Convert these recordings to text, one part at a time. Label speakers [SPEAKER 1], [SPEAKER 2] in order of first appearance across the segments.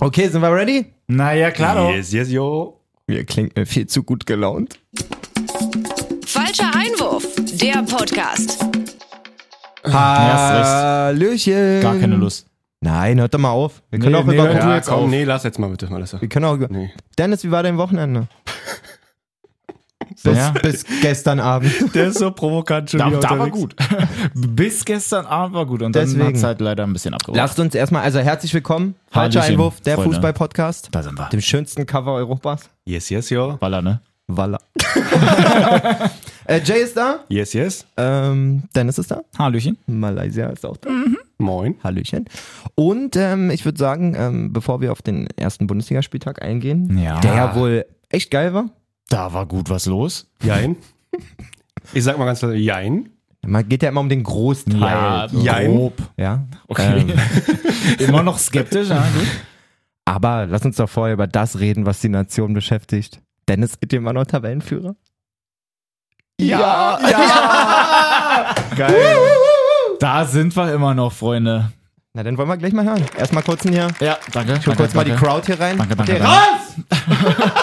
[SPEAKER 1] Okay, sind wir ready?
[SPEAKER 2] Naja, klar.
[SPEAKER 3] Yes, yes, yo.
[SPEAKER 1] Mir klingt mir viel zu gut gelaunt.
[SPEAKER 4] Falscher Einwurf, der Podcast.
[SPEAKER 2] hast
[SPEAKER 1] Hallöchen.
[SPEAKER 2] Gar keine Lust.
[SPEAKER 1] Nein, hört doch mal auf. Wir können
[SPEAKER 2] Nee,
[SPEAKER 1] auch
[SPEAKER 2] nee,
[SPEAKER 1] über
[SPEAKER 2] hör
[SPEAKER 1] Kultur
[SPEAKER 2] du
[SPEAKER 3] Ja,
[SPEAKER 1] jetzt
[SPEAKER 3] komm,
[SPEAKER 1] auf.
[SPEAKER 3] nee, lass jetzt mal bitte mal. Lass,
[SPEAKER 1] Wir können auch über
[SPEAKER 3] nee.
[SPEAKER 1] Dennis, wie war dein Wochenende? Bis,
[SPEAKER 2] Ja.
[SPEAKER 1] bis gestern Abend.
[SPEAKER 2] Der ist so provokant schon
[SPEAKER 3] Da-
[SPEAKER 2] wieder
[SPEAKER 3] da war
[SPEAKER 2] unterwegs. Bis gestern Abend war gut und
[SPEAKER 1] Deswegen.
[SPEAKER 2] dann hat es halt leider ein bisschen abgeworfen.
[SPEAKER 1] Lasst uns erstmal, also herzlich willkommen. Falscher
[SPEAKER 2] Hallöchen,
[SPEAKER 1] Einwurf, der
[SPEAKER 2] Freunde.
[SPEAKER 1] Fußball-Podcast.
[SPEAKER 2] Da sind wir.
[SPEAKER 1] Dem schönsten Cover Europas.
[SPEAKER 3] Yes, yes, yo.
[SPEAKER 2] Baller, ne?
[SPEAKER 1] Walla. äh, Jay ist da.
[SPEAKER 3] Yes, yes.
[SPEAKER 1] Ähm, Dennis ist da.
[SPEAKER 2] Hallöchen.
[SPEAKER 1] Malaysia ist auch da.
[SPEAKER 3] Moin.
[SPEAKER 1] Hallöchen. Und ähm, ich würde sagen, ähm, bevor wir auf den ersten Bundesligaspieltag eingehen,
[SPEAKER 2] Ja.
[SPEAKER 1] der ja wohl echt geil war.
[SPEAKER 2] Da war gut was los.
[SPEAKER 3] Jein. Ich sag mal ganz klar, jein.
[SPEAKER 1] Man geht ja immer um den Großteil.
[SPEAKER 3] jein.
[SPEAKER 1] Ja.
[SPEAKER 2] Okay.
[SPEAKER 1] Ähm,
[SPEAKER 2] Immer noch skeptisch, ja, gut.
[SPEAKER 1] aber lass uns doch vorher über das reden, was die Nation beschäftigt. Dennis ist immer noch Tabellenführer.
[SPEAKER 2] Ja,
[SPEAKER 1] Geil.
[SPEAKER 2] Da sind wir immer noch, Freunde.
[SPEAKER 1] Na, dann wollen wir gleich mal hören. Erstmal kurz ein hier.
[SPEAKER 2] Ja, danke.
[SPEAKER 1] Ich hol kurz mal die Crowd hier rein.
[SPEAKER 2] Danke, danke,
[SPEAKER 1] Okay,
[SPEAKER 2] danke.
[SPEAKER 1] raus!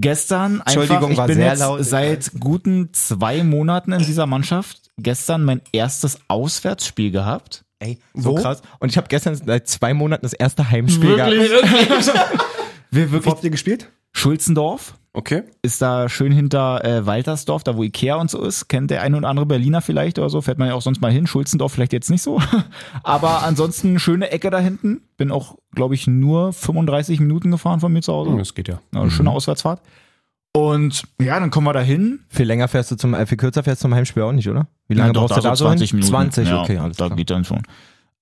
[SPEAKER 2] Gestern
[SPEAKER 1] Entschuldigung,
[SPEAKER 2] einfach, ich
[SPEAKER 1] war
[SPEAKER 2] bin
[SPEAKER 1] sehr
[SPEAKER 2] jetzt
[SPEAKER 1] laut.
[SPEAKER 2] seit guten zwei Monaten in dieser Mannschaft. Gestern mein erstes Auswärtsspiel gehabt.
[SPEAKER 1] Ey, so
[SPEAKER 2] Wo?
[SPEAKER 1] krass. Und ich habe gestern seit zwei Monaten das erste Heimspiel gehabt.
[SPEAKER 2] Wir wirklich.
[SPEAKER 3] ihr gespielt?
[SPEAKER 2] Schulzendorf
[SPEAKER 3] Okay.
[SPEAKER 2] ist da schön hinter äh, Waltersdorf, da wo Ikea und so ist. Kennt der ein oder andere Berliner vielleicht oder so. Fährt man ja auch sonst mal hin. Schulzendorf vielleicht jetzt nicht so. Aber ansonsten schöne Ecke da hinten. Bin auch, glaube ich, nur 35 Minuten gefahren von mir zu
[SPEAKER 1] Mhm.
[SPEAKER 2] Hause.
[SPEAKER 3] Das geht ja.
[SPEAKER 2] Eine schöne Auswärtsfahrt. Und ja, dann kommen wir da hin.
[SPEAKER 1] Viel länger fährst du zum, äh, viel kürzer fährst du zum Heimspiel auch nicht, oder? Wie lange brauchst du da so hin? 20, okay, alles
[SPEAKER 2] da
[SPEAKER 1] klar.
[SPEAKER 2] geht dann schon.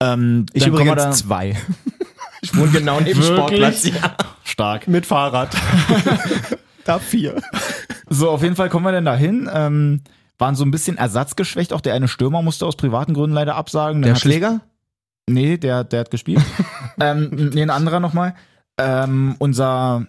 [SPEAKER 2] Ähm,
[SPEAKER 1] Ich
[SPEAKER 2] dann kommen wir
[SPEAKER 1] übrigens
[SPEAKER 2] da-
[SPEAKER 1] zwei. Ich wohne genau neben
[SPEAKER 2] Wirklich?
[SPEAKER 1] Sportplatz.
[SPEAKER 2] stark.
[SPEAKER 3] Mit Fahrrad.
[SPEAKER 1] Da vier.
[SPEAKER 2] So, auf jeden Fall kommen wir denn da hin. Ähm, waren so ein bisschen ersatzgeschwächt. Auch der eine Stürmer musste aus privaten Gründen leider absagen. Dann
[SPEAKER 1] Der
[SPEAKER 2] hat
[SPEAKER 1] Schläger?
[SPEAKER 2] Sich, nee, der, der hat gespielt. ähm, nee, ein anderer nochmal. Ähm, unser,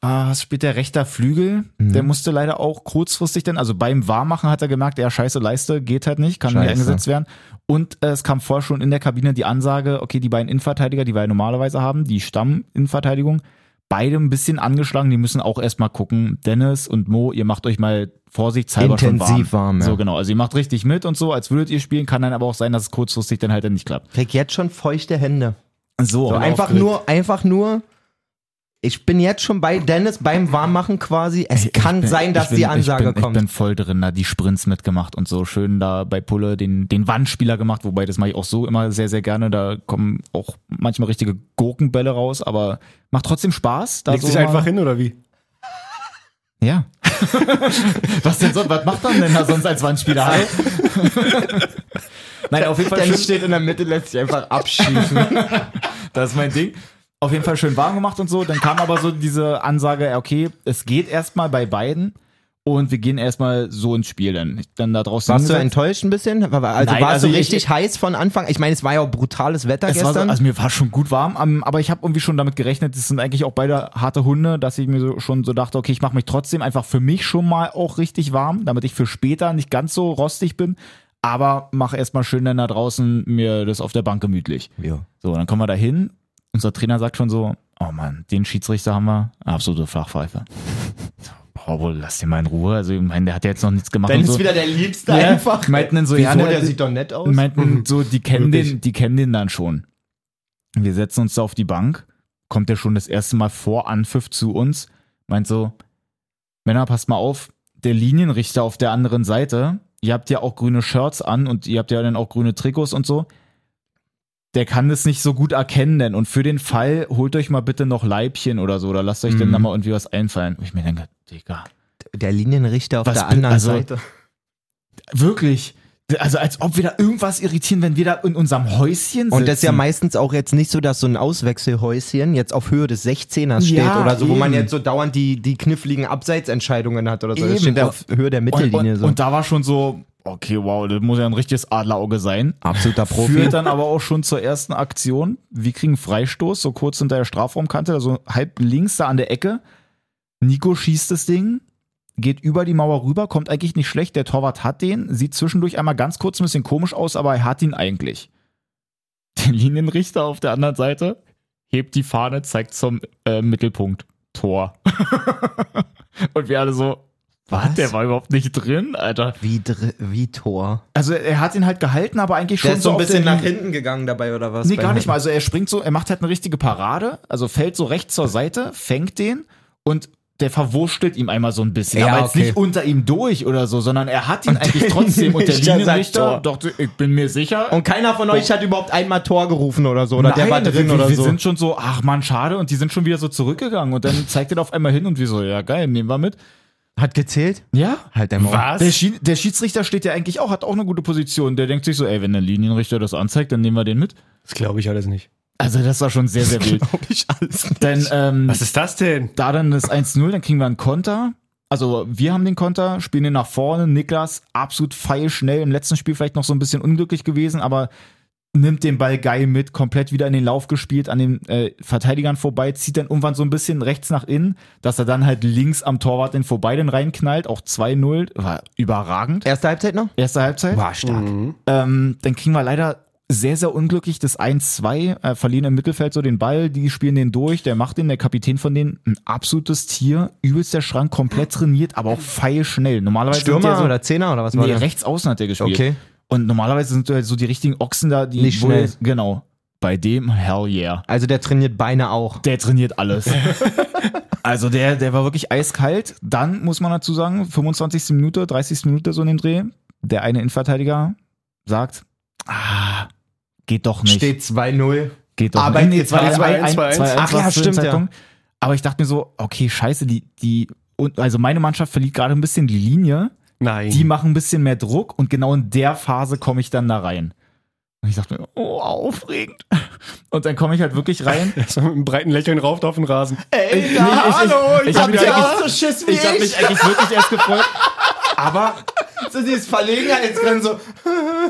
[SPEAKER 2] ah, was spielt der rechter Flügel?
[SPEAKER 1] Mhm.
[SPEAKER 2] Der musste leider auch kurzfristig denn, also beim Warmmachen hat er gemerkt, ja, scheiße, Leiste geht halt nicht, kann
[SPEAKER 1] Scheiße.
[SPEAKER 2] nicht eingesetzt werden. Und äh, es kam vorher schon in der Kabine die Ansage, okay, die beiden Innenverteidiger, die wir normalerweise haben, die Stamm-Innenverteidigung, beide ein bisschen angeschlagen, die müssen auch erstmal gucken. Dennis und Mo, ihr macht euch mal vorsichtshalber schon
[SPEAKER 1] Intensiv
[SPEAKER 2] warm.
[SPEAKER 1] warm, ja.
[SPEAKER 2] So genau, also ihr macht richtig mit und so, als würdet ihr spielen, kann dann aber auch sein, dass es kurzfristig dann halt dann nicht klappt.
[SPEAKER 1] Krieg jetzt schon feuchte Hände.
[SPEAKER 2] So,
[SPEAKER 1] So, einfach
[SPEAKER 2] aufgeregt.
[SPEAKER 1] nur, einfach nur. Ich bin jetzt schon bei Dennis beim Warmmachen quasi. Es kann sein, dass
[SPEAKER 2] ich bin,
[SPEAKER 1] die Ansage
[SPEAKER 2] ich bin,
[SPEAKER 1] kommt.
[SPEAKER 2] Ich bin voll drin, da die Sprints mitgemacht und so schön da bei Pulle den, den Wandspieler gemacht, wobei das mache ich auch so immer sehr, sehr gerne. Da kommen auch manchmal richtige Gurkenbälle raus, aber macht trotzdem Spaß. Da
[SPEAKER 3] Legst
[SPEAKER 2] so
[SPEAKER 3] dich
[SPEAKER 2] Also mal-
[SPEAKER 3] einfach hin oder wie?
[SPEAKER 2] Ja. was denn sonst, was macht man denn da sonst als Wandspieler? Hi. Nein, auf jeden Fall schön,
[SPEAKER 1] steht in der Mitte, lässt sich einfach abschießen.
[SPEAKER 2] das ist mein Ding. Auf jeden Fall schön warm gemacht und so. Dann kam aber so diese Ansage, okay, es geht erstmal bei beiden und wir gehen erstmal so ins Spiel. Dann, dann da draußen
[SPEAKER 1] Warst du
[SPEAKER 2] hingesetzt.
[SPEAKER 1] enttäuscht ein bisschen? Also
[SPEAKER 2] Nein,
[SPEAKER 1] warst
[SPEAKER 2] also
[SPEAKER 1] du
[SPEAKER 2] ich-
[SPEAKER 1] richtig heiß von Anfang? Ich meine, es war ja auch brutales Wetter
[SPEAKER 2] Es war so,
[SPEAKER 1] gestern.
[SPEAKER 2] also mir war schon gut warm, am- aber ich habe irgendwie schon damit gerechnet, das sind eigentlich auch beide harte Hunde, dass ich mir so, schon so dachte, okay, ich mache mich trotzdem einfach für mich schon mal auch richtig warm, damit ich für später nicht ganz so rostig bin, aber mach erstmal schön dann da draußen mir das auf der Bank gemütlich.
[SPEAKER 1] ja.
[SPEAKER 2] So, dann kommen wir da hin. Unser Trainer sagt schon so, oh Mann, den Schiedsrichter haben wir, absolute Flachpfeife. So, Boah, wohl, lass den mal in Ruhe. Also, ich meine, der hat ja jetzt noch nichts gemacht. und
[SPEAKER 1] Dennis
[SPEAKER 2] so.
[SPEAKER 1] wieder der Liebste
[SPEAKER 2] Ja,
[SPEAKER 1] einfach.
[SPEAKER 2] meinten dann so,
[SPEAKER 1] Wieso,
[SPEAKER 2] ja, ne,
[SPEAKER 1] der
[SPEAKER 2] die-
[SPEAKER 1] sieht doch nett aus.
[SPEAKER 2] und
[SPEAKER 1] Mhm.
[SPEAKER 2] meinten so, die kennen,
[SPEAKER 3] Wirklich?
[SPEAKER 2] den, die kennen den dann schon. Wir setzen uns da auf die Bank, kommt der schon das erste Mal vor Anpfiff zu uns, meint so, Männer, passt mal auf, der Linienrichter auf der anderen Seite, ihr habt ja auch grüne Shirts an und ihr habt ja dann auch grüne Trikots und so, der kann das nicht so gut erkennen denn und für den Fall holt euch mal bitte noch Leibchen oder so oder lasst euch denn
[SPEAKER 1] Mhm.
[SPEAKER 2] da mal irgendwie was einfallen. Und ich mir denke, Digga,
[SPEAKER 1] der Linienrichter auf
[SPEAKER 2] Was
[SPEAKER 1] der
[SPEAKER 2] bin-
[SPEAKER 1] anderen
[SPEAKER 2] also-
[SPEAKER 1] Seite.
[SPEAKER 2] wirklich, also als ob wir da irgendwas irritieren, wenn wir da in unserem Häuschen sitzen.
[SPEAKER 1] Und das ist ja meistens auch jetzt nicht so, dass so ein Auswechselhäuschen jetzt auf Höhe des 16ers steht
[SPEAKER 2] Ja,
[SPEAKER 1] oder so, wo man
[SPEAKER 2] eben.
[SPEAKER 1] jetzt so dauernd die, die kniffligen Abseitsentscheidungen hat oder so.
[SPEAKER 2] Eben.
[SPEAKER 1] Das steht ja auf Höhe der Mittellinie
[SPEAKER 2] und,
[SPEAKER 1] so.
[SPEAKER 2] und, und da war schon so, okay, wow, das muss ja ein richtiges Adlerauge sein.
[SPEAKER 1] absoluter
[SPEAKER 2] Führt dann aber auch schon zur ersten Aktion. Wir kriegen Freistoß, so kurz hinter der Strafraumkante, also halb links da an der Ecke. Nico schießt das Ding, geht über die Mauer rüber, kommt eigentlich nicht schlecht. Der Torwart hat den, sieht zwischendurch einmal ganz kurz ein bisschen komisch aus, aber er hat ihn eigentlich. Der Linienrichter auf der anderen Seite hebt die Fahne, zeigt zum äh, Mittelpunkt. Tor. Und wir alle so, was?
[SPEAKER 1] Was?
[SPEAKER 2] Der war überhaupt nicht drin, Alter.
[SPEAKER 1] Wie, dr- wie Tor.
[SPEAKER 2] Also er hat ihn halt gehalten, aber eigentlich schon
[SPEAKER 1] Der ist so ein
[SPEAKER 2] auf
[SPEAKER 1] bisschen
[SPEAKER 2] der
[SPEAKER 1] nach
[SPEAKER 2] Linie.
[SPEAKER 1] hinten gegangen dabei, oder was?
[SPEAKER 2] Nee,
[SPEAKER 1] Beim
[SPEAKER 2] gar nicht
[SPEAKER 1] Hüpfen?
[SPEAKER 2] mal. Also er springt so, er macht halt eine richtige Parade, also fällt so rechts zur Seite, fängt den und der verwurschtelt ihm einmal so ein bisschen.
[SPEAKER 1] Ja,
[SPEAKER 2] aber jetzt
[SPEAKER 1] okay.
[SPEAKER 2] nicht unter ihm durch oder so, sondern er hat ihn eigentlich
[SPEAKER 1] der
[SPEAKER 2] trotzdem. Und der oh.
[SPEAKER 1] Linienrichter sagt
[SPEAKER 2] Linienrichter,
[SPEAKER 1] Tor.
[SPEAKER 2] doch, ich bin mir sicher.
[SPEAKER 1] Und keiner von euch hat überhaupt einmal Tor gerufen oder so. Oder der war
[SPEAKER 2] Oh. Nein,
[SPEAKER 1] drin
[SPEAKER 2] wir,
[SPEAKER 1] oder
[SPEAKER 2] wir
[SPEAKER 1] so.
[SPEAKER 2] sind schon so, ach man, schade. Und die sind schon wieder so zurückgegangen. Und dann zeigt er da auf einmal hin und wir so, ja geil, nehmen wir mit.
[SPEAKER 1] hat gezählt?
[SPEAKER 2] Ja.
[SPEAKER 1] Halt der Maul.
[SPEAKER 2] Was? Der, Schi der Schiedsrichter steht ja eigentlich auch, hat auch eine gute Position. Der denkt sich so, ey, wenn der Linienrichter das anzeigt, dann nehmen wir den mit.
[SPEAKER 3] Das glaube ich alles nicht.
[SPEAKER 2] Also das war schon sehr, sehr wild.
[SPEAKER 3] Glaube ich alles nicht.
[SPEAKER 2] Denn ähm,
[SPEAKER 3] Was ist das denn?
[SPEAKER 2] da dann das 1-0, dann kriegen wir einen Konter. Also wir haben den Konter, spielen den nach vorne. Niklas absolut feilschnell. Im letzten Spiel vielleicht noch so ein bisschen unglücklich gewesen, aber nimmt den Ball geil mit, komplett wieder in den Lauf gespielt, an den äh, Verteidigern vorbei, zieht dann irgendwann so ein bisschen rechts nach innen, dass er dann halt links am Torwart den vorbei den reinknallt. Auch 2-0, war überragend.
[SPEAKER 1] Erste Halbzeit noch? Mhm.
[SPEAKER 2] Erste Halbzeit.
[SPEAKER 1] War stark.
[SPEAKER 2] Ähm, dann kriegen wir leider sehr, sehr unglücklich das 1-2, äh, verlieren im Mittelfeld so den Ball, die spielen den durch, der macht den, der Kapitän von denen, ein absolutes Tier, übelst der Schrank, komplett trainiert, aber auch feilschnell. Normalerweise sind
[SPEAKER 1] Stürmer
[SPEAKER 2] die ja so,
[SPEAKER 1] oder Zehner oder was war
[SPEAKER 2] Nee,
[SPEAKER 1] der?
[SPEAKER 2] rechts außen hat der gespielt.
[SPEAKER 1] Okay.
[SPEAKER 2] Und normalerweise sind halt so die richtigen Ochsen da, die
[SPEAKER 1] Nicht
[SPEAKER 2] wo-
[SPEAKER 1] schnell.
[SPEAKER 2] Genau. Bei dem, hell yeah.
[SPEAKER 1] Also der trainiert Beine auch.
[SPEAKER 2] Der trainiert alles. also der, der war wirklich eiskalt. Dann muss man dazu sagen, 25. Minute, 30. Minute so in dem Dreh. Der eine Innenverteidiger sagt, ah, geht doch nicht.
[SPEAKER 1] Steht 2-0.
[SPEAKER 2] geht doch
[SPEAKER 1] aber
[SPEAKER 2] nicht.
[SPEAKER 1] jetzt war
[SPEAKER 2] Zwei-
[SPEAKER 1] das
[SPEAKER 2] ein- ein-
[SPEAKER 3] 2-1,
[SPEAKER 2] zwei-
[SPEAKER 3] 2-1.
[SPEAKER 2] eins
[SPEAKER 1] Ach ja,
[SPEAKER 2] war's zu dem
[SPEAKER 1] stimmt, ja.
[SPEAKER 2] Zeitpunkt. Aber ich dachte mir so, okay, scheiße, die, die, und also meine Mannschaft verliert gerade ein bisschen die Linie.
[SPEAKER 1] Oh.
[SPEAKER 3] Nein.
[SPEAKER 2] Die machen ein bisschen mehr Druck und genau in der Phase komme ich dann da rein. Und ich dachte mir, oh, aufregend. Und dann komme ich halt wirklich rein.
[SPEAKER 3] das war mit einem breiten Lächeln rauf auf den Rasen.
[SPEAKER 2] Ey, ich,
[SPEAKER 1] hallo, ich
[SPEAKER 2] ich hab
[SPEAKER 1] hab
[SPEAKER 2] mich
[SPEAKER 1] ja
[SPEAKER 2] eigentlich-
[SPEAKER 1] auch so Schiss wie
[SPEAKER 2] Ich habe mich eigentlich wirklich erst gefreut. Aber,
[SPEAKER 1] So dieses Verlegenheitsgrinsen so.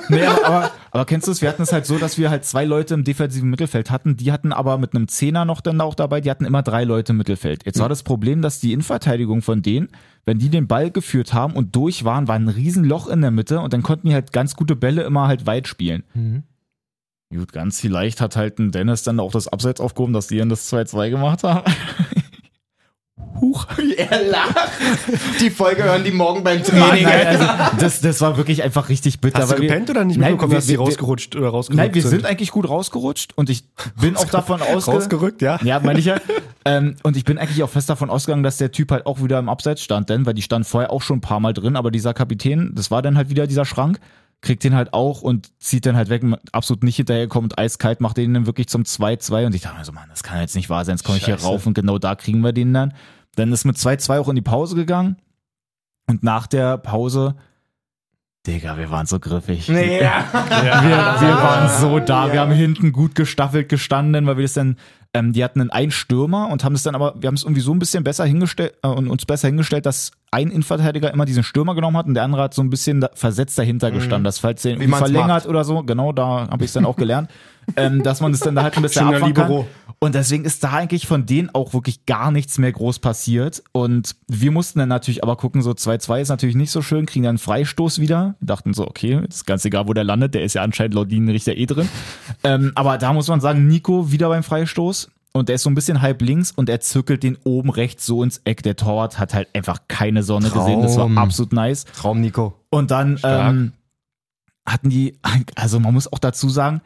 [SPEAKER 2] nee, aber, aber, aber kennst du es? Wir hatten es halt so, dass wir halt zwei Leute im defensiven Mittelfeld hatten. Die hatten aber mit einem Zehner noch dann auch dabei. Die hatten immer drei Leute im Mittelfeld. Jetzt war das Problem, dass die Innenverteidigung von denen, wenn die den Ball geführt haben und durch waren, war ein Riesenloch in der Mitte und dann konnten die halt ganz gute Bälle immer halt weit spielen. Gut, ganz vielleicht hat halt ein Dennis dann auch das Abseits aufgehoben, dass die dann das 2-2 gemacht haben. Huch.
[SPEAKER 1] Er lacht. Die Folge hören die morgen beim
[SPEAKER 2] Mann,
[SPEAKER 1] Training.
[SPEAKER 2] nein, also, das, das war wirklich einfach richtig bitter.
[SPEAKER 3] Hast du
[SPEAKER 2] weil wir-
[SPEAKER 3] gepennt oder nicht
[SPEAKER 2] Nein,
[SPEAKER 3] mitbekommen,
[SPEAKER 2] wir-
[SPEAKER 3] dass die
[SPEAKER 2] wir-
[SPEAKER 3] rausgerutscht oder rausgerückt
[SPEAKER 2] Nein, wir sind eigentlich gut rausgerutscht und ich bin auch davon ausgegangen.
[SPEAKER 3] Rausgerückt, ja.
[SPEAKER 2] Ja, meine ich ja. ähm, und ich bin eigentlich auch fest davon ausgegangen, dass der Typ halt auch wieder im Abseits stand, denn, weil die stand vorher auch schon ein paar Mal drin, aber dieser Kapitän, das war dann halt wieder dieser Schrank, kriegt den halt auch und zieht den halt weg, absolut nicht hinterherkommt, eiskalt, macht den dann wirklich zum 2-2 und ich dachte mir so, Mann, das kann jetzt nicht wahr sein, jetzt komme ich hier
[SPEAKER 3] Scheiße.
[SPEAKER 2] rauf und genau da kriegen wir den dann. Dann ist mit 2-2 auch in die Pause gegangen und nach der Pause, Digga, wir waren so griffig.
[SPEAKER 1] Nee, ja.
[SPEAKER 2] Wir, wir waren so da. Wir haben hinten gut gestaffelt gestanden, weil wir das dann, ähm, die hatten einen Stürmer und haben es dann aber, wir haben es irgendwie so ein bisschen besser hingestellt äh, und uns besser hingestellt, dass ein Innenverteidiger immer diesen Stürmer genommen hat und der andere hat so ein bisschen da, versetzt dahinter gestanden, dass falls der irgendwie
[SPEAKER 1] Mhm. man's
[SPEAKER 2] verlängert oder so, genau, da habe ich es dann auch gelernt, ähm, dass man es dann da halt ein bisschen
[SPEAKER 3] Schöner
[SPEAKER 2] abfangen kann.
[SPEAKER 3] Libero.
[SPEAKER 2] Und deswegen ist da eigentlich von denen auch wirklich gar nichts mehr groß passiert. Und wir mussten dann natürlich aber gucken, so 2-2 ist natürlich nicht so schön, kriegen dann einen Freistoß wieder. Wir dachten so, okay, ist ganz egal, wo der landet, der ist ja anscheinend laut Linienrichter eh drin. ähm, aber da muss man sagen, Nico wieder beim Freistoß. Und der ist so ein bisschen halb links und er zirkelt den oben rechts so ins Eck. Der Torwart hat halt einfach keine Sonne gesehen. Das war
[SPEAKER 1] Traum.
[SPEAKER 2] absolut nice.
[SPEAKER 1] Traum, Nico.
[SPEAKER 2] Und dann
[SPEAKER 3] Stark.
[SPEAKER 2] ähm, hatten die, also man muss auch dazu sagen,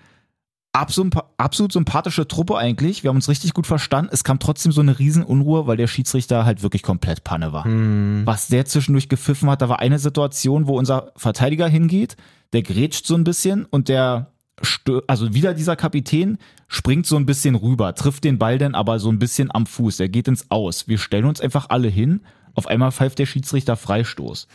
[SPEAKER 2] absolut, absolut sympathische Truppe eigentlich. Wir haben uns richtig gut verstanden. Es kam trotzdem so eine Riesenunruhe, weil der Schiedsrichter halt wirklich komplett Panne war. Was der zwischendurch gepfiffen hat, da war eine Situation, wo unser Verteidiger hingeht, der grätscht so ein bisschen und der, stö- also wieder dieser Kapitän, springt so ein bisschen rüber, trifft den Ball dann aber so ein bisschen am Fuß. Er geht ins Aus. Wir stellen uns einfach alle hin. Auf einmal pfeift der Schiedsrichter Freistoß.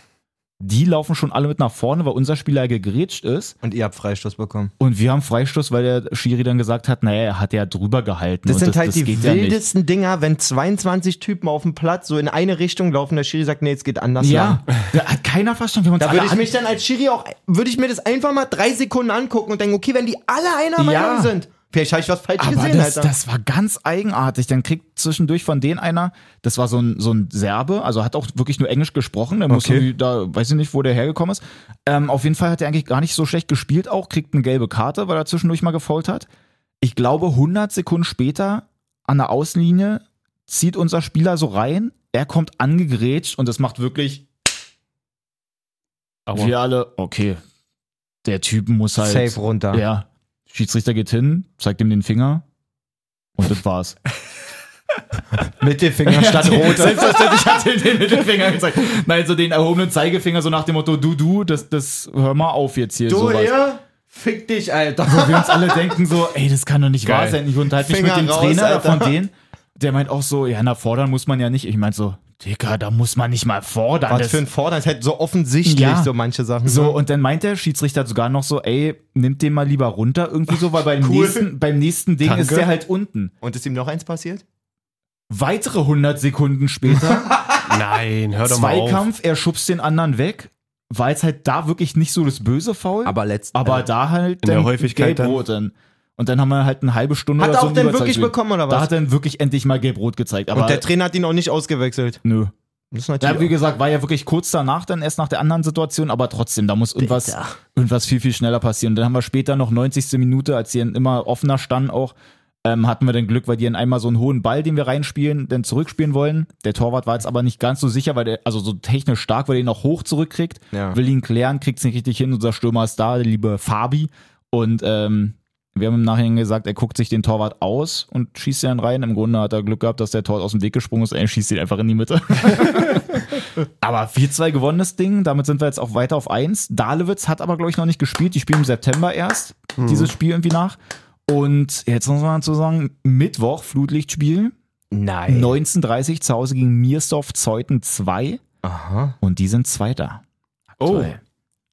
[SPEAKER 2] Die laufen schon alle mit nach vorne, weil unser Spieler gegrätscht ist.
[SPEAKER 1] Und ihr habt Freistoß bekommen.
[SPEAKER 2] Und wir haben Freistoß, weil der Schiri dann gesagt hat, naja, er hat ja drüber gehalten.
[SPEAKER 1] Das
[SPEAKER 2] und
[SPEAKER 1] sind halt die
[SPEAKER 2] ja nicht.
[SPEAKER 1] wildesten Dinger, wenn 22 Typen auf dem Platz so in eine Richtung laufen, der Schiri sagt, nee, es geht anders lang.
[SPEAKER 2] Ja, da hat keiner verstanden. Wir haben uns
[SPEAKER 1] Da
[SPEAKER 2] alle
[SPEAKER 1] würde ich
[SPEAKER 2] an-
[SPEAKER 1] mich dann als Schiri auch, würde ich mir das einfach mal drei Sekunden angucken und denken, okay, wenn die alle einer Meinung
[SPEAKER 2] Ja.
[SPEAKER 1] sind, vielleicht habe ich was falsch
[SPEAKER 2] aber
[SPEAKER 1] gesehen, halt
[SPEAKER 2] das,
[SPEAKER 1] Alter.
[SPEAKER 2] das war ganz eigenartig. Dann kriegt zwischendurch von denen einer, das war so ein, so ein Serbe, also hat auch wirklich nur Englisch gesprochen. Der muss
[SPEAKER 1] Okay.
[SPEAKER 2] irgendwie da, weiß ich nicht, wo der hergekommen ist. Ähm, auf jeden Fall hat er eigentlich gar nicht so schlecht gespielt auch, kriegt eine gelbe Karte, weil er zwischendurch mal gefault hat. Ich glaube, 100 Sekunden später an der Außenlinie, zieht unser Spieler so rein, er kommt angegrätscht und es macht wirklich
[SPEAKER 3] Aua.
[SPEAKER 2] wir alle, okay, der Typ muss halt.
[SPEAKER 1] Safe runter.
[SPEAKER 2] Ja. Schiedsrichter geht hin, zeigt ihm den Finger und das war's.
[SPEAKER 1] Mittelfinger statt rote.
[SPEAKER 2] Selbstverständlich hat er ihm den Mittelfinger gezeigt. Nein, so den erhobenen Zeigefinger, so nach dem Motto, du, du, das, das, hör mal auf jetzt hier. sowas.
[SPEAKER 1] ja? Fick dich, Alter.
[SPEAKER 2] Wo wir uns alle denken so, ey, das kann doch nicht
[SPEAKER 3] Geil.
[SPEAKER 2] wahr sein. Ich unterhalte mich
[SPEAKER 1] Finger
[SPEAKER 2] mit dem
[SPEAKER 1] raus,
[SPEAKER 2] Trainer
[SPEAKER 1] Alter.
[SPEAKER 2] von denen. Der meint auch so, ja, na, fordern muss man ja nicht. Ich meinte so, Digga, da muss man nicht mal fordern.
[SPEAKER 1] Was
[SPEAKER 2] Das-
[SPEAKER 1] für ein Fordern. Das ist halt so offensichtlich,
[SPEAKER 2] Ja.
[SPEAKER 1] so manche
[SPEAKER 3] Mhm.
[SPEAKER 1] Sachen.
[SPEAKER 2] So, und dann meint der Schiedsrichter sogar noch so, ey, nimmt den mal lieber runter irgendwie so, weil beim,
[SPEAKER 1] Cool.
[SPEAKER 2] nächsten, beim nächsten Ding
[SPEAKER 3] Danke.
[SPEAKER 2] ist der halt unten.
[SPEAKER 1] Und ist ihm noch eins passiert?
[SPEAKER 2] Weitere 100 Sekunden später,
[SPEAKER 3] Nein, hör doch mal auf.
[SPEAKER 2] Zweikampf, er schubst den anderen weg, war jetzt halt da wirklich nicht so das böse Foul,
[SPEAKER 1] Aber letztens.
[SPEAKER 2] aber da halt
[SPEAKER 3] äh, in der Häufigkeit dann.
[SPEAKER 2] gelb-rot dann. Und dann haben wir halt eine halbe Stunde
[SPEAKER 1] Hat
[SPEAKER 2] oder
[SPEAKER 1] er
[SPEAKER 2] so
[SPEAKER 1] auch denn
[SPEAKER 2] Überzahl
[SPEAKER 1] wirklich
[SPEAKER 2] gespielt.
[SPEAKER 1] bekommen, oder
[SPEAKER 2] Da
[SPEAKER 1] was?
[SPEAKER 2] hat er dann wirklich endlich mal gelb-rot gezeigt, aber
[SPEAKER 1] und der Trainer hat ihn auch nicht ausgewechselt.
[SPEAKER 2] nö.
[SPEAKER 1] Das ist
[SPEAKER 2] Ja, wie
[SPEAKER 1] natürlich.
[SPEAKER 2] gesagt, war ja wirklich kurz danach, dann erst nach der anderen Situation, aber trotzdem, da muss irgendwas,
[SPEAKER 1] Bitter.
[SPEAKER 2] irgendwas viel, viel schneller passieren. Dann haben wir später noch 90. Minute, als die dann immer offener standen auch, ähm, hatten wir dann Glück, weil die dann einmal so einen hohen Ball, den wir reinspielen, dann zurückspielen wollen. Der Torwart war jetzt aber nicht ganz so sicher, weil der, also so technisch stark, weil der ihn noch hoch zurückkriegt,
[SPEAKER 1] Ja.
[SPEAKER 2] will ihn klären, kriegt es nicht richtig hin. Unser Stürmer ist da, der liebe Fabi. Und ähm, wir haben im Nachhinein gesagt, er guckt sich den Torwart aus und schießt ihn dann rein. Im Grunde hat er Glück gehabt, dass der Torwart aus dem Weg gesprungen ist. Er schießt ihn einfach in die Mitte. Aber 4-2 gewonnenes Ding, damit sind wir jetzt auch weiter auf 1. Dalewitz hat aber, glaube ich, noch nicht gespielt. Die spielen im September erst, dieses Spiel irgendwie nach. Und jetzt muss man dazu sagen, Mittwoch, Flutlichtspiel,
[SPEAKER 1] Nein.
[SPEAKER 2] 19.30 zu Hause gegen Miersdorf Zeuthen 2
[SPEAKER 1] Aha.
[SPEAKER 2] und die sind Zweiter.
[SPEAKER 3] Oh,
[SPEAKER 2] Toll.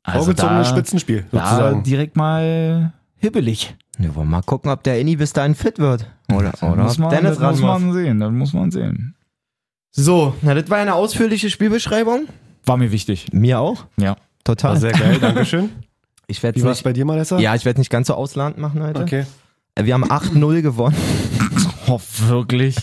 [SPEAKER 3] vorgezogenes Spitzenspiel,
[SPEAKER 2] da
[SPEAKER 3] sozusagen.
[SPEAKER 2] direkt mal hibbelig.
[SPEAKER 1] Wir wollen mal gucken, ob der Inni bis dahin fit wird. Oder,
[SPEAKER 2] Dann
[SPEAKER 1] oder?
[SPEAKER 2] Muss man,
[SPEAKER 1] Dennis
[SPEAKER 2] das muss
[SPEAKER 1] Rasmus.
[SPEAKER 2] man sehen, dann muss man sehen.
[SPEAKER 1] So, na, das war eine ausführliche Spielbeschreibung.
[SPEAKER 2] War mir wichtig.
[SPEAKER 1] Mir auch.
[SPEAKER 2] Ja.
[SPEAKER 1] Total.
[SPEAKER 3] War sehr geil, Dankeschön.
[SPEAKER 1] ich werde
[SPEAKER 3] Wie war es
[SPEAKER 1] nicht.
[SPEAKER 3] bei dir, Malessa?
[SPEAKER 1] Ja, ich werde nicht ganz so ausland machen heute.
[SPEAKER 3] Okay.
[SPEAKER 1] Äh, Wir haben 8-0 gewonnen.
[SPEAKER 2] Oh, wirklich?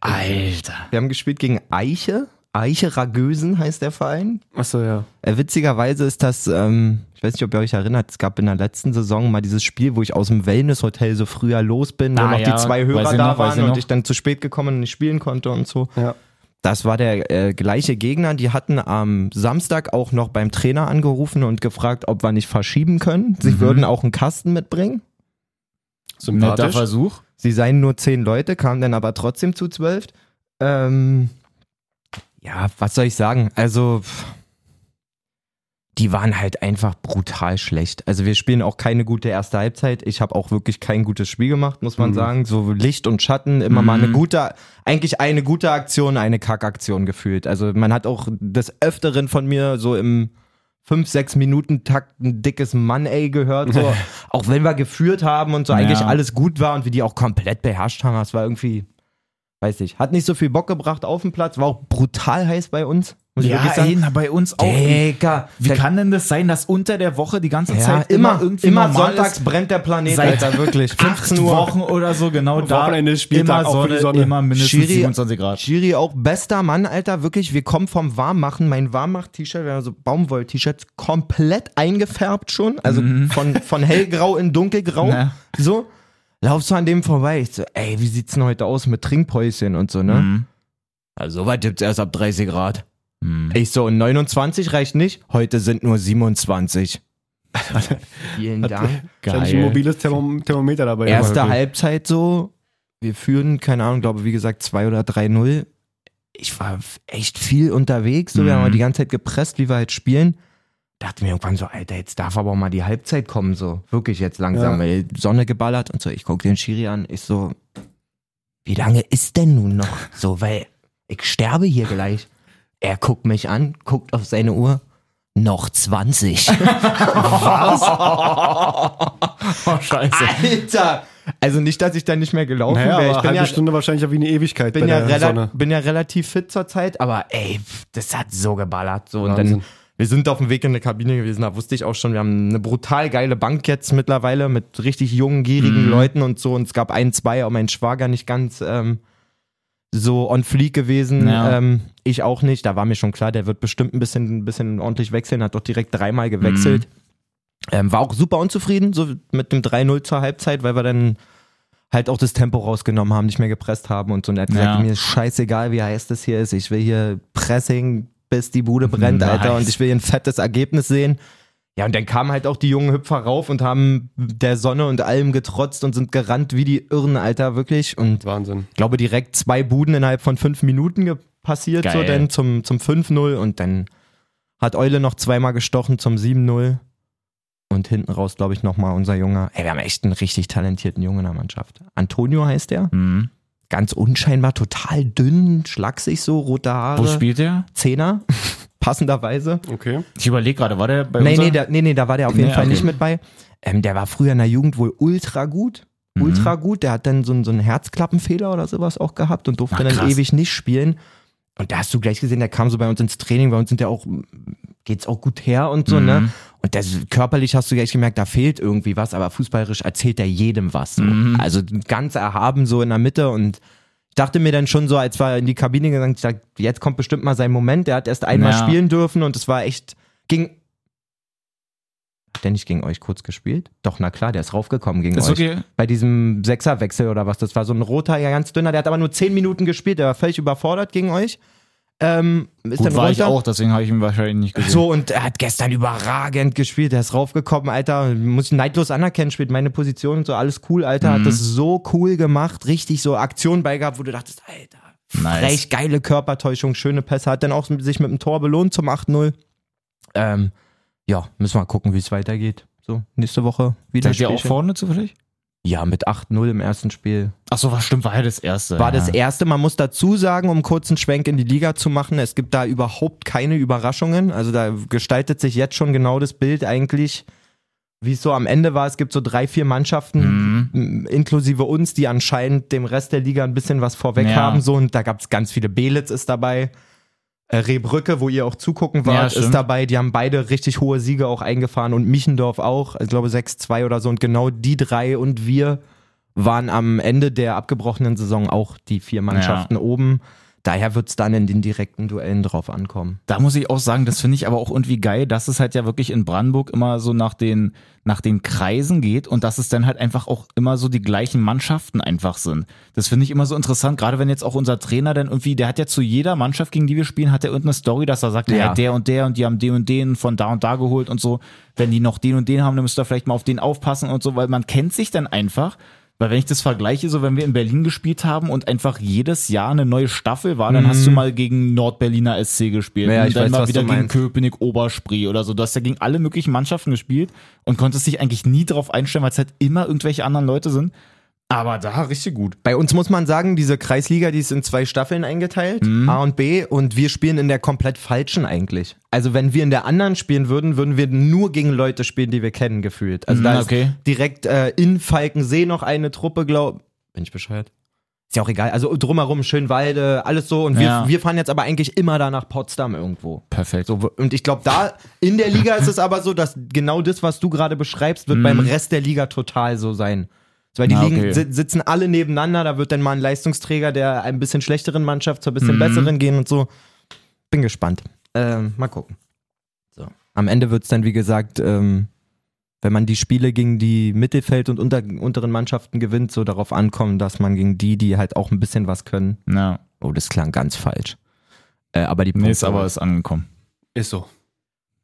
[SPEAKER 2] Alter.
[SPEAKER 1] Wir haben gespielt gegen Eiche. Eiche Ragösen heißt der Verein.
[SPEAKER 3] Achso, ja.
[SPEAKER 1] Äh, witzigerweise ist das, ähm, ich weiß nicht, ob ihr euch erinnert, es gab in der letzten Saison mal dieses Spiel, wo ich aus dem Wellness-Hotel so früher los bin, wo
[SPEAKER 2] Ah,
[SPEAKER 1] noch
[SPEAKER 2] ja,
[SPEAKER 1] die zwei
[SPEAKER 2] weiß
[SPEAKER 1] Hörer da
[SPEAKER 2] ich noch, weiß
[SPEAKER 1] waren
[SPEAKER 2] ich
[SPEAKER 1] und
[SPEAKER 2] noch.
[SPEAKER 1] ich dann zu spät gekommen und nicht spielen konnte und so.
[SPEAKER 3] Ja.
[SPEAKER 1] Das war der äh, gleiche Gegner. Die hatten am Samstag auch noch beim Trainer angerufen und gefragt, ob wir nicht verschieben können. Sie würden auch einen Kasten mitbringen.
[SPEAKER 2] Netter
[SPEAKER 3] Sympathisch.
[SPEAKER 2] Versuch.
[SPEAKER 1] Sie seien nur zehn Leute, kamen dann aber trotzdem zu zwölf. Ähm, ja, was soll ich sagen? Also, pff, die waren halt einfach brutal schlecht. Also, wir spielen auch keine gute erste Halbzeit. Ich habe auch wirklich kein gutes Spiel gemacht, muss man
[SPEAKER 3] Mhm.
[SPEAKER 1] sagen. So Licht und Schatten, immer mal eine
[SPEAKER 2] Mhm.
[SPEAKER 1] gute, eigentlich eine gute Aktion, eine Kackaktion gefühlt. Also, man hat auch des Öfteren von mir so im fünf, sechs Minuten Takt ein dickes Mann, ey, gehört. So. auch wenn wir geführt haben und so eigentlich
[SPEAKER 2] Ja.
[SPEAKER 1] alles gut war und wir die auch komplett beherrscht haben, das war irgendwie, weiß nicht, hat nicht so viel Bock gebracht auf dem Platz, war auch brutal heiß bei uns. Muss ich wirklich sagen.
[SPEAKER 2] na, bei uns
[SPEAKER 1] Digga,
[SPEAKER 2] Wie
[SPEAKER 1] da-
[SPEAKER 2] kann denn das sein, dass unter der Woche die ganze
[SPEAKER 1] ja,
[SPEAKER 2] Zeit
[SPEAKER 1] immer,
[SPEAKER 2] halt immer,
[SPEAKER 1] immer,
[SPEAKER 2] irgendwie normal
[SPEAKER 1] sonntags
[SPEAKER 2] ist?
[SPEAKER 1] brennt der Planet,
[SPEAKER 2] Seit
[SPEAKER 1] Alter, wirklich. 15
[SPEAKER 2] Acht
[SPEAKER 1] Uhr.
[SPEAKER 2] Wochen oder so, genau da.
[SPEAKER 3] Wochenende ist Spieltag,
[SPEAKER 2] immer
[SPEAKER 3] auch für die
[SPEAKER 2] Sonne,
[SPEAKER 3] Sonne.
[SPEAKER 2] immer mindestens
[SPEAKER 1] Schiri-
[SPEAKER 2] 27 Grad.
[SPEAKER 1] Chiri auch bester Mann, Alter, wirklich. Wir kommen vom Warmmachen. Mein Warmmacht-T-Shirt, wir haben so Baumwoll-T-Shirts, komplett eingefärbt schon. Also von, von hellgrau in dunkelgrau.
[SPEAKER 2] Mhm. Ja.
[SPEAKER 1] So. Laufst du an dem vorbei? Ich so, ey, wie sieht's denn heute aus mit Trinkpäuschen und so, ne?
[SPEAKER 2] Mhm.
[SPEAKER 1] Also, soweit gibt's erst ab 30 Grad.
[SPEAKER 2] Mhm.
[SPEAKER 1] Ich so, und 29 reicht nicht. Heute sind nur 27. Vielen Dank.
[SPEAKER 3] Wahrscheinlich ein mobiles Thermom Thermometer dabei.
[SPEAKER 1] Erste
[SPEAKER 3] Irgendwie.
[SPEAKER 1] Halbzeit so, wir führen, keine Ahnung, glaube wie gesagt 2 oder 3-0. Ich war f- echt viel unterwegs, so, wir haben
[SPEAKER 2] Mhm.
[SPEAKER 1] mal die ganze Zeit gepresst, wie wir halt spielen. Dachte mir irgendwann so, Alter, jetzt darf aber auch mal die Halbzeit kommen, so. Wirklich jetzt langsam,
[SPEAKER 3] Ja.
[SPEAKER 1] weil Sonne geballert und so. Ich gucke den Schiri an, ich so, wie lange ist denn nun noch? So, weil ich sterbe hier gleich. Er guckt mich an, guckt auf seine Uhr. Noch 20.
[SPEAKER 2] Oh, scheiße.
[SPEAKER 1] Alter! Also nicht, dass ich dann nicht mehr gelaufen
[SPEAKER 3] Naja,
[SPEAKER 1] wäre.
[SPEAKER 3] aber
[SPEAKER 1] Ich bin
[SPEAKER 3] halbe
[SPEAKER 1] ja,
[SPEAKER 3] Stunde wahrscheinlich ja wie eine Ewigkeit
[SPEAKER 1] bin,
[SPEAKER 3] bei
[SPEAKER 1] ja
[SPEAKER 3] der
[SPEAKER 1] rela-
[SPEAKER 3] Sonne.
[SPEAKER 1] bin ja relativ fit zur Zeit, aber ey, pf, das hat so geballert. So. Und dann,
[SPEAKER 3] Wahnsinn.
[SPEAKER 1] wir sind auf dem Weg in eine Kabine gewesen, da wusste ich auch schon, wir haben eine brutal geile Bank jetzt mittlerweile mit richtig jungen, gierigen
[SPEAKER 3] Mhm.
[SPEAKER 1] Leuten und so. Und es gab ein, zwei, auch mein Schwager nicht ganz ähm, so on fleek gewesen.
[SPEAKER 2] Ja.
[SPEAKER 1] Ähm, ich auch nicht. Da war mir schon klar, der wird bestimmt ein bisschen, ein bisschen ordentlich wechseln, hat doch direkt dreimal
[SPEAKER 3] Mhm.
[SPEAKER 1] gewechselt. Ähm, war auch super unzufrieden, so mit dem 3-0 zur Halbzeit, weil wir dann halt auch das Tempo rausgenommen haben, nicht mehr gepresst haben und so. Und er hat gesagt,
[SPEAKER 2] Ja.
[SPEAKER 1] mir ist scheißegal, wie heiß das hier ist. Ich will hier Pressing, bis die Bude brennt,
[SPEAKER 2] Nice.
[SPEAKER 1] Alter. Und ich will hier ein fettes Ergebnis sehen. Ja, und dann kamen halt auch die jungen Hüpfer rauf und haben der Sonne und allem getrotzt und sind gerannt wie die Irren, Alter, wirklich. Und
[SPEAKER 3] Wahnsinn.
[SPEAKER 1] ich glaube, direkt zwei Buden innerhalb von fünf Minuten ge- passiert, so
[SPEAKER 2] Geil.
[SPEAKER 1] denn zum, zum 5-0 und dann hat Eule noch zweimal gestochen zum 7-0 und hinten raus, glaube ich, nochmal unser Junge. Ey, wir haben echt einen richtig talentierten Jungen in der Mannschaft. Antonio heißt der.
[SPEAKER 2] Mhm.
[SPEAKER 1] Ganz unscheinbar, total dünn, schlaksig so, rote Haare.
[SPEAKER 2] Wo spielt der?
[SPEAKER 1] Zehner, passenderweise.
[SPEAKER 3] Okay.
[SPEAKER 2] Ich überlege gerade, war der bei
[SPEAKER 1] Nee,
[SPEAKER 2] uns?
[SPEAKER 1] nee, da, nee, nee, da war der auf jeden
[SPEAKER 2] Nee,
[SPEAKER 1] Fall
[SPEAKER 2] okay.
[SPEAKER 1] nicht mit bei. Ähm, der war früher in der Jugend wohl ultra gut.
[SPEAKER 2] Mhm.
[SPEAKER 1] Ultra gut. Der hat dann so, einen- so einen Herzklappenfehler oder sowas auch gehabt und durfte
[SPEAKER 2] Ach,
[SPEAKER 1] dann
[SPEAKER 2] krass.
[SPEAKER 1] ewig nicht spielen. Und da hast du gleich gesehen, der kam so bei uns ins Training. Bei uns sind ja auch, geht's auch gut her und so,
[SPEAKER 2] Mhm.
[SPEAKER 1] ne? Und das, körperlich hast du gleich gemerkt, da fehlt irgendwie was, aber fußballerisch erzählt er jedem was. So.
[SPEAKER 2] Mhm.
[SPEAKER 1] Also ganz erhaben so in der Mitte und ich dachte mir dann schon so, als wir in die Kabine gegangen, ich dachte, jetzt kommt bestimmt mal sein Moment. Der hat erst einmal
[SPEAKER 2] Ja.
[SPEAKER 1] spielen dürfen und es war echt, ging, hat der nicht gegen euch kurz gespielt? Doch, na klar, der ist raufgekommen gegen
[SPEAKER 2] Ist
[SPEAKER 1] euch.
[SPEAKER 2] okay.
[SPEAKER 1] Bei diesem Sechserwechsel oder was, das war so ein roter, ja ganz dünner, der hat aber nur 10 Minuten gespielt, der war völlig überfordert gegen euch. Ähm, ist
[SPEAKER 2] Gut,
[SPEAKER 1] dann
[SPEAKER 2] war
[SPEAKER 1] runter.
[SPEAKER 2] ich auch, deswegen habe ich ihn wahrscheinlich nicht gesehen.
[SPEAKER 1] So, und er hat gestern überragend gespielt. Er ist raufgekommen, Alter. Muss ich neidlos anerkennen, spielt meine Position und so. Alles cool, Alter.
[SPEAKER 2] Mhm.
[SPEAKER 1] Hat das so cool gemacht. Richtig so Aktionen bei gehabt, wo du dachtest, Alter.
[SPEAKER 2] Nice.
[SPEAKER 1] Recht geile Körpertäuschung, schöne Pässe. Hat dann auch sich mit dem Tor belohnt zum 8-0. Ähm, ja, müssen wir mal gucken, wie es weitergeht. So, nächste Woche wieder.
[SPEAKER 2] Seid ihr auch
[SPEAKER 1] Spielchen.
[SPEAKER 2] vorne zufällig?
[SPEAKER 1] Ja, mit 8-0 im ersten Spiel.
[SPEAKER 2] Achso, war stimmt, war ja das erste.
[SPEAKER 1] War
[SPEAKER 2] ja.
[SPEAKER 1] das erste, man muss dazu sagen, um kurz einen Schwenk in die Liga zu machen, es gibt da überhaupt keine Überraschungen. Also da gestaltet sich jetzt schon genau das Bild eigentlich, wie es so am Ende war. Es gibt so drei, vier Mannschaften,
[SPEAKER 2] Mhm.
[SPEAKER 1] m, inklusive uns, die anscheinend dem Rest der Liga ein bisschen was vorweg
[SPEAKER 2] Ja.
[SPEAKER 1] haben. So, und da gab es ganz viele. Belitz ist dabei. äh, Rehbrücke, wo ihr auch zugucken
[SPEAKER 2] Ja,
[SPEAKER 1] wart, ist
[SPEAKER 2] stimmt.
[SPEAKER 1] dabei. Die haben beide richtig hohe Siege auch eingefahren und Michendorf auch. Ich glaube 6-2 oder so. Und genau die drei und wir waren am Ende der abgebrochenen Saison auch die vier Mannschaften oben. Daher wird es dann in den direkten Duellen drauf ankommen.
[SPEAKER 2] Da muss ich auch sagen, das finde ich aber auch irgendwie geil, dass es halt ja wirklich in Brandenburg immer so nach den, nach den Kreisen geht und dass es dann halt einfach auch immer so die gleichen Mannschaften einfach sind. Das finde ich immer so interessant, gerade wenn jetzt auch unser Trainer dann irgendwie, der hat ja zu jeder Mannschaft, gegen die wir spielen, hat er irgendeine Story, dass er sagt, ja.
[SPEAKER 1] Ja.
[SPEAKER 2] der und der und die haben den und den von da und da geholt und so. Wenn die noch den und den haben, dann müsst ihr vielleicht mal auf den aufpassen und so, weil man kennt sich dann einfach. Weil wenn ich das vergleiche, so wenn wir in Berlin gespielt haben und einfach jedes Jahr eine neue Staffel war, dann hast du mal gegen Nordberliner SC gespielt.
[SPEAKER 1] Ja,
[SPEAKER 2] Und
[SPEAKER 1] ich
[SPEAKER 2] dann
[SPEAKER 1] weiß,
[SPEAKER 2] mal
[SPEAKER 1] was
[SPEAKER 2] wieder
[SPEAKER 1] du
[SPEAKER 2] gegen
[SPEAKER 1] meinst.
[SPEAKER 2] Köpenick, Oberspree oder so. Du hast ja gegen alle möglichen Mannschaften gespielt und konntest dich eigentlich nie drauf einstellen, weil es halt immer irgendwelche anderen Leute sind. Aber da richtig gut.
[SPEAKER 1] Bei uns muss man sagen, diese Kreisliga, die ist in zwei Staffeln eingeteilt,
[SPEAKER 2] Mhm.
[SPEAKER 1] A und B, und wir spielen in der komplett falschen eigentlich. Also wenn wir in der anderen spielen würden, würden wir nur gegen Leute spielen, die wir kennen, gefühlt. Also
[SPEAKER 2] Mhm,
[SPEAKER 1] da
[SPEAKER 2] okay.
[SPEAKER 1] ist direkt äh, in Falkensee noch eine Truppe, glaub. Bin ich bescheuert? Ist ja auch egal. Also drumherum, Schönwalde, alles so. Und wir,
[SPEAKER 2] Ja.
[SPEAKER 1] wir fahren jetzt aber eigentlich immer da nach Potsdam irgendwo.
[SPEAKER 2] Perfekt.
[SPEAKER 1] So, und ich glaube, da in der Liga ist es aber so, dass genau das, was du gerade beschreibst, wird beim Rest der Liga total so sein. So, Weil die
[SPEAKER 2] Mhm. Na,
[SPEAKER 1] liegen,
[SPEAKER 2] okay.
[SPEAKER 1] si- sitzen alle nebeneinander, da wird dann mal ein Leistungsträger der ein bisschen schlechteren Mannschaft zur
[SPEAKER 2] Mhm.
[SPEAKER 1] bisschen besseren gehen und so. Bin gespannt. Ähm, mal gucken. So. Am Ende wird es dann, wie gesagt, ähm, wenn man die Spiele gegen die Mittelfeld- und unter, unteren Mannschaften gewinnt, so darauf ankommen, dass man gegen die, die halt auch ein bisschen was können.
[SPEAKER 2] Ja.
[SPEAKER 1] Oh, das klang ganz falsch. Äh, aber die
[SPEAKER 2] Nee, ist
[SPEAKER 1] Punkte-
[SPEAKER 2] aber ist angekommen.
[SPEAKER 3] Ist so.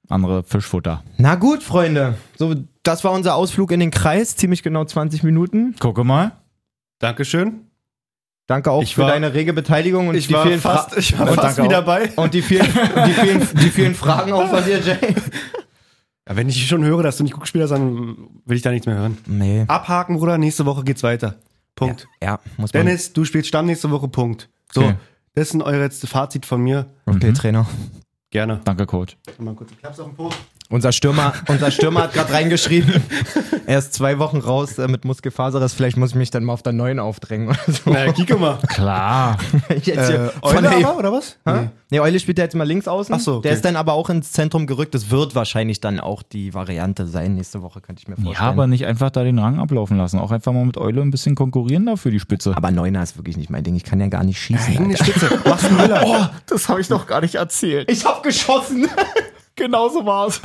[SPEAKER 2] Andere Fischfutter.
[SPEAKER 1] Na gut, Freunde. So, das war unser Ausflug in den Kreis. Ziemlich genau 20 Minuten.
[SPEAKER 2] Gucke mal.
[SPEAKER 3] Dankeschön.
[SPEAKER 1] Danke auch
[SPEAKER 3] Ich
[SPEAKER 1] für
[SPEAKER 3] war-
[SPEAKER 1] deine rege Beteiligung und
[SPEAKER 3] Ich
[SPEAKER 1] die
[SPEAKER 3] war
[SPEAKER 1] vielen Fra-
[SPEAKER 3] fast, ich war
[SPEAKER 1] Und
[SPEAKER 3] fast
[SPEAKER 1] danke
[SPEAKER 3] wieder
[SPEAKER 1] auch.
[SPEAKER 3] bei.
[SPEAKER 1] Und die vielen, die, vielen, die vielen Fragen auch von dir, Jay.
[SPEAKER 3] Ja, wenn ich schon höre, dass du nicht gut gespielt hast, dann will ich da nichts mehr hören.
[SPEAKER 1] Nee.
[SPEAKER 3] Abhaken, Bruder. Nächste Woche geht's weiter. Punkt.
[SPEAKER 1] Ja, muss man.
[SPEAKER 3] Dennis, du spielst Stamm nächste Woche. Punkt. So,
[SPEAKER 2] Okay.
[SPEAKER 3] das ist euer letztes Fazit von mir.
[SPEAKER 1] Okay, Trainer.
[SPEAKER 3] Gerne.
[SPEAKER 2] Danke, Coach.
[SPEAKER 3] Mal kurz einen Klaps auf den Po.
[SPEAKER 1] Unser Stürmer, unser Stürmer hat gerade reingeschrieben, er ist zwei Wochen raus äh, mit Muskelfaserriss. Vielleicht muss ich mich dann mal auf der neuen aufdrängen oder so.
[SPEAKER 3] Na, Kiko mal.
[SPEAKER 2] Klar.
[SPEAKER 1] Jetzt hier
[SPEAKER 3] äh,
[SPEAKER 1] von
[SPEAKER 3] Eule
[SPEAKER 1] der-
[SPEAKER 3] aber, oder was? Nee.
[SPEAKER 1] Nee, Eule spielt ja jetzt mal links außen.
[SPEAKER 3] Ach so, okay.
[SPEAKER 1] Der ist dann aber auch ins Zentrum gerückt. Das wird wahrscheinlich dann auch die Variante sein. Nächste Woche könnte ich mir vorstellen.
[SPEAKER 2] Ja, aber nicht einfach da den Rang ablaufen lassen. Auch einfach mal mit Eule ein bisschen konkurrieren da für die Spitze.
[SPEAKER 1] Aber Neuner ist wirklich nicht mein Ding. Ich kann ja gar nicht schießen.
[SPEAKER 3] Hängende Spitze. Machst du Müller.
[SPEAKER 2] das habe ich noch gar nicht erzählt.
[SPEAKER 1] Oh, Ich hab geschossen.
[SPEAKER 2] Genauso war es.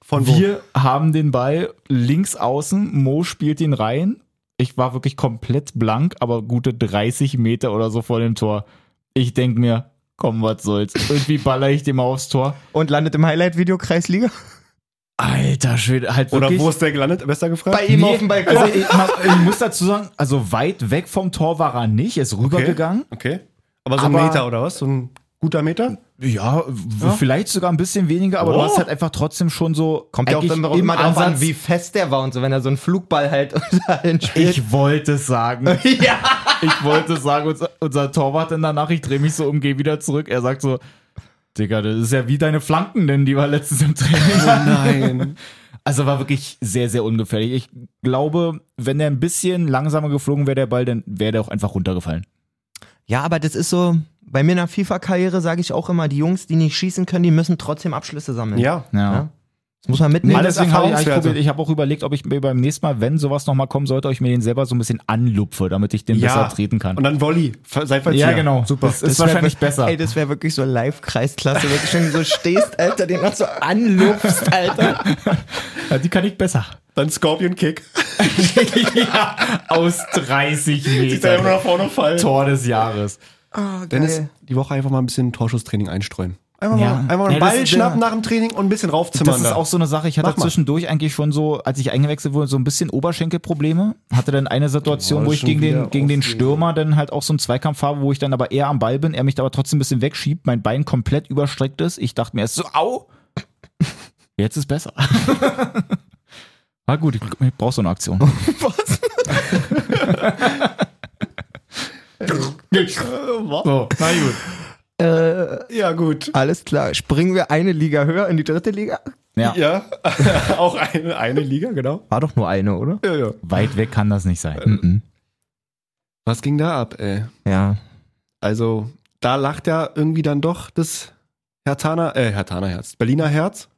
[SPEAKER 3] Von wo?
[SPEAKER 2] Wir haben den Ball links außen, Mo spielt ihn rein. ich war wirklich komplett blank, aber gute 30 Meter oder so vor dem Tor. Ich denk mir, komm, was soll's. Irgendwie baller ich dem aufs Tor.
[SPEAKER 1] Und landet im Highlight-Video Kreisliga?
[SPEAKER 2] Alter Schwede, halt
[SPEAKER 3] Oder
[SPEAKER 2] wirklich.
[SPEAKER 3] wo ist der gelandet? Besser gefragt.
[SPEAKER 1] Bei ihm
[SPEAKER 2] Nee,
[SPEAKER 1] auf dem Balkon.
[SPEAKER 2] Also ich, man, ich muss dazu sagen, also weit weg vom Tor war er nicht, ist rübergegangen.
[SPEAKER 3] Okay. Aber so
[SPEAKER 2] Aber-
[SPEAKER 3] ein Meter oder was? So ein guter Meter?
[SPEAKER 2] Ja, w- vielleicht sogar ein bisschen weniger, aber du
[SPEAKER 3] Oh.
[SPEAKER 2] hast halt einfach trotzdem schon so.
[SPEAKER 1] Kommt ja auch
[SPEAKER 2] eigentlich
[SPEAKER 1] dann auch
[SPEAKER 2] im
[SPEAKER 1] immer drauf an,
[SPEAKER 2] Ansatz-
[SPEAKER 1] wie fest der war und so, wenn er so einen Flugball halt unter allen spielt.
[SPEAKER 2] Ich wollte es sagen.
[SPEAKER 1] ja.
[SPEAKER 2] Ich wollte sagen, unser, unser Torwart in der Nachricht, drehe mich so um, gehe wieder zurück. Er sagt so, Digga, das ist ja wie deine Flanken, denn die war letztens im Training.
[SPEAKER 3] Nein.
[SPEAKER 2] Also war wirklich sehr, sehr ungefährlich. Ich glaube, wenn er ein bisschen langsamer geflogen wäre, der Ball, dann wäre der auch einfach runtergefallen.
[SPEAKER 1] ja, aber das ist so, bei mir in der FIFA-Karriere sage ich auch immer, die Jungs, die nicht schießen können, die müssen trotzdem Abschlüsse sammeln.
[SPEAKER 3] ja.
[SPEAKER 1] Ja. Das muss man mitnehmen.
[SPEAKER 2] Nee,
[SPEAKER 3] Alles
[SPEAKER 2] deswegen habe ich, eigentlich
[SPEAKER 3] Erfahrungswerte.
[SPEAKER 2] probiert, ich habe auch überlegt, ob ich mir beim nächsten Mal, wenn sowas nochmal kommen sollte, ob ich mir den selber so ein bisschen anlupfe, damit ich den besser treten kann.
[SPEAKER 3] Und dann Volley. Ver- Seitfalls hier.
[SPEAKER 2] Super. Das, ist
[SPEAKER 1] wär
[SPEAKER 2] wahrscheinlich
[SPEAKER 1] wirklich-
[SPEAKER 2] besser.
[SPEAKER 1] Ey, das wäre wirklich so Live-Kreisklasse, wirklich, wenn du so stehst, Alter, den noch so anlupfst, Alter.
[SPEAKER 2] Ja, die kann ich besser.
[SPEAKER 3] Dann Scorpion Kick.
[SPEAKER 2] ja, aus 30
[SPEAKER 3] Sieht er immer nach vorne fallen.
[SPEAKER 2] Tor des Jahres.
[SPEAKER 1] Oh,
[SPEAKER 3] Dennis, die Woche einfach mal ein bisschen Torschusstraining einstreuen. Einfach
[SPEAKER 2] Ja.
[SPEAKER 3] mal, einfach
[SPEAKER 2] Ja, das
[SPEAKER 3] einen Ball
[SPEAKER 2] ist
[SPEAKER 3] schnappen
[SPEAKER 2] der-
[SPEAKER 3] nach dem Training und ein bisschen raufzimmern.
[SPEAKER 2] Das ist
[SPEAKER 3] da.
[SPEAKER 2] auch so eine Sache. Ich hatte
[SPEAKER 3] Mach mal.
[SPEAKER 2] zwischendurch eigentlich schon so, als ich eingewechselt wurde, so ein bisschen Oberschenkelprobleme. Hatte dann eine Situation,
[SPEAKER 3] Boah,
[SPEAKER 2] wo ich
[SPEAKER 3] schon
[SPEAKER 2] gegen
[SPEAKER 3] wieder
[SPEAKER 2] den, gegen den
[SPEAKER 3] aufregen.
[SPEAKER 2] Stürmer dann halt auch so einen Zweikampf habe, wo ich dann aber eher am Ball bin, er mich da aber trotzdem ein bisschen wegschiebt, mein Bein komplett überstreckt ist. Ich dachte mir erst so, au! Jetzt ist besser. Na gut, ich, ich brauche so eine Aktion. So, na gut. Äh.
[SPEAKER 3] ja, gut.
[SPEAKER 1] Alles klar, springen wir eine Liga höher in die dritte Liga?
[SPEAKER 2] Ja,
[SPEAKER 3] Ja, auch eine, eine Liga, genau.
[SPEAKER 1] War doch nur eine, oder?
[SPEAKER 3] Ja, ja.
[SPEAKER 2] weit weg kann das nicht sein.
[SPEAKER 1] Mhm.
[SPEAKER 3] Was ging da ab, ey?
[SPEAKER 1] Ja.
[SPEAKER 3] Also, da lacht ja irgendwie dann doch das Hertaner, äh, Hertaner Herz, Berliner Herz.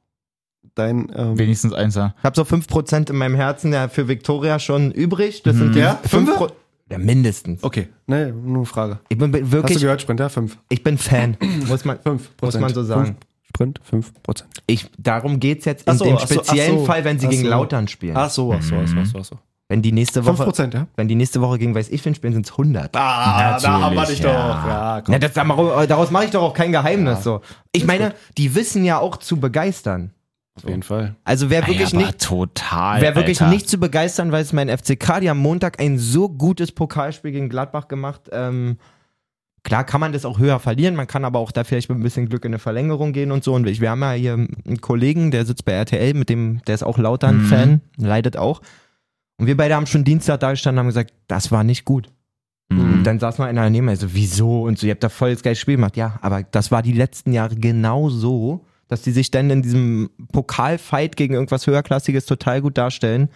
[SPEAKER 3] Dein, ähm,
[SPEAKER 2] Wenigstens eins, ja.
[SPEAKER 1] Ich habe so 5% in meinem Herzen ja für Viktoria schon übrig. Das sind die
[SPEAKER 3] Mhm. Ja?
[SPEAKER 1] 5%.
[SPEAKER 3] Fünfe?
[SPEAKER 1] Ja, mindestens.
[SPEAKER 3] okay, ne, nur eine Frage.
[SPEAKER 1] Ich bin bin
[SPEAKER 3] Hast du
[SPEAKER 1] wirklich,
[SPEAKER 3] gehört, Sprinter? Fünf.
[SPEAKER 1] ich bin Fan, muss man,
[SPEAKER 3] Fünf
[SPEAKER 1] muss man so sagen.
[SPEAKER 3] Fünf. Sprint, fünf Prozent.
[SPEAKER 1] Ich, darum geht's jetzt
[SPEAKER 3] Ach
[SPEAKER 1] in
[SPEAKER 3] so,
[SPEAKER 1] dem
[SPEAKER 3] ach so, ach
[SPEAKER 1] speziellen
[SPEAKER 3] so,
[SPEAKER 1] Fall, wenn sie
[SPEAKER 3] ach
[SPEAKER 1] gegen
[SPEAKER 3] so.
[SPEAKER 1] Lautern spielen.
[SPEAKER 3] Ach so, ach so, ach so, ach so, ach so.
[SPEAKER 1] Wenn die nächste
[SPEAKER 3] Fünf
[SPEAKER 1] Woche,
[SPEAKER 3] Prozent, ja?
[SPEAKER 1] wenn die nächste Woche gegen weiß ich wen spielen, sind's 100.
[SPEAKER 3] Ah,
[SPEAKER 2] da haben wir dich doch.
[SPEAKER 3] Ja,
[SPEAKER 1] Na, das, äh, daraus mache ich doch auch kein Geheimnis so. Ich meine, die wissen ja auch zu begeistern.
[SPEAKER 3] auf jeden Fall.
[SPEAKER 1] Also wer wirklich
[SPEAKER 2] Ey, aber
[SPEAKER 1] nicht
[SPEAKER 2] total.
[SPEAKER 1] Wer wirklich
[SPEAKER 2] Alter.
[SPEAKER 1] nicht zu begeistern war, ist mein FCK. Die haben Montag ein so gutes Pokalspiel gegen Gladbach gemacht. Ähm, klar kann man das auch höher verlieren, man kann aber auch da vielleicht mit ein bisschen Glück in eine Verlängerung gehen und so. Und ich, wir haben ja hier einen Kollegen, der sitzt bei RTL, mit dem, der ist auch Lautern-Fan, leidet auch. Und wir beide haben schon Dienstag da gestanden und haben gesagt, das war nicht gut.
[SPEAKER 2] Mhm.
[SPEAKER 1] Und dann saß mal einer daneben, also wieso? Und so, ihr habt da voll das geiles Spiel gemacht. Ja, aber das war die letzten Jahre genau so, dass die sich dann in diesem Pokalfight gegen irgendwas Höherklassiges total gut darstellen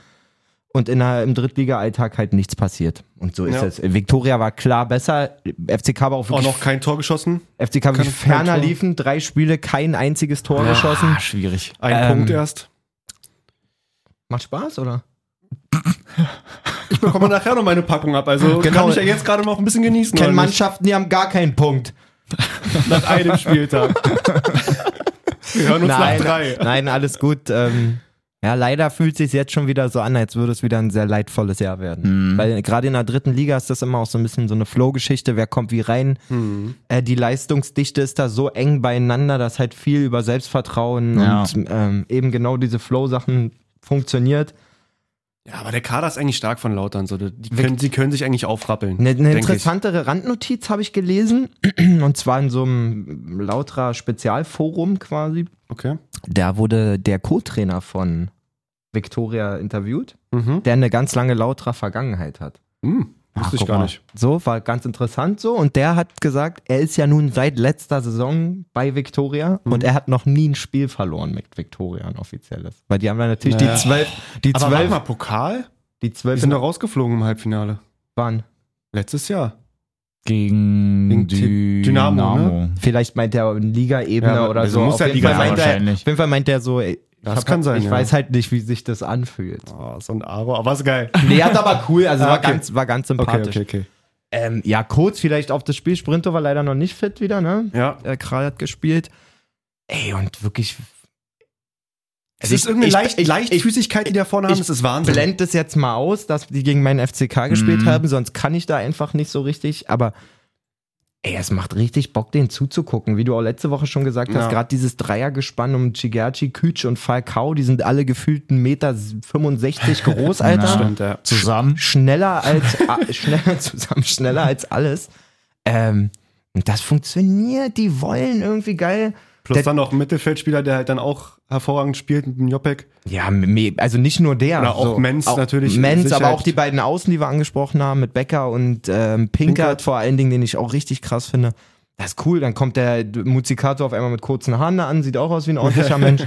[SPEAKER 1] und in der, im Drittliga-Alltag halt nichts passiert. Und so ist
[SPEAKER 3] Ja.
[SPEAKER 1] es. Viktoria war klar besser, FCK war auch
[SPEAKER 3] Auch
[SPEAKER 1] wirklich,
[SPEAKER 3] noch kein Tor geschossen.
[SPEAKER 1] FCK war wirklich
[SPEAKER 3] kein
[SPEAKER 1] ferner
[SPEAKER 3] Tor.
[SPEAKER 1] liefen, drei Spiele, kein einziges Tor geschossen.
[SPEAKER 2] Ah, schwierig.
[SPEAKER 3] Ein
[SPEAKER 1] Ähm.
[SPEAKER 3] Punkt erst.
[SPEAKER 1] Macht Spaß, oder?
[SPEAKER 3] Ich bekomme nachher noch meine Packung ab, also
[SPEAKER 1] Genau.
[SPEAKER 3] kann ich ja jetzt gerade noch ein bisschen genießen.
[SPEAKER 1] Ich kenne
[SPEAKER 3] oder nicht?
[SPEAKER 1] Mannschaften, die haben gar keinen Punkt.
[SPEAKER 3] nach einem Spieltag. Wir hören uns
[SPEAKER 1] Nein,
[SPEAKER 3] nach drei.
[SPEAKER 1] nein, alles gut. Ähm, ja, leider fühlt sich jetzt schon wieder so an, als würde es wieder ein sehr leidvolles Jahr werden.
[SPEAKER 3] Mhm.
[SPEAKER 1] Weil gerade in der dritten Liga ist das immer auch so ein bisschen so eine Flow-Geschichte. Wer kommt wie rein?
[SPEAKER 3] Mhm.
[SPEAKER 1] Äh, die Leistungsdichte ist da so eng beieinander, dass halt viel über Selbstvertrauen
[SPEAKER 2] Ja.
[SPEAKER 1] und ähm, eben genau diese Flow-Sachen funktioniert.
[SPEAKER 3] Ja, aber der Kader ist eigentlich stark von Lautern. So. Die, können, die können sich eigentlich aufrappeln.
[SPEAKER 1] Eine, eine
[SPEAKER 3] denk
[SPEAKER 1] interessantere Randnotiz habe ich gelesen, und zwar in so einem lauterer Spezialforum quasi.
[SPEAKER 3] Ich. Okay.
[SPEAKER 1] Da wurde der Co-Trainer von Victoria interviewt.
[SPEAKER 3] Mhm.
[SPEAKER 1] der eine ganz lange lautere Vergangenheit hat.
[SPEAKER 3] Hm, wusste ich
[SPEAKER 1] guck
[SPEAKER 3] gar
[SPEAKER 1] mal.
[SPEAKER 3] nicht.
[SPEAKER 1] So, war ganz interessant so. Und der hat gesagt, er ist ja nun seit letzter Saison bei Viktoria
[SPEAKER 3] Mhm.
[SPEAKER 1] und er hat noch nie ein Spiel verloren mit Viktoria, ein offizielles. Weil die haben dann natürlich
[SPEAKER 3] Naja.
[SPEAKER 1] die zwölf, die
[SPEAKER 3] Aber warte mal,
[SPEAKER 1] zwölf,
[SPEAKER 3] Pokal?
[SPEAKER 1] die
[SPEAKER 3] Wir
[SPEAKER 1] zwölf
[SPEAKER 3] sind doch rausgeflogen im Halbfinale.
[SPEAKER 1] waren.
[SPEAKER 3] Letztes Jahr.
[SPEAKER 2] Gegen,
[SPEAKER 3] Gegen
[SPEAKER 2] Dy-
[SPEAKER 3] Ty- Dynamo, ne?
[SPEAKER 1] Vielleicht meint er in Liga-Ebene
[SPEAKER 3] Ja,
[SPEAKER 1] oder
[SPEAKER 3] also
[SPEAKER 1] so.
[SPEAKER 3] muss ja Liga sein,
[SPEAKER 1] meint er,
[SPEAKER 2] wahrscheinlich.
[SPEAKER 1] auf jeden Fall meint er so, ey, ich
[SPEAKER 3] Das kann sein,
[SPEAKER 1] Ich
[SPEAKER 3] ja.
[SPEAKER 1] weiß halt nicht, wie sich das anfühlt.
[SPEAKER 3] Oh, so ein Aro, aber ist geil.
[SPEAKER 1] Nee, hat aber cool, also
[SPEAKER 3] Ah,
[SPEAKER 1] war,
[SPEAKER 3] okay.
[SPEAKER 1] ganz, war ganz sympathisch.
[SPEAKER 3] okay.
[SPEAKER 1] Ähm, ja, kurz vielleicht auf das Spiel. Sprinter war leider noch nicht fit wieder, ne?
[SPEAKER 3] Ja.
[SPEAKER 1] äh, Kral hat gespielt. Ey, und wirklich,
[SPEAKER 3] Es
[SPEAKER 1] Also
[SPEAKER 3] ist
[SPEAKER 1] ich-
[SPEAKER 3] irgendeine
[SPEAKER 1] ich-
[SPEAKER 3] Leicht,
[SPEAKER 1] ich-
[SPEAKER 3] Leichtfüßigkeit, die die da vorne haben.
[SPEAKER 1] ich
[SPEAKER 3] Das ist Wahnsinn.
[SPEAKER 1] Blend das jetzt mal aus, dass die gegen meinen FCK gespielt
[SPEAKER 2] Mhm.
[SPEAKER 1] haben, sonst kann ich da einfach nicht so richtig, aber ey, es macht richtig Bock, den zuzugucken. Wie du auch letzte Woche schon gesagt
[SPEAKER 3] Ja.
[SPEAKER 1] hast, gerade dieses Dreiergespann um Chigerci, Kütsch und Falcao, die sind alle gefühlt 1,65 Meter groß,
[SPEAKER 2] Ja.
[SPEAKER 1] Alter.
[SPEAKER 3] Stimmt, ja.
[SPEAKER 2] Zusammen.
[SPEAKER 1] schneller als, a- schneller zusammen, schneller als alles. Ähm, und das funktioniert, die wollen irgendwie geil.
[SPEAKER 3] Plus
[SPEAKER 1] Der-
[SPEAKER 3] dann noch ein Mittelfeldspieler, der halt dann auch hervorragend spielt mit dem Jopek.
[SPEAKER 1] Ja, me- also nicht nur der.
[SPEAKER 3] Na, auch Menz natürlich
[SPEAKER 1] Menz,
[SPEAKER 3] mit
[SPEAKER 1] aber
[SPEAKER 3] Sicherheit.
[SPEAKER 1] auch die beiden Außen, die wir angesprochen haben, mit Becker und ähm, Pinkert,
[SPEAKER 3] Pinkert.
[SPEAKER 1] vor allen Dingen, den ich auch richtig krass finde. Das ist cool, dann kommt der Muzikato auf einmal mit kurzen Haaren an, sieht auch aus wie ein ordentlicher Mensch.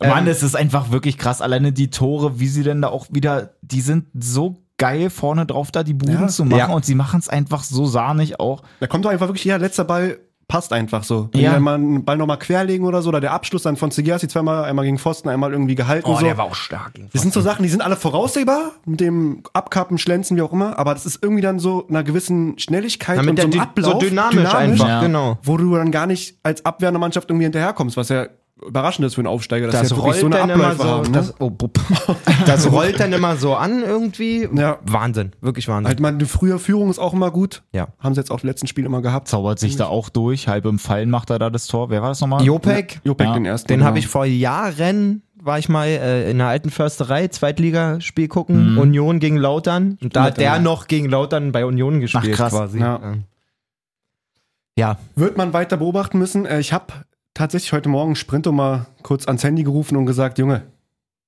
[SPEAKER 3] Ähm,
[SPEAKER 2] Mann, es ist einfach wirklich krass. Alleine die Tore, wie sie denn da auch wieder, die sind so geil vorne drauf da, die Buden
[SPEAKER 3] Ja.
[SPEAKER 2] zu machen.
[SPEAKER 1] Ja.
[SPEAKER 2] Und sie machen es einfach so sahnig auch.
[SPEAKER 3] Da kommt doch einfach wirklich, ja, letzter Ball passt einfach so. Wenn
[SPEAKER 2] Ja.
[SPEAKER 3] ja. man einen Ball nochmal querlegen oder so, oder der Abschluss dann von Zigiasi zweimal, einmal gegen Pfosten, einmal irgendwie gehalten. so.
[SPEAKER 1] auch stark. gegen
[SPEAKER 3] Das sind so Sachen, die sind alle voraussehbar, mit dem Abkappen, Schlenzen, wie auch immer, aber das ist irgendwie dann so einer gewissen Schnelligkeit
[SPEAKER 1] Ja, mit
[SPEAKER 3] und
[SPEAKER 1] der
[SPEAKER 3] so
[SPEAKER 1] Dy-
[SPEAKER 3] einem Ablauf,
[SPEAKER 1] so dynamisch einfach,
[SPEAKER 2] Ja.
[SPEAKER 1] genau.
[SPEAKER 3] wo du dann gar nicht als abwehrende Mannschaft irgendwie hinterherkommst, was ja überraschend ist für einen Aufsteiger, dass
[SPEAKER 1] Das
[SPEAKER 3] sie ja
[SPEAKER 1] rollt
[SPEAKER 3] wirklich so eine
[SPEAKER 1] dann immer
[SPEAKER 3] Abläufe
[SPEAKER 1] so,
[SPEAKER 3] haben. Ne?
[SPEAKER 1] das, oh, bup. das rollt dann immer so an irgendwie.
[SPEAKER 3] Ja.
[SPEAKER 1] Wahnsinn, wirklich Wahnsinn.
[SPEAKER 3] Halt mal eine frühe Führung ist auch immer gut.
[SPEAKER 1] Ja.
[SPEAKER 3] Haben sie jetzt auch im letzten Spiel immer gehabt.
[SPEAKER 2] Zaubert sich da auch durch. Halb im Fallen macht er da das Tor. Wer war das nochmal?
[SPEAKER 1] Jopek,
[SPEAKER 3] Jopek
[SPEAKER 2] Ja,
[SPEAKER 3] den ersten.
[SPEAKER 1] Den
[SPEAKER 3] genau.
[SPEAKER 1] habe ich vor Jahren, war ich mal äh, in der alten Försterei, Zweitligaspiel gucken, Union gegen Lautern. Und da hat der
[SPEAKER 3] Mhm. ja.
[SPEAKER 1] noch gegen Lautern bei Union gespielt
[SPEAKER 2] krass.
[SPEAKER 1] quasi.
[SPEAKER 3] Ja.
[SPEAKER 1] Ähm. Ja,
[SPEAKER 3] Wird man weiter beobachten müssen. Äh, Ich habe tatsächlich heute Morgen Sprinto mal kurz ans Handy gerufen und gesagt, Junge,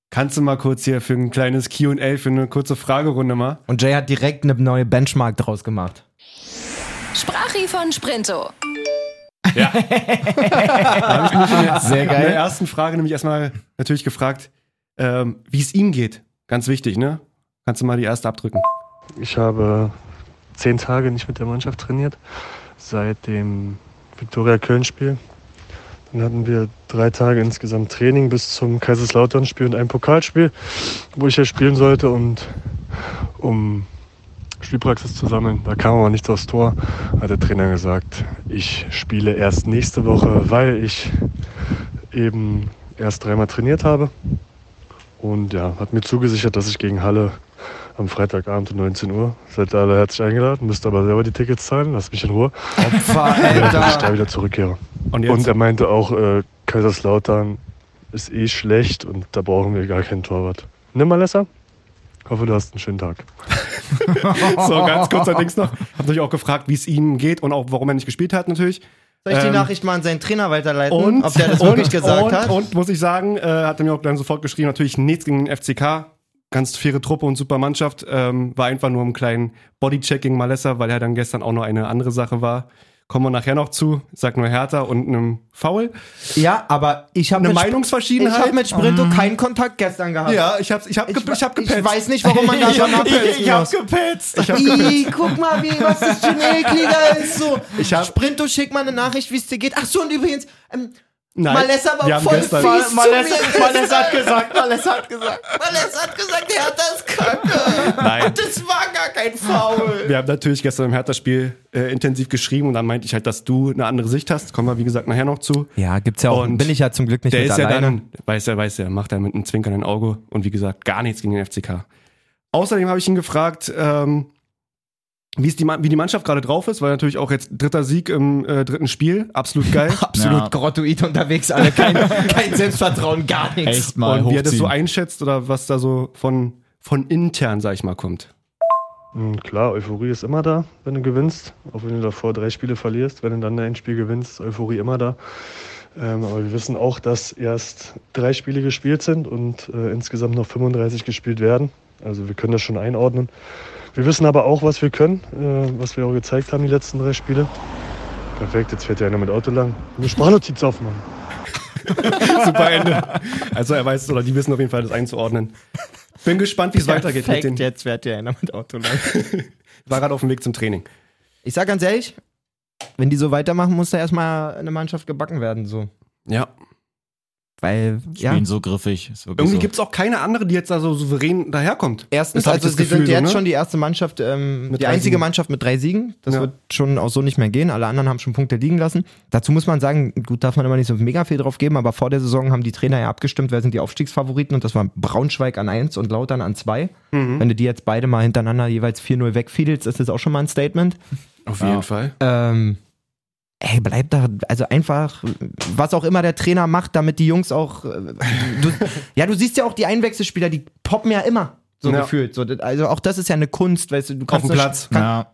[SPEAKER 3] kannst du mal kurz hier für ein kleines Q&A, für eine kurze Fragerunde mal.
[SPEAKER 1] und Jay hat direkt eine neue Benchmark draus gemacht.
[SPEAKER 4] Sprachi von Sprinto.
[SPEAKER 2] Sehr
[SPEAKER 3] In der
[SPEAKER 2] geil.
[SPEAKER 3] ersten Frage nämlich erstmal natürlich gefragt, ähm, wie es ihm geht. Ganz wichtig, ne? Kannst du mal die erste abdrücken?
[SPEAKER 5] Ich habe zehn Tage nicht mit der Mannschaft trainiert, seit dem Viktoria Köln-Spiel. Dann hatten wir drei Tage insgesamt Training bis zum Kaiserslautern-Spiel und ein Pokalspiel, wo ich ja spielen sollte und um Spielpraxis zu sammeln. Da kam aber nichts aufs Tor, hat der Trainer gesagt, ich spiele erst nächste Woche, weil ich eben erst dreimal trainiert habe. Und ja, hat mir zugesichert, dass ich gegen Halle am Freitagabend um 19 Uhr. Seid ihr alle herzlich eingeladen, müsst aber selber die Tickets zahlen, lasst mich in Ruhe, dass ich da wieder zurückkehre.
[SPEAKER 3] Und jetzt?
[SPEAKER 5] Und er meinte auch, äh, Kaiserslautern ist eh schlecht und da brauchen wir gar keinen Torwart. Nimm mal Lesser. Hoffe, du hast einen schönen Tag.
[SPEAKER 3] so, ganz kurz allerdings noch. Hab natürlich auch gefragt, wie es ihm geht und auch, warum er nicht gespielt hat natürlich.
[SPEAKER 1] Soll ich die
[SPEAKER 3] Ähm,
[SPEAKER 1] Nachricht mal an seinen Trainer weiterleiten,
[SPEAKER 3] Und,
[SPEAKER 1] ob der das
[SPEAKER 3] und,
[SPEAKER 1] wirklich gesagt
[SPEAKER 3] und,
[SPEAKER 1] hat?
[SPEAKER 3] Und muss ich sagen, äh, hat er mir auch dann sofort geschrieben, natürlich nichts gegen den FCK. Ganz faire Truppe und super Mannschaft. Ähm, war einfach nur im kleinen Bodycheck gegen Malessa, weil er dann gestern auch noch eine andere Sache war. Kommen wir nachher noch zu. Ich Sag nur Hertha und einem Foul.
[SPEAKER 1] ja, aber ich habe
[SPEAKER 3] Eine
[SPEAKER 1] mit, ich
[SPEAKER 3] Meinungsverschiedenheit. Mhm.
[SPEAKER 1] hab mit Sprinto keinen Kontakt gestern gehabt.
[SPEAKER 3] ja, ich hab, ich hab, ge ich hab
[SPEAKER 1] ich
[SPEAKER 3] gepetzt.
[SPEAKER 1] weiß nicht, warum man da so nachdenken muss.
[SPEAKER 2] gepetzt.
[SPEAKER 3] Ich hab
[SPEAKER 1] Ih, guck mal, wie, was das für ein ekliger ist. So.
[SPEAKER 3] Ich hab-
[SPEAKER 1] Sprinto, schick mal eine Nachricht, wie es dir geht. Ach so, und übrigens, ähm,
[SPEAKER 3] Nein,
[SPEAKER 1] Malessa war
[SPEAKER 3] wir haben
[SPEAKER 1] voll
[SPEAKER 3] gestern-
[SPEAKER 1] fies zu mir.
[SPEAKER 2] hat gesagt, Malles hat gesagt.
[SPEAKER 1] Malessa hat gesagt, Hertha ist kacke.
[SPEAKER 3] Nein.
[SPEAKER 1] Das war gar kein Foul.
[SPEAKER 3] Wir haben natürlich gestern im Hertha-Spiel äh, intensiv geschrieben und dann meinte ich halt, dass du eine andere Sicht hast. Kommen wir, wie gesagt, nachher noch zu.
[SPEAKER 1] Ja, gibt's ja
[SPEAKER 3] auch- bin ich
[SPEAKER 1] ja zum Glück nicht
[SPEAKER 3] Der ist ja dann, weiß er, weiß er, macht er mit einem Zwinkern ein Auge und wie gesagt, gar nichts gegen den FCK. Außerdem habe ich ihn gefragt, ähm, wie, es die, Ma- wie die Mannschaft gerade drauf ist, weil natürlich auch jetzt dritter Sieg im äh, dritten Spiel, absolut geil.
[SPEAKER 1] Absolut
[SPEAKER 2] Ja.
[SPEAKER 1] grottoid unterwegs, alle. Kein, kein Selbstvertrauen, gar nichts.
[SPEAKER 2] Echt mal
[SPEAKER 3] und wie er das so
[SPEAKER 2] hochziehen.
[SPEAKER 3] einschätzt oder was da so von, von intern, sag ich mal, kommt.
[SPEAKER 5] Mm, Klar, Euphorie ist immer da, wenn du gewinnst. Auch wenn du davor drei Spiele verlierst, wenn du dann ein Spiel gewinnst, ist Euphorie immer da. Ähm, aber wir wissen auch, dass erst drei Spiele gespielt sind und äh, insgesamt noch 35 gespielt werden. Also wir können das schon einordnen. Wir wissen aber auch, was wir können, äh, was wir auch gezeigt haben die letzten drei Spiele. Perfekt, jetzt fährt ja einer mit Auto lang. Eine Sprachnotiz aufmachen.
[SPEAKER 3] Super Ende. Also er weiß, oder die wissen auf jeden Fall, das einzuordnen. Bin gespannt, wie es weitergeht mit den.
[SPEAKER 1] jetzt fährt ja einer mit Auto lang.
[SPEAKER 3] War gerade auf dem Weg zum Training.
[SPEAKER 1] Ich sag ganz ehrlich, wenn die so weitermachen, muss da erstmal eine Mannschaft gebacken werden. So.
[SPEAKER 3] Ja.
[SPEAKER 1] Weil, ja.
[SPEAKER 2] Spielen so griffig. Ist wirklich
[SPEAKER 3] Irgendwie
[SPEAKER 2] so.
[SPEAKER 3] gibt es auch keine andere, die jetzt da so souverän daherkommt.
[SPEAKER 1] Erstens,
[SPEAKER 3] Das hab ich
[SPEAKER 1] also
[SPEAKER 3] das
[SPEAKER 1] sie
[SPEAKER 3] Gefühl
[SPEAKER 1] sind
[SPEAKER 3] so,
[SPEAKER 1] jetzt
[SPEAKER 3] ne?
[SPEAKER 1] schon die erste Mannschaft, ähm,
[SPEAKER 3] Mit
[SPEAKER 1] die
[SPEAKER 3] drei
[SPEAKER 1] einzige
[SPEAKER 3] Siegen.
[SPEAKER 1] Mannschaft mit drei Siegen. Das
[SPEAKER 3] Ja.
[SPEAKER 1] wird schon auch so nicht mehr gehen. Alle anderen haben schon Punkte liegen lassen. Dazu muss man sagen, gut, darf man immer nicht so mega viel drauf geben, aber vor der Saison haben die Trainer ja abgestimmt, wer sind die Aufstiegsfavoriten und das waren Braunschweig an 1 und Lautern an 2.
[SPEAKER 3] Mhm.
[SPEAKER 1] Wenn du die jetzt beide mal hintereinander jeweils 4-0 wegfiedelst, ist das auch schon mal ein Statement.
[SPEAKER 3] Auf
[SPEAKER 2] jeden
[SPEAKER 3] Fall.
[SPEAKER 1] Ähm, ey, bleib da, also einfach, was auch immer der Trainer macht, damit die Jungs auch. äh, Du, ja, du siehst ja auch die Einwechselspieler, die poppen ja immer. So
[SPEAKER 3] Ja.
[SPEAKER 1] gefühlt. So, das- also auch das ist ja eine Kunst, weißt du, du kannst
[SPEAKER 3] dem
[SPEAKER 1] eine-
[SPEAKER 3] Platz.
[SPEAKER 1] Kann,
[SPEAKER 2] ja.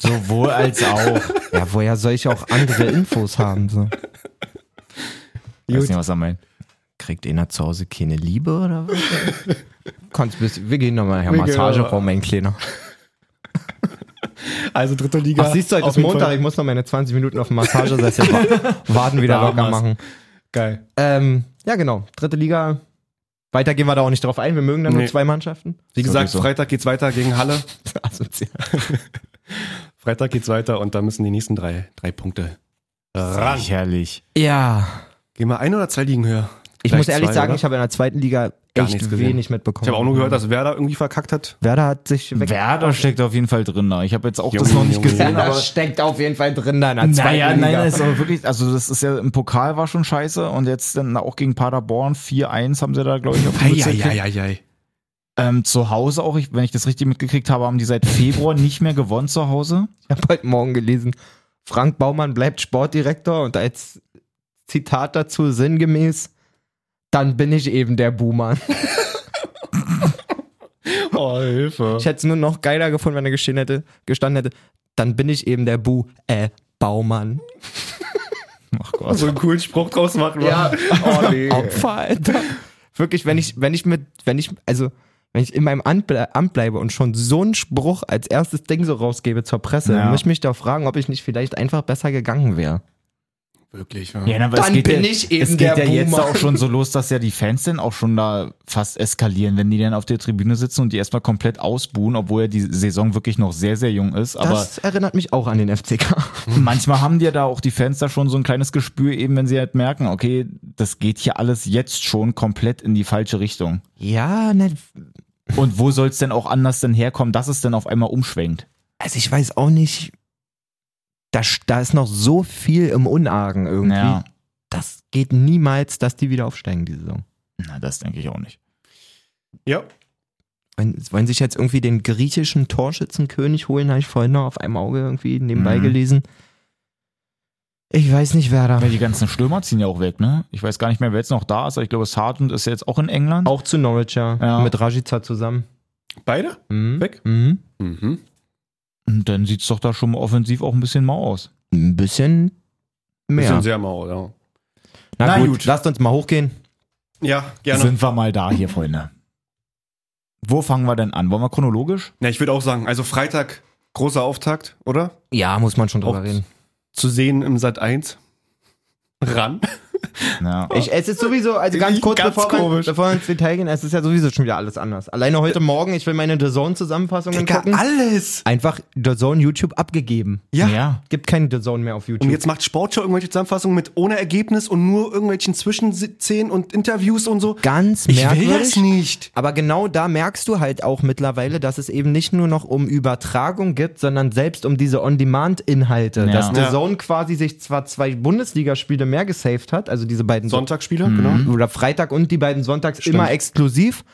[SPEAKER 2] Sowohl als auch.
[SPEAKER 1] ja, woher soll ich auch andere Infos haben? So.
[SPEAKER 2] Ich weiß nicht, was er meint.
[SPEAKER 1] Kriegt einer zu Hause keine Liebe oder was? Kannst bis, wir gehen nochmal in den
[SPEAKER 3] Wir gehen
[SPEAKER 1] Massageraum, mein Kleiner.
[SPEAKER 3] Also dritte Liga.
[SPEAKER 1] Ach, siehst du, heute
[SPEAKER 3] auf
[SPEAKER 1] ist
[SPEAKER 3] jeden
[SPEAKER 1] Montag,
[SPEAKER 3] Fall.
[SPEAKER 1] ich muss noch meine 20 Minuten auf dem Massagesessel wa- Waden wieder
[SPEAKER 2] Da haben
[SPEAKER 1] locker
[SPEAKER 2] wir's.
[SPEAKER 1] machen.
[SPEAKER 3] Geil.
[SPEAKER 1] Ähm, ja, genau. Dritte Liga. Weiter gehen wir da auch nicht drauf ein. Wir mögen dann
[SPEAKER 3] Nee.
[SPEAKER 1] nur zwei Mannschaften.
[SPEAKER 3] Wie gesagt,
[SPEAKER 2] Sowieso.
[SPEAKER 3] Freitag geht's weiter gegen Halle.
[SPEAKER 1] Asozial.
[SPEAKER 3] Freitag geht's weiter und da müssen die nächsten drei, drei Punkte ran.
[SPEAKER 2] Sicherlich.
[SPEAKER 1] Ja.
[SPEAKER 3] Gehen wir ein oder zwei Ligen höher?
[SPEAKER 1] Ich
[SPEAKER 3] Vielleicht
[SPEAKER 1] muss ehrlich
[SPEAKER 3] zwei,
[SPEAKER 1] sagen,
[SPEAKER 3] oder?
[SPEAKER 1] ich habe in der zweiten Liga
[SPEAKER 3] Gar nichts
[SPEAKER 1] echt
[SPEAKER 3] gesehen.
[SPEAKER 1] wenig mitbekommen.
[SPEAKER 3] Ich habe auch nur gehört, dass Werder irgendwie verkackt hat.
[SPEAKER 1] Werder hat sich weg.
[SPEAKER 2] Werder steckt auf jeden Fall drin. ne? Ich habe jetzt auch das
[SPEAKER 3] Junge,
[SPEAKER 2] noch nicht
[SPEAKER 3] Junge,
[SPEAKER 2] gesehen,
[SPEAKER 3] Junge.
[SPEAKER 2] aber
[SPEAKER 1] steckt auf jeden Fall drin da in der
[SPEAKER 2] Naja, nein, das ist aber wirklich, also das ist ja im Pokal war schon scheiße und jetzt dann auch gegen Paderborn 4-1 haben sie da, glaube ich, auf die Mütze gekriegt.
[SPEAKER 3] ei.
[SPEAKER 2] ähm, Zu Hause auch, ich, wenn ich das richtig mitgekriegt habe, haben die seit Februar nicht mehr gewonnen zu Hause.
[SPEAKER 1] Ich habe heute Morgen gelesen, Frank Baumann bleibt Sportdirektor und als Zitat dazu sinngemäß, dann bin ich eben der Boomer.
[SPEAKER 3] Oh, Hilfe.
[SPEAKER 1] Ich hätte es nur noch geiler gefunden, wenn er gestehen hätte, gestanden hätte, dann bin ich eben der Bu, äh, Baumann.
[SPEAKER 2] Ach Gott.
[SPEAKER 3] So einen coolen Spruch draus machen.
[SPEAKER 1] Ja.
[SPEAKER 3] wa? Oh, nee.
[SPEAKER 1] Opfer, Alter. Wirklich, wenn ich, wenn ich mit, wenn ich, also, wenn ich in meinem Amt, ble Amt bleibe und schon so einen Spruch als erstes Ding so rausgebe zur Presse,
[SPEAKER 2] Ja.
[SPEAKER 1] dann muss ich mich da fragen, ob ich nicht vielleicht einfach besser gegangen wäre.
[SPEAKER 3] Wirklich, ja.
[SPEAKER 2] Ja, na, aber
[SPEAKER 1] Dann bin
[SPEAKER 2] ja,
[SPEAKER 1] ich eben
[SPEAKER 2] Es geht
[SPEAKER 1] der
[SPEAKER 2] ja jetzt
[SPEAKER 1] Boomer.
[SPEAKER 2] auch schon so los, dass ja die Fans dann auch schon da fast eskalieren, wenn die dann auf der Tribüne sitzen und die erstmal komplett ausbuhen, obwohl ja die Saison wirklich noch sehr, sehr jung ist. Aber
[SPEAKER 1] das erinnert mich auch an den FCK.
[SPEAKER 2] Manchmal haben die ja da auch die Fans da schon so ein kleines Gespür, eben wenn sie halt merken, okay, das geht hier alles jetzt schon komplett in die falsche Richtung.
[SPEAKER 1] Ja, ne,
[SPEAKER 2] Und wo soll es denn auch anders denn herkommen, dass es denn auf einmal umschwenkt?
[SPEAKER 1] also ich weiß auch nicht, da, sch- da ist noch so viel im Unargen irgendwie.
[SPEAKER 2] Ja,
[SPEAKER 1] Das geht niemals, dass die wieder aufsteigen, die Saison.
[SPEAKER 2] na, das denke ich auch nicht.
[SPEAKER 3] ja.
[SPEAKER 1] Wollen, wollen sich jetzt irgendwie den griechischen Torschützenkönig holen, habe ich vorhin noch auf einem Auge irgendwie nebenbei
[SPEAKER 2] Mhm.
[SPEAKER 1] gelesen. Ich weiß nicht, wer da.
[SPEAKER 2] Weil die ganzen Stürmer ziehen ja auch weg, ne? Ich weiß gar nicht mehr, wer jetzt noch da ist, aber ich glaube, Sargent ist ja jetzt auch in England.
[SPEAKER 1] Auch zu Norwich, ja.
[SPEAKER 2] Ja.
[SPEAKER 1] Mit Rajica zusammen.
[SPEAKER 3] Beide?
[SPEAKER 1] Mhm.
[SPEAKER 3] Weg?
[SPEAKER 1] Mhm.
[SPEAKER 3] Mhm.
[SPEAKER 2] Und dann sieht es doch da schon mal offensiv auch ein bisschen mau aus.
[SPEAKER 1] Ein bisschen mehr.
[SPEAKER 3] Bisschen sehr mau, ja.
[SPEAKER 1] Na,
[SPEAKER 2] Na
[SPEAKER 1] gut,
[SPEAKER 2] gut.
[SPEAKER 1] lasst uns mal hochgehen.
[SPEAKER 3] Ja, ne? gerne.
[SPEAKER 2] Sind wir mal da hier, Freunde. Wo fangen wir denn an? Wollen wir chronologisch?
[SPEAKER 3] Ja, ich würde auch sagen, also Freitag, großer Auftakt, oder?
[SPEAKER 1] Ja, muss man schon drüber
[SPEAKER 3] Auch-
[SPEAKER 1] reden.
[SPEAKER 3] Zu sehen im Sat 1. Ran.
[SPEAKER 2] Ja.
[SPEAKER 1] Ich, es ist sowieso, also ganz kurz,
[SPEAKER 3] Ganz
[SPEAKER 1] bevor, wir,
[SPEAKER 3] komisch.
[SPEAKER 1] bevor wir ins Detail gehen, es ist ja sowieso schon wieder alles anders. Alleine heute Morgen, ich will meine The Zone-Zusammenfassungen gucken.
[SPEAKER 3] alles.
[SPEAKER 1] Einfach The Zone YouTube abgegeben.
[SPEAKER 3] Ja.
[SPEAKER 2] ja.
[SPEAKER 1] Gibt keinen The Zone mehr auf YouTube.
[SPEAKER 3] Und jetzt macht Sportschau irgendwelche Zusammenfassungen mit ohne Ergebnis und nur irgendwelchen Zwischenszenen und Interviews und so.
[SPEAKER 1] Ganz
[SPEAKER 3] Ich
[SPEAKER 1] merkwürdig.
[SPEAKER 3] will das nicht.
[SPEAKER 1] Aber genau da merkst du halt auch mittlerweile, dass es eben nicht nur noch um Übertragung gibt, sondern selbst um diese On-Demand-Inhalte.
[SPEAKER 2] Ja.
[SPEAKER 1] Dass The
[SPEAKER 3] Ja.
[SPEAKER 1] Zone quasi sich zwar zwei Bundesligaspiele mehr gesaved hat, also diese beiden
[SPEAKER 3] Sonntagsspiele,
[SPEAKER 2] Mhm.
[SPEAKER 3] genau.
[SPEAKER 2] Hm?
[SPEAKER 1] oder Freitag und die beiden Sonntags immer exklusiv.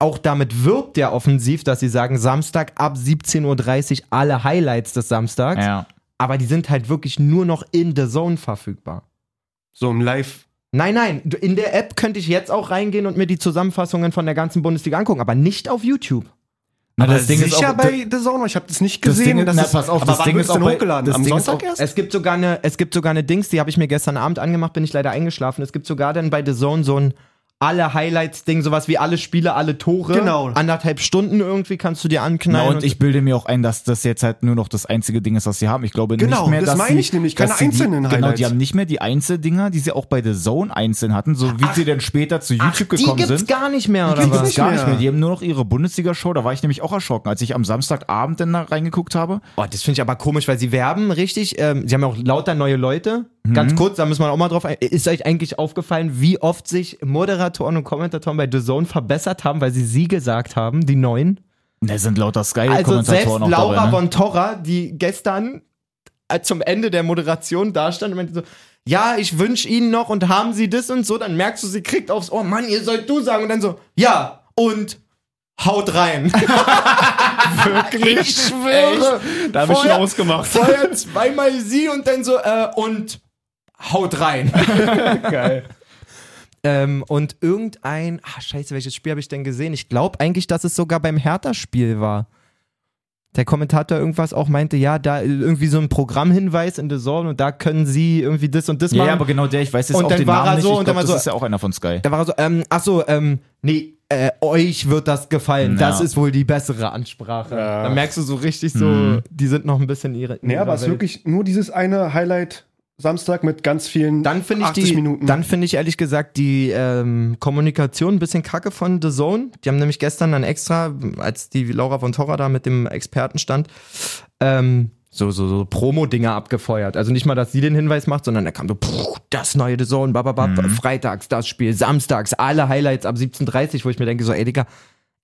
[SPEAKER 1] Auch damit wirbt der offensiv, dass sie sagen, Samstag ab 17.30 Uhr alle Highlights des Samstags.
[SPEAKER 2] ja.
[SPEAKER 1] Aber die sind halt wirklich nur noch in The Zone verfügbar.
[SPEAKER 3] So im Live.
[SPEAKER 1] Nein, nein, du- in der App könnte ich jetzt auch reingehen und mir die Zusammenfassungen von der ganzen Bundesliga angucken, aber nicht auf YouTube.
[SPEAKER 2] Na,
[SPEAKER 3] Aber sicher bei The Zone, ich habe das nicht gesehen.
[SPEAKER 2] Ding-
[SPEAKER 3] dass
[SPEAKER 2] na,
[SPEAKER 3] es-
[SPEAKER 2] pass auf,
[SPEAKER 3] aber
[SPEAKER 2] das
[SPEAKER 3] wann
[SPEAKER 2] Ding
[SPEAKER 3] wird's
[SPEAKER 2] ist auch
[SPEAKER 3] denn
[SPEAKER 2] bei-
[SPEAKER 3] hochgeladen?
[SPEAKER 2] das
[SPEAKER 3] Am
[SPEAKER 2] Ding ist
[SPEAKER 3] Sonntag
[SPEAKER 2] auch-
[SPEAKER 3] erst?
[SPEAKER 1] Es gibt sogar eine, es gibt sogar eine Dings, die habe ich mir gestern Abend angemacht, bin ich leider eingeschlafen. Es gibt sogar dann bei The Zone so ein alle Highlights-Ding, sowas wie alle Spiele, alle Tore.
[SPEAKER 3] Genau.
[SPEAKER 1] Anderthalb Stunden irgendwie kannst du dir
[SPEAKER 2] Na,
[SPEAKER 1] anknallen.
[SPEAKER 2] und ich bilde mir auch ein, dass das jetzt halt nur noch das einzige Ding ist, was sie haben. Ich glaube
[SPEAKER 3] Genau,
[SPEAKER 2] nicht mehr,
[SPEAKER 3] das
[SPEAKER 2] dass
[SPEAKER 3] meine
[SPEAKER 2] sie,
[SPEAKER 3] ich nämlich,
[SPEAKER 2] dass
[SPEAKER 3] keine
[SPEAKER 2] sie
[SPEAKER 3] einzelnen
[SPEAKER 2] die, Genau,
[SPEAKER 3] Highlights.
[SPEAKER 2] die haben nicht mehr die Einzeldinger, die sie auch bei The Zone einzeln hatten, so wie sie dann später zu YouTube
[SPEAKER 1] die
[SPEAKER 2] gekommen
[SPEAKER 1] gibt's
[SPEAKER 2] sind.
[SPEAKER 1] gar nicht mehr, oder
[SPEAKER 2] Die
[SPEAKER 1] was?
[SPEAKER 2] gibt's gar
[SPEAKER 3] mehr.
[SPEAKER 2] nicht mehr. Die haben nur noch ihre Bundesliga-Show. Da war ich nämlich auch erschrocken, als ich am Samstagabend dann da reingeguckt habe.
[SPEAKER 1] Oh, das finde ich aber komisch, weil sie werben richtig. Ähm, sie haben ja auch lauter neue Leute. Ganz kurz, da müssen wir auch mal drauf ein. Ist euch eigentlich aufgefallen, wie oft sich Moderatoren und Kommentatoren bei The Zone verbessert haben, weil sie sie gesagt haben, die neuen?
[SPEAKER 2] Ne, sind lauter
[SPEAKER 1] Also selbst
[SPEAKER 2] Sky-Kommentatoren auch
[SPEAKER 1] Laura
[SPEAKER 2] dabei. Ne?
[SPEAKER 1] von Torra, die gestern äh, zum Ende der Moderation da stand und meinte so, ja, ich wünsche Ihnen noch und haben Sie das und so, dann merkst du, sie kriegt aufs Ohr, Mann, ihr sollt du sagen und dann so, ja und haut rein. Wirklich? Ich schwöre.
[SPEAKER 3] Da habe ich schon
[SPEAKER 1] Vorher-
[SPEAKER 3] ausgemacht.
[SPEAKER 1] Vorher zweimal sie und dann so, äh, und haut rein.
[SPEAKER 3] Geil.
[SPEAKER 1] Ähm, und irgendein, ah, scheiße, welches Spiel habe ich denn gesehen? Ich glaube eigentlich, dass es sogar beim Hertha-Spiel war. Der Kommentator irgendwas auch meinte, ja, da irgendwie so ein Programmhinweis in The Zone und da können sie irgendwie das und das
[SPEAKER 2] Ja,
[SPEAKER 1] machen.
[SPEAKER 2] ja, aber genau der, ich weiß jetzt
[SPEAKER 1] Und
[SPEAKER 2] auch
[SPEAKER 1] dann
[SPEAKER 2] den
[SPEAKER 1] war
[SPEAKER 2] Namen
[SPEAKER 1] er
[SPEAKER 2] nicht.
[SPEAKER 1] so
[SPEAKER 2] ich
[SPEAKER 1] und
[SPEAKER 2] glaub,
[SPEAKER 1] dann war
[SPEAKER 2] das
[SPEAKER 1] so-
[SPEAKER 2] ist ja auch einer von Sky.
[SPEAKER 1] da war er so, ähm, ach so, ähm, nee, äh, euch wird das gefallen.
[SPEAKER 2] Ja.
[SPEAKER 1] Das ist wohl die bessere Ansprache.
[SPEAKER 3] Ja.
[SPEAKER 1] Da merkst du so richtig so,
[SPEAKER 2] Mhm.
[SPEAKER 1] die sind noch ein bisschen ihre. in
[SPEAKER 3] Nee,
[SPEAKER 1] ihrer
[SPEAKER 3] aber es ist
[SPEAKER 1] Welt.
[SPEAKER 3] wirklich nur dieses eine Highlight Samstag mit ganz vielen
[SPEAKER 1] Dann finde ich
[SPEAKER 3] 80
[SPEAKER 1] die,
[SPEAKER 3] Minuten.
[SPEAKER 1] dann finde ich ehrlich gesagt die ähm, Kommunikation ein bisschen kacke von The Zone. Die haben nämlich gestern dann extra, als die Laura von Torra da mit dem Experten stand, ähm, so, so, so Promo-Dinger abgefeuert. Also nicht mal, dass sie den Hinweis macht, sondern da kam so, "Puh, das neue The Zone, bababab,
[SPEAKER 3] Mhm.
[SPEAKER 1] freitags das Spiel, samstags alle Highlights ab 17.30 wo ich mir denke, so, ey Digga,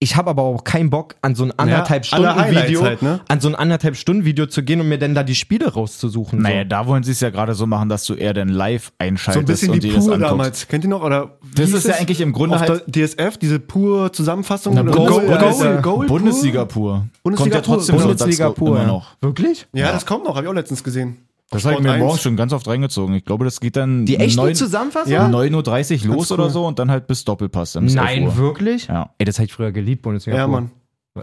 [SPEAKER 1] ich habe aber auch keinen Bock, an so ein anderthalb
[SPEAKER 3] alle
[SPEAKER 1] Stunden
[SPEAKER 3] Highlights
[SPEAKER 1] Video,
[SPEAKER 3] halt, ne?
[SPEAKER 1] an so ein anderthalb Stunden Video zu gehen und mir dann da die Spiele rauszusuchen.
[SPEAKER 2] Naja,
[SPEAKER 1] so.
[SPEAKER 2] da wollen sie es ja gerade so machen, dass du eher dann live
[SPEAKER 3] so ein
[SPEAKER 2] einschaltest
[SPEAKER 3] bisschen
[SPEAKER 2] und
[SPEAKER 3] die
[SPEAKER 2] dir das
[SPEAKER 3] Pur
[SPEAKER 2] anguckst.
[SPEAKER 3] damals. Kennt ihr noch? Oder wie
[SPEAKER 2] Das
[SPEAKER 3] hieß
[SPEAKER 2] ist ja
[SPEAKER 3] es?
[SPEAKER 2] eigentlich im Grunde
[SPEAKER 3] Auf
[SPEAKER 2] halt-
[SPEAKER 3] der DSF, diese Pur-Zusammenfassung.
[SPEAKER 2] Na,
[SPEAKER 3] oder
[SPEAKER 2] Bundes-
[SPEAKER 3] Goal,
[SPEAKER 2] Bundes-
[SPEAKER 3] Also, Goal, Goal,
[SPEAKER 2] Bundesliga pur. Kommt
[SPEAKER 3] Bundesliga
[SPEAKER 2] ja
[SPEAKER 3] pur.
[SPEAKER 2] trotzdem
[SPEAKER 1] Bundesliga
[SPEAKER 2] sonntags
[SPEAKER 1] pur.
[SPEAKER 2] immer noch.
[SPEAKER 1] Wirklich?
[SPEAKER 3] Ja, das kommt noch, habe ich auch letztens gesehen.
[SPEAKER 2] Das habe ich
[SPEAKER 3] Sport
[SPEAKER 2] mir
[SPEAKER 3] 1.
[SPEAKER 2] morgens schon ganz oft reingezogen. Ich glaube, das geht dann
[SPEAKER 1] Die echten
[SPEAKER 2] neun-
[SPEAKER 1] Zusammenfassungen?
[SPEAKER 3] Ja.
[SPEAKER 2] 9.30 Uhr los
[SPEAKER 3] cool.
[SPEAKER 2] oder so und dann halt bis Doppelpass. Dann bis 11
[SPEAKER 1] Nein,
[SPEAKER 2] Uhr.
[SPEAKER 1] wirklich?
[SPEAKER 2] Ja.
[SPEAKER 1] Ey, das habe ich früher geliebt, Bundesliga.
[SPEAKER 3] Ja,
[SPEAKER 1] Pro.
[SPEAKER 3] Mann.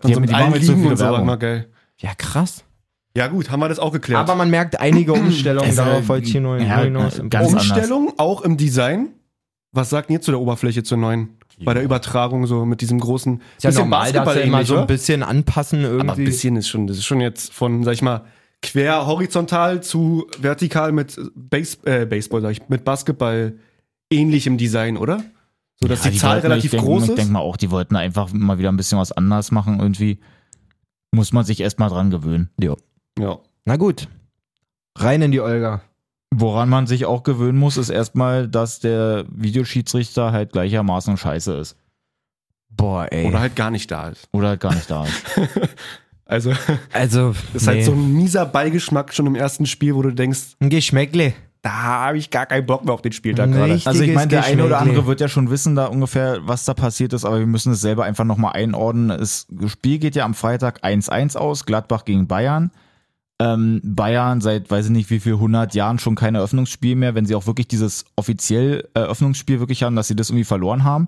[SPEAKER 2] Die, haben- die machen jetzt so
[SPEAKER 3] Ligen
[SPEAKER 2] viele
[SPEAKER 3] und so war
[SPEAKER 2] Werbung.
[SPEAKER 3] immer geil.
[SPEAKER 1] Ja, krass.
[SPEAKER 3] Ja, gut, haben wir das auch geklärt.
[SPEAKER 1] Aber man merkt einige Umstellungen
[SPEAKER 2] Also,
[SPEAKER 1] darauf als Chino
[SPEAKER 2] ja,
[SPEAKER 1] Hinaus Um im
[SPEAKER 2] ganz-
[SPEAKER 1] Pro-
[SPEAKER 3] Umstellung auch im Design. Was sagt ihr zu der Oberfläche zur neuen? Bei der Übertragung so mit diesem großen
[SPEAKER 1] Ist ja normal, dass sie immer
[SPEAKER 3] ähnlich,
[SPEAKER 1] so ein
[SPEAKER 3] oder?
[SPEAKER 1] bisschen anpassen irgendwie.
[SPEAKER 3] Aber ein bisschen ist schon, das ist schon jetzt von, sag ich mal, quer horizontal zu vertikal mit Base, äh, Baseball, sag ich, mit Basketball ähnlichem Design, oder? So dass
[SPEAKER 2] Ja,
[SPEAKER 3] die, Zahl
[SPEAKER 2] wollten-
[SPEAKER 3] relativ
[SPEAKER 2] ich denk,
[SPEAKER 3] groß
[SPEAKER 2] Ich denke
[SPEAKER 3] ist.
[SPEAKER 2] mal auch, die wollten einfach mal wieder ein bisschen was anders machen. Irgendwie muss man sich erstmal dran gewöhnen.
[SPEAKER 3] Ja.
[SPEAKER 1] Na gut. Rein in die Olga.
[SPEAKER 2] Woran man sich auch gewöhnen muss, ist erstmal, dass der Videoschiedsrichter halt gleichermaßen scheiße ist.
[SPEAKER 1] Boah, ey.
[SPEAKER 3] Oder halt gar nicht da ist.
[SPEAKER 2] Oder halt gar nicht da ist.
[SPEAKER 3] Also,
[SPEAKER 1] also,
[SPEAKER 3] das ist halt so ein mieser Beigeschmack schon im ersten Spiel, wo du denkst,
[SPEAKER 1] ein Geschmäckle.
[SPEAKER 3] da habe ich gar keinen Bock mehr auf den Spieltag
[SPEAKER 1] Nee.
[SPEAKER 3] gerade.
[SPEAKER 2] Also ich
[SPEAKER 1] Richtiges
[SPEAKER 2] meine, der eine oder
[SPEAKER 1] Geschmäckle.
[SPEAKER 2] andere wird ja schon wissen, da ungefähr, was da passiert ist, aber wir müssen es selber einfach nochmal einordnen. Das Spiel geht ja am Freitag 1-1 aus, Gladbach gegen Bayern. Ähm, Bayern seit, weiß ich nicht, wie viel, 100 Jahren schon kein Eröffnungsspiel mehr, wenn sie auch wirklich dieses offiziell Eröffnungsspiel wirklich haben, dass sie das irgendwie verloren haben.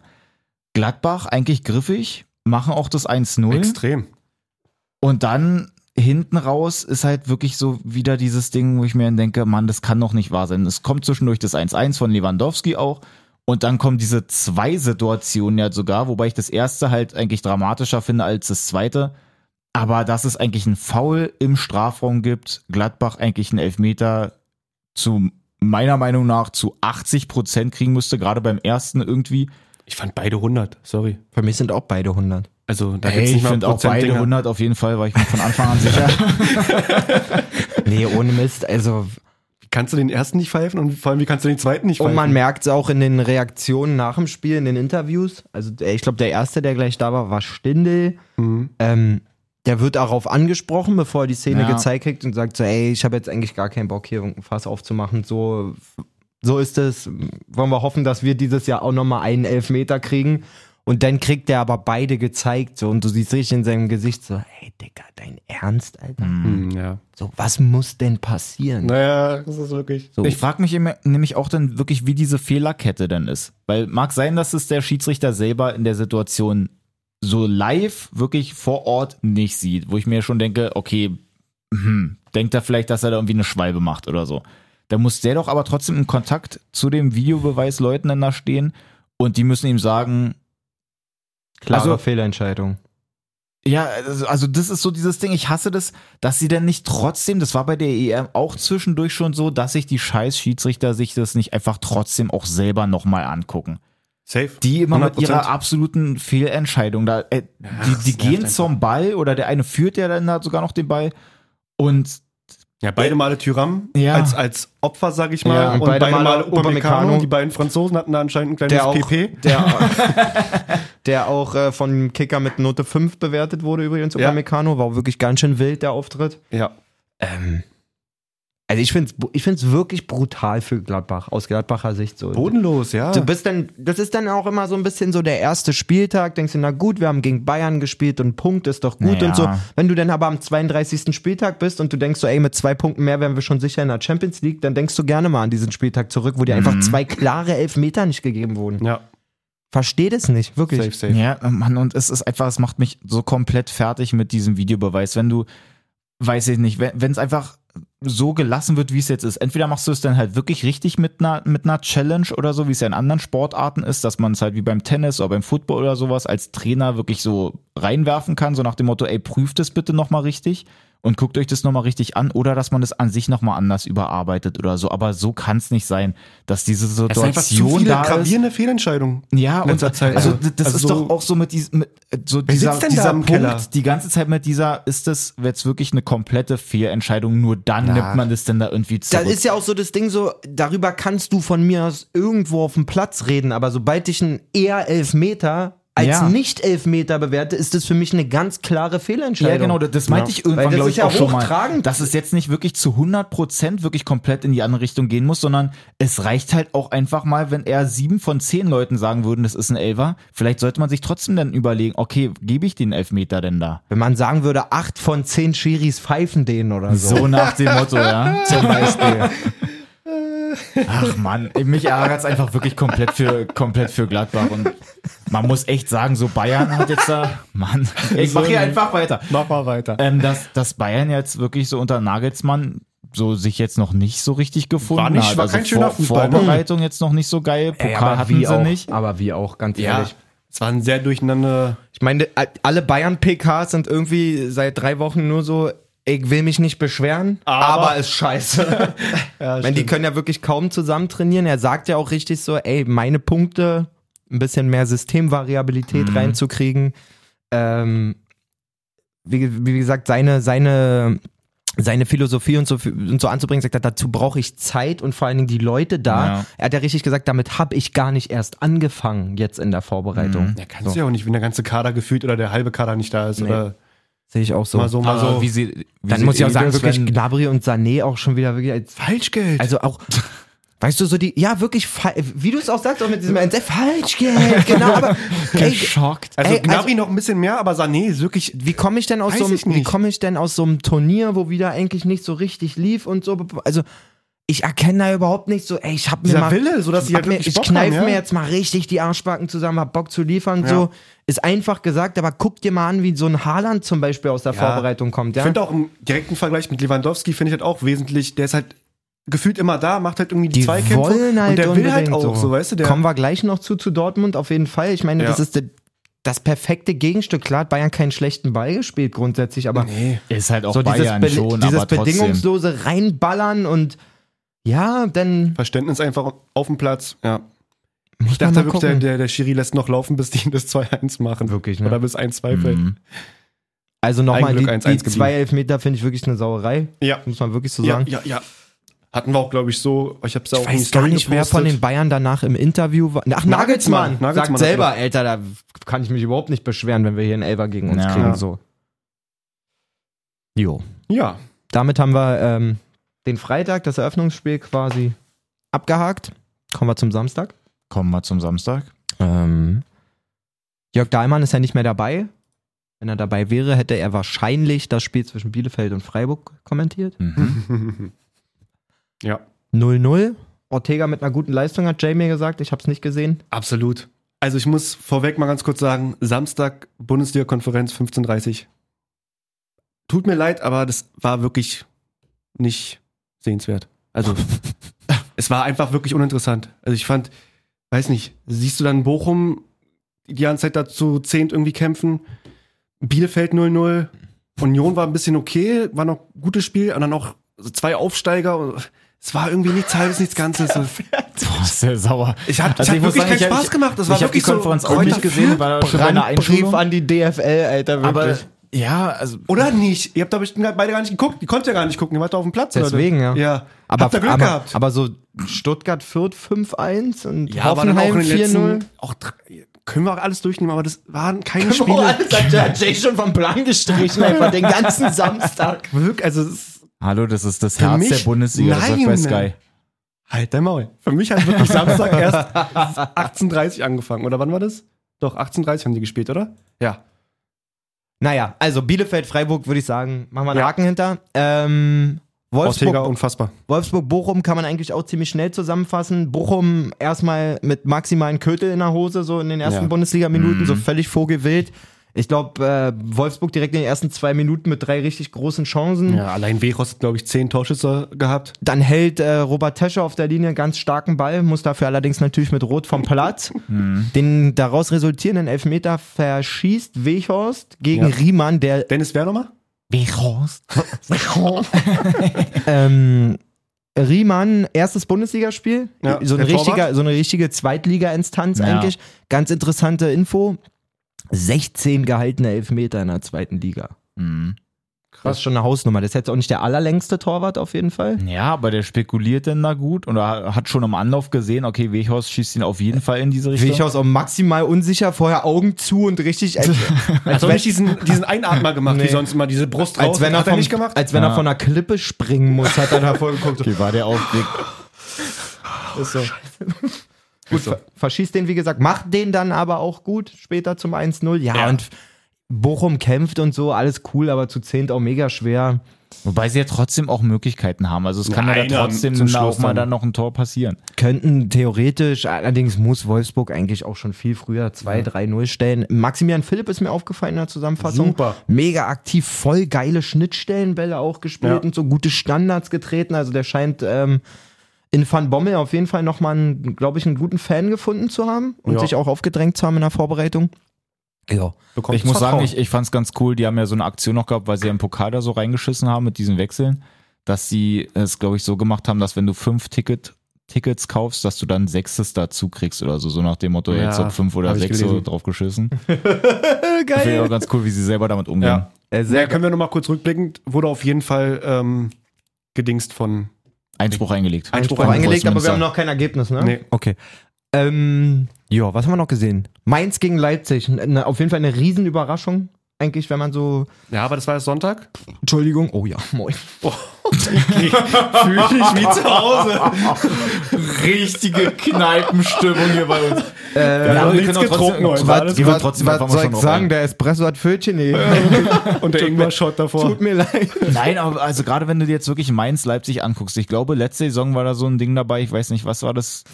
[SPEAKER 2] Gladbach eigentlich griffig, machen auch das 1-0.
[SPEAKER 3] Extrem.
[SPEAKER 2] Und dann hinten raus ist halt wirklich so wieder dieses Ding, wo ich mir dann denke, Mann, das kann doch nicht wahr sein. Es kommt zwischendurch das 1-1 von Lewandowski auch. Und dann kommen diese zwei Situationen ja sogar, wobei ich das erste halt eigentlich dramatischer finde als das zweite. Aber dass es eigentlich einen Foul im Strafraum gibt, Gladbach eigentlich einen Elfmeter zu meiner Meinung nach zu 80 Prozent kriegen müsste, gerade beim ersten irgendwie.
[SPEAKER 3] Ich fand beide 100, sorry.
[SPEAKER 1] Für mich sind auch beide 100.
[SPEAKER 3] Also, da
[SPEAKER 2] Ey,
[SPEAKER 3] gibt's nicht
[SPEAKER 2] ich
[SPEAKER 3] mal
[SPEAKER 2] finde auch beide
[SPEAKER 3] Prozentdinger.
[SPEAKER 2] 100 auf jeden Fall, war ich mir von Anfang an sicher.
[SPEAKER 1] Nee, ohne Mist. Also,
[SPEAKER 3] Kannst du den ersten nicht pfeifen und vor allem, wie kannst du den zweiten nicht
[SPEAKER 1] und
[SPEAKER 2] Oh
[SPEAKER 3] pfeifen?
[SPEAKER 1] man merkt es auch in den Reaktionen nach dem Spiel, in den Interviews. Also, der- ich glaube, der Erste, der gleich da war, war Stindel.
[SPEAKER 3] Mhm.
[SPEAKER 1] ähm, der wird darauf angesprochen, bevor er die Szene
[SPEAKER 2] Ja.
[SPEAKER 1] gezeigt kriegt und sagt so, ey, ich habe jetzt eigentlich gar keinen Bock, hier irgendein Fass aufzumachen. So, so ist es. Wollen wir hoffen, dass wir dieses Jahr auch nochmal einen Elfmeter kriegen. Und dann kriegt er aber beide gezeigt. So, und du siehst richtig in seinem Gesicht so, ey, Digga, dein Ernst, Alter?
[SPEAKER 3] Mhm, Ne, ja. Äh,
[SPEAKER 1] So, was muss denn passieren?
[SPEAKER 3] Naja, das ist wirklich.
[SPEAKER 1] So.
[SPEAKER 2] Ich frage mich immer, nämlich auch dann wirklich, wie diese Fehlerkette denn ist. Weil mag sein, dass es der Schiedsrichter selber in der Situation so live wirklich vor Ort nicht sieht, wo ich mir schon denke, okay, hm, denkt er vielleicht, dass er da irgendwie eine Schwalbe macht oder so. Da muss der doch aber trotzdem in Kontakt zu dem Videobeweisleuten dann da stehen und die müssen ihm sagen,
[SPEAKER 1] Klare
[SPEAKER 2] also-
[SPEAKER 1] Fehlentscheidung.
[SPEAKER 2] ja, also also das ist so dieses Ding, ich hasse das, dass sie dann nicht trotzdem, das war bei der EM auch zwischendurch schon so, dass sich die scheiß Schiedsrichter sich das nicht einfach trotzdem auch selber nochmal angucken.
[SPEAKER 3] Safe.
[SPEAKER 2] Die immer mit
[SPEAKER 3] 100%.
[SPEAKER 2] ihrer absoluten Fehlentscheidung da, äh, die, die
[SPEAKER 3] nervt
[SPEAKER 2] gehen
[SPEAKER 3] einfach.
[SPEAKER 2] zum Ball oder der eine führt ja dann da sogar noch den Ball und
[SPEAKER 3] Ja, beide Male Tyram
[SPEAKER 2] Ja.
[SPEAKER 3] als, als Opfer, sag ich mal.
[SPEAKER 2] Ja,
[SPEAKER 3] und, beide, Male Upamecano.
[SPEAKER 1] Upamecano.
[SPEAKER 3] Die beiden Franzosen hatten da anscheinend ein kleines
[SPEAKER 1] Der auch-
[SPEAKER 3] PP.
[SPEAKER 1] Der, der auch äh, von Kicker mit Note 5 bewertet wurde übrigens,
[SPEAKER 3] Ja.
[SPEAKER 1] Upamecano. War auch wirklich ganz schön wild, der Auftritt.
[SPEAKER 3] Ja.
[SPEAKER 1] Ähm, also ich finde es ich find's wirklich brutal für Gladbach, aus Gladbacher Sicht so.
[SPEAKER 3] Bodenlos, ja.
[SPEAKER 1] Du bist dann, das ist dann auch immer so ein bisschen so der erste Spieltag, denkst du, na gut, wir haben gegen Bayern gespielt und Punkt ist doch gut
[SPEAKER 2] Naja.
[SPEAKER 1] und so. Wenn du dann aber am 32. Spieltag bist und du denkst so, ey, mit zwei Punkten mehr wären wir schon sicher in der Champions League, dann denkst du gerne mal an diesen Spieltag zurück, wo dir einfach zwei klare Elfmeter nicht gegeben wurden.
[SPEAKER 3] ja,
[SPEAKER 1] Versteh das nicht, wirklich.
[SPEAKER 3] safe, safe.
[SPEAKER 2] Ja, oh Mann, und es ist einfach, es macht mich so komplett fertig mit diesem Videobeweis. Wenn du, weiß ich nicht, wenn es einfach so gelassen wird, wie es jetzt ist. Entweder machst du es dann halt wirklich richtig mit einer, mit einer Challenge oder so, wie es ja in anderen Sportarten ist, dass man es halt wie beim Tennis oder beim Football oder sowas als Trainer wirklich so reinwerfen kann, so nach dem Motto, ey, prüft es bitte nochmal richtig und guckt euch das nochmal richtig an oder dass man es an sich nochmal anders überarbeitet oder so. Aber so kann es nicht sein, dass diese
[SPEAKER 3] Das sind einfach zu
[SPEAKER 2] Situation
[SPEAKER 3] viele
[SPEAKER 2] da ist.
[SPEAKER 3] gravierende Fehlentscheidungen.
[SPEAKER 2] Ja,
[SPEAKER 3] in letzter
[SPEAKER 2] und
[SPEAKER 3] Zeit.
[SPEAKER 2] also
[SPEAKER 3] Ja.
[SPEAKER 2] d- das
[SPEAKER 3] Also
[SPEAKER 2] ist
[SPEAKER 3] so-
[SPEAKER 2] doch auch so mit diesem, mit, äh, so dieser,
[SPEAKER 3] sitzt denn da
[SPEAKER 2] dieser
[SPEAKER 3] im
[SPEAKER 2] Punkt,
[SPEAKER 3] Keller?
[SPEAKER 2] die ganze Zeit mit dieser, ist das jetzt wirklich eine komplette Fehlentscheidung, nur dann nimmt man das denn da irgendwie
[SPEAKER 1] Da
[SPEAKER 2] zurück.
[SPEAKER 1] ist ja auch so das Ding so, darüber kannst du von mir aus irgendwo auf dem Platz reden, aber sobald ich einen eher Elfmeter als
[SPEAKER 2] Ja.
[SPEAKER 1] nicht Elfmeter bewerte, ist das für mich eine ganz klare Fehlentscheidung.
[SPEAKER 2] ja, genau, das, das meinte ich
[SPEAKER 1] Weil
[SPEAKER 2] irgendwann,
[SPEAKER 1] das
[SPEAKER 2] glaube
[SPEAKER 1] ist
[SPEAKER 2] ich,
[SPEAKER 1] ja
[SPEAKER 2] auch schon mal.
[SPEAKER 1] hochtragend.
[SPEAKER 2] Dass es jetzt nicht wirklich zu 100% wirklich komplett in die andere Richtung gehen muss, sondern es reicht halt auch einfach mal, wenn eher sieben von zehn Leuten sagen würden, das ist ein Elfer. Vielleicht sollte man sich trotzdem dann überlegen, okay, gebe ich den Elfmeter denn da?
[SPEAKER 1] Wenn man sagen würde, acht von zehn Schiris pfeifen den oder so.
[SPEAKER 2] So nach dem Motto, ja.
[SPEAKER 1] zum Beispiel.
[SPEAKER 2] Ach Mann, ey, mich ärgert es einfach wirklich komplett für, komplett für Gladbach. Und man muss echt sagen, so Bayern hat jetzt da. Mann, ich mache hier einfach weiter.
[SPEAKER 3] Mach mal weiter.
[SPEAKER 2] Ähm, dass, dass Bayern jetzt wirklich so unter Nagelsmann so sich jetzt noch nicht so richtig gefunden
[SPEAKER 3] War nicht-
[SPEAKER 2] hat. Also
[SPEAKER 3] war kein schöner Fußball, ne?
[SPEAKER 2] Vorbereitung jetzt noch nicht so geil. Pokal hatten sie
[SPEAKER 1] auch,
[SPEAKER 2] nicht.
[SPEAKER 1] aber wie auch, ganz
[SPEAKER 3] Ja.
[SPEAKER 1] ehrlich.
[SPEAKER 3] Es war ein sehr durcheinander.
[SPEAKER 1] Ich meine, alle Bayern-PKs sind irgendwie seit drei Wochen nur so, ich will mich nicht beschweren,
[SPEAKER 3] Aber-
[SPEAKER 1] aber, ist scheiße.
[SPEAKER 3] Ja,
[SPEAKER 1] Ich meine, die können ja wirklich kaum zusammen trainieren. Er sagt ja auch richtig so, ey, meine Punkte, ein bisschen mehr
[SPEAKER 3] Mhm.
[SPEAKER 1] Systemvariabilität reinzukriegen. Ähm, wie, ge- wie gesagt, seine, seine, seine Philosophie und so, und so anzubringen, sagt er, dazu brauche ich Zeit und vor allen Dingen die Leute da.
[SPEAKER 2] Ja.
[SPEAKER 1] Er hat ja richtig gesagt, damit habe ich gar nicht erst angefangen jetzt in der Vorbereitung.
[SPEAKER 3] Mhm. ja, kannst du ja auch nicht, wenn der ganze Kader gefühlt oder der halbe Kader nicht da ist. Oder
[SPEAKER 1] Sehe ich auch so.
[SPEAKER 3] mal so, mal
[SPEAKER 2] Also
[SPEAKER 3] so.
[SPEAKER 2] wie sie, wie
[SPEAKER 1] Dann
[SPEAKER 2] sie
[SPEAKER 1] muss ich auch
[SPEAKER 2] eh
[SPEAKER 1] sagen,
[SPEAKER 2] das,
[SPEAKER 1] wirklich
[SPEAKER 2] wenn-
[SPEAKER 1] Gnabry und Sané auch schon wieder wirklich als
[SPEAKER 3] Falschgeld.
[SPEAKER 1] Also auch, weißt du, so die, ja, wirklich, fa- wie du es auch sagst, auch mit diesem NSF, Falschgeld, genau, aber, ey,
[SPEAKER 2] geschockt.
[SPEAKER 3] Also
[SPEAKER 1] Ey,
[SPEAKER 3] Gnabry noch ein bisschen mehr, aber Sané ist wirklich
[SPEAKER 1] wie komme ich denn aus
[SPEAKER 3] Weiß
[SPEAKER 1] so einem,
[SPEAKER 3] ich nicht.
[SPEAKER 1] wie komme ich denn aus so einem Turnier, wo wieder eigentlich nicht so richtig lief und so, also, ich erkenne da überhaupt nicht so, ey, ich hab mir
[SPEAKER 3] dieser
[SPEAKER 1] mal,
[SPEAKER 3] Wille, sodass sie
[SPEAKER 1] hab
[SPEAKER 3] halt
[SPEAKER 1] mir,
[SPEAKER 3] wirklich
[SPEAKER 1] ich
[SPEAKER 3] Bock
[SPEAKER 1] kneife
[SPEAKER 3] haben,
[SPEAKER 1] mir
[SPEAKER 3] ja?
[SPEAKER 1] jetzt mal richtig die Arschbacken zusammen, hab Bock zu liefern,
[SPEAKER 3] Ja.
[SPEAKER 1] so, ist einfach gesagt, aber guck dir mal an, wie so ein Haaland zum Beispiel aus der
[SPEAKER 3] Ja.
[SPEAKER 1] Vorbereitung kommt,
[SPEAKER 3] Ich
[SPEAKER 1] ja.
[SPEAKER 3] finde auch im direkten Vergleich mit Lewandowski finde ich halt auch wesentlich, der ist halt gefühlt immer da, macht halt irgendwie die,
[SPEAKER 1] Die
[SPEAKER 3] Zweikämpfe
[SPEAKER 1] wollen halt
[SPEAKER 3] und der will halt
[SPEAKER 1] unbedingt
[SPEAKER 3] auch, so,
[SPEAKER 1] so.
[SPEAKER 3] weißt du, der
[SPEAKER 1] Kommen wir gleich noch zu, zu Dortmund, auf jeden Fall. Ich meine,
[SPEAKER 3] Ja.
[SPEAKER 1] das ist de- das perfekte Gegenstück. Klar hat Bayern keinen schlechten Ball gespielt grundsätzlich, aber
[SPEAKER 3] nee.
[SPEAKER 2] Ist halt auch
[SPEAKER 1] so dieses,
[SPEAKER 2] Bayern
[SPEAKER 1] Be-
[SPEAKER 2] schon,
[SPEAKER 1] dieses
[SPEAKER 2] aber trotzdem.
[SPEAKER 1] bedingungslose Reinballern und ja, dann
[SPEAKER 3] Verständnis einfach auf dem Platz. Ja.
[SPEAKER 1] muss
[SPEAKER 3] Ich dachte
[SPEAKER 1] man
[SPEAKER 3] wirklich, der, der, der Schiri lässt noch laufen, bis die ihm das 2-1 machen.
[SPEAKER 1] Wirklich, ne?
[SPEAKER 3] Oder bis 1-2 fällt.
[SPEAKER 2] Mhm.
[SPEAKER 1] Also
[SPEAKER 3] Ein
[SPEAKER 1] nochmal, die,
[SPEAKER 3] Glück 1-1
[SPEAKER 1] die zwei Elfmeter finde ich wirklich eine Sauerei,
[SPEAKER 3] Ja.
[SPEAKER 1] muss man wirklich so
[SPEAKER 3] ja,
[SPEAKER 1] sagen.
[SPEAKER 3] ja, ja. Hatten wir auch, glaube ich, so. Ich habe es auch
[SPEAKER 1] Ich
[SPEAKER 3] in die
[SPEAKER 1] weiß
[SPEAKER 3] Story
[SPEAKER 1] gar nicht, wer von den
[SPEAKER 3] gepostet.
[SPEAKER 1] Bayern danach im Interview war. Ach,
[SPEAKER 3] Nagelsmann.
[SPEAKER 1] Nagelsmann,
[SPEAKER 3] Nagelsmann
[SPEAKER 1] sagt
[SPEAKER 3] hat
[SPEAKER 1] selber, Alter, da kann ich mich überhaupt nicht beschweren, wenn wir hier einen Elfer gegen uns
[SPEAKER 2] Ja.
[SPEAKER 1] kriegen.
[SPEAKER 3] Ja.
[SPEAKER 1] So. Jo.
[SPEAKER 3] Ja,
[SPEAKER 1] damit haben wir ähm, den Freitag, das Eröffnungsspiel quasi abgehakt. Kommen wir zum Samstag.
[SPEAKER 2] Kommen wir zum Samstag.
[SPEAKER 1] Ähm, Jörg Dahlmann ist ja nicht mehr dabei. Wenn er dabei wäre, hätte er wahrscheinlich das Spiel zwischen Bielefeld und Freiburg kommentiert.
[SPEAKER 2] Mhm.
[SPEAKER 3] ja,
[SPEAKER 1] 0-0. Ortega mit einer guten Leistung, hat Jay mir gesagt. Ich habe es nicht gesehen.
[SPEAKER 3] absolut. Also ich muss vorweg mal ganz kurz sagen, Samstag Bundesliga-Konferenz 15.30 Tut mir leid, aber das war wirklich nicht sehenswert. Also es war einfach wirklich uninteressant. Also ich fand, weiß nicht, siehst du dann Bochum die ganze Zeit dazu zehnt irgendwie kämpfen, Bielefeld 0-0, Union war ein bisschen okay, war noch ein gutes Spiel und dann auch so zwei Aufsteiger. Es war irgendwie nichts halbes, nichts Ganzes.
[SPEAKER 2] Boah, ist der sauer.
[SPEAKER 3] Ich hab,
[SPEAKER 2] Also
[SPEAKER 3] ich
[SPEAKER 2] ich
[SPEAKER 3] hab
[SPEAKER 2] muss
[SPEAKER 3] wirklich
[SPEAKER 2] sagen,
[SPEAKER 3] keinen
[SPEAKER 2] ich hab-
[SPEAKER 3] Spaß gemacht. Das
[SPEAKER 2] ich
[SPEAKER 3] war
[SPEAKER 2] hab die
[SPEAKER 3] wirklich
[SPEAKER 2] Konferenz
[SPEAKER 3] so
[SPEAKER 2] auch
[SPEAKER 3] Kräuter
[SPEAKER 2] nicht gesehen,
[SPEAKER 3] für-
[SPEAKER 2] war schon bei einer Einschulung.
[SPEAKER 1] an die DFL, Alter,
[SPEAKER 2] Aber Ja, also
[SPEAKER 3] Oder nicht? Ihr habt da bestimmt beide gar nicht geguckt. Ihr konntet ja gar nicht gucken. Ihr wart da auf dem Platz.
[SPEAKER 1] Deswegen, ja.
[SPEAKER 3] oder? Ja.
[SPEAKER 1] Aber,
[SPEAKER 3] habt ihr Glück
[SPEAKER 1] aber,
[SPEAKER 3] gehabt.
[SPEAKER 1] aber so Stuttgart Fürth 5-1 und
[SPEAKER 3] ja, aber dann auch in
[SPEAKER 1] Hoffenheim
[SPEAKER 3] den
[SPEAKER 1] 4-0.
[SPEAKER 3] letzten, auch, dr- können wir auch alles durchnehmen, aber das waren keine
[SPEAKER 1] Oh,
[SPEAKER 3] Spiele.
[SPEAKER 1] alles hat der Jay schon vom Plan gestrichen, einfach den ganzen Samstag.
[SPEAKER 3] Wirklich, also es ist-
[SPEAKER 2] Hallo, das ist das
[SPEAKER 3] Für
[SPEAKER 2] Herz
[SPEAKER 3] mich?
[SPEAKER 2] der Bundesliga, das sagt bei
[SPEAKER 3] Nein.
[SPEAKER 2] Sky.
[SPEAKER 3] halt dein Maul. Für mich hat wirklich Samstag erst 18.30 Uhr angefangen. Oder wann war das? Doch, 18.30 Uhr haben die gespielt, oder? Ja.
[SPEAKER 1] Naja, also Bielefeld-Freiburg würde ich sagen, machen wir einen
[SPEAKER 3] Ja.
[SPEAKER 1] Haken hinter. Ähm,
[SPEAKER 3] Ortega,
[SPEAKER 1] Wolfsburg,
[SPEAKER 3] unfassbar.
[SPEAKER 1] Wolfsburg-Bochum kann man eigentlich auch ziemlich schnell zusammenfassen. Bochum erstmal mit maximalen Kötel in der Hose, so in den ersten
[SPEAKER 2] Ja.
[SPEAKER 1] Bundesliga-Minuten, so
[SPEAKER 2] Mhm.
[SPEAKER 1] völlig vogelwild. Ich glaube, äh, Wolfsburg direkt in den ersten zwei Minuten mit drei richtig großen Chancen.
[SPEAKER 3] Ja, allein Wehros hat, glaube ich, zehn Torschüsse gehabt.
[SPEAKER 1] Dann hält äh, Robert Tesche auf der Linie einen ganz starken Ball, muss dafür allerdings natürlich mit Rot vom Platz.
[SPEAKER 2] Hm.
[SPEAKER 1] Den daraus resultierenden Elfmeter verschießt Wechhorst gegen
[SPEAKER 3] Ja.
[SPEAKER 1] Riemann, der
[SPEAKER 3] Dennis, wer nochmal?
[SPEAKER 2] Wechhorst.
[SPEAKER 1] ähm, Riemann, erstes Bundesligaspiel,
[SPEAKER 3] Ja,
[SPEAKER 1] so, ein
[SPEAKER 3] der
[SPEAKER 1] richtiger,
[SPEAKER 3] Torwart.
[SPEAKER 1] so eine richtige Zweitliga-Instanz
[SPEAKER 2] Ja.
[SPEAKER 1] eigentlich. Ganz interessante Info. 16 gehaltene Elfmeter in der zweiten Liga.
[SPEAKER 2] Mhm.
[SPEAKER 1] Das ist schon eine Hausnummer. Das ist jetzt auch nicht der allerlängste Torwart auf jeden Fall.
[SPEAKER 2] Ja, aber der spekuliert denn da gut und er hat schon im Anlauf gesehen, okay, Wechhorst schießt ihn auf jeden Fall in diese Richtung.
[SPEAKER 1] Wichhaus auch maximal unsicher, vorher Augen zu und richtig, als,
[SPEAKER 3] Als
[SPEAKER 1] als,
[SPEAKER 3] hat
[SPEAKER 1] wenn,
[SPEAKER 3] nicht diesen, diesen Einatmer gemacht,
[SPEAKER 1] Nee.
[SPEAKER 3] wie sonst immer, diese Brust raus.
[SPEAKER 1] als wenn, er,
[SPEAKER 3] hat er
[SPEAKER 1] vom,
[SPEAKER 3] nicht gemacht.
[SPEAKER 1] als wenn er
[SPEAKER 2] Ja.
[SPEAKER 1] von einer Klippe springen muss, hat er davor geguckt.
[SPEAKER 2] Okay, war der Aufblick.
[SPEAKER 1] Ist so. Gut, ver verschießt den, wie gesagt, macht den dann aber auch gut später zum 1-0. Ja,
[SPEAKER 2] Ja.
[SPEAKER 1] und Bochum kämpft und so, alles cool, aber zu zehnt auch mega schwer.
[SPEAKER 2] Wobei sie ja trotzdem auch Möglichkeiten haben. Also es kann ja
[SPEAKER 3] Nein,
[SPEAKER 2] da trotzdem
[SPEAKER 3] zum
[SPEAKER 2] da auch
[SPEAKER 3] Schluss
[SPEAKER 2] mal
[SPEAKER 3] dann.
[SPEAKER 2] dann noch ein Tor passieren.
[SPEAKER 1] Könnten theoretisch, allerdings muss Wolfsburg eigentlich auch schon viel früher 2-3-0 stellen. Maximilian Philipp ist mir aufgefallen in der Zusammenfassung.
[SPEAKER 3] Super.
[SPEAKER 1] Mega aktiv, voll geile Schnittstellenbälle auch gespielt
[SPEAKER 3] Ja.
[SPEAKER 1] und so gute Standards getreten. Also der scheint ähm, in Van Bommel auf jeden Fall nochmal, glaube ich, einen guten Fan gefunden zu haben und
[SPEAKER 3] Ja.
[SPEAKER 1] sich auch aufgedrängt zu haben in der Vorbereitung. Ja.
[SPEAKER 3] Bekommt
[SPEAKER 2] ich muss
[SPEAKER 3] Vertrauen.
[SPEAKER 2] sagen, ich, ich fand es ganz cool, die haben ja so eine Aktion noch gehabt, weil sie ja im Pokal da so reingeschissen haben mit diesen Wechseln, dass sie es, glaube ich, so gemacht haben, dass wenn du fünf Ticket, Tickets kaufst, dass du dann ein sechstes dazu kriegst oder so, so nach dem Motto,
[SPEAKER 3] Ja,
[SPEAKER 2] jetzt hab fünf oder
[SPEAKER 3] hab ich
[SPEAKER 2] sechs so
[SPEAKER 3] gelesen.
[SPEAKER 2] drauf geschissen. Geil. Finde ich auch ganz cool, wie sie selber damit umgehen.
[SPEAKER 3] Ja.
[SPEAKER 1] Äh,
[SPEAKER 3] Ja,
[SPEAKER 1] sehr
[SPEAKER 3] können wir nochmal kurz rückblickend, wurde auf jeden Fall ähm, gedingst von.
[SPEAKER 2] Einspruch eingelegt.
[SPEAKER 1] Einspruch
[SPEAKER 3] Einspruch
[SPEAKER 1] eingelegt, aber wir
[SPEAKER 2] Westminster.
[SPEAKER 1] haben noch kein Ergebnis, ne?
[SPEAKER 3] Nee.
[SPEAKER 1] Okay. Ähm, ja, was haben wir noch gesehen? Mainz gegen Leipzig. Ne, auf jeden Fall eine Riesenüberraschung, eigentlich, wenn man so.
[SPEAKER 3] Ja, aber das war erst Sonntag.
[SPEAKER 1] Entschuldigung. Oh ja, moin.
[SPEAKER 3] Fühle ich wie zu Hause.
[SPEAKER 2] richtige Kneipenstimmung hier bei uns.
[SPEAKER 1] Äh,
[SPEAKER 3] haben nichts
[SPEAKER 2] können auch
[SPEAKER 3] getrunken
[SPEAKER 2] trotzdem-
[SPEAKER 3] heute,
[SPEAKER 2] Was-
[SPEAKER 3] alles
[SPEAKER 2] wir können trotzdem einfach mal schon drauf ein.
[SPEAKER 1] Der Espresso hat Fötchen. Nee.
[SPEAKER 3] Und der Ingwer-Shot davor.
[SPEAKER 1] Tut mir leid.
[SPEAKER 2] Nein, aber also gerade wenn du dir jetzt wirklich Mainz Leipzig anguckst, ich glaube, letzte Saison war da so ein Ding dabei, ich weiß nicht, was war das?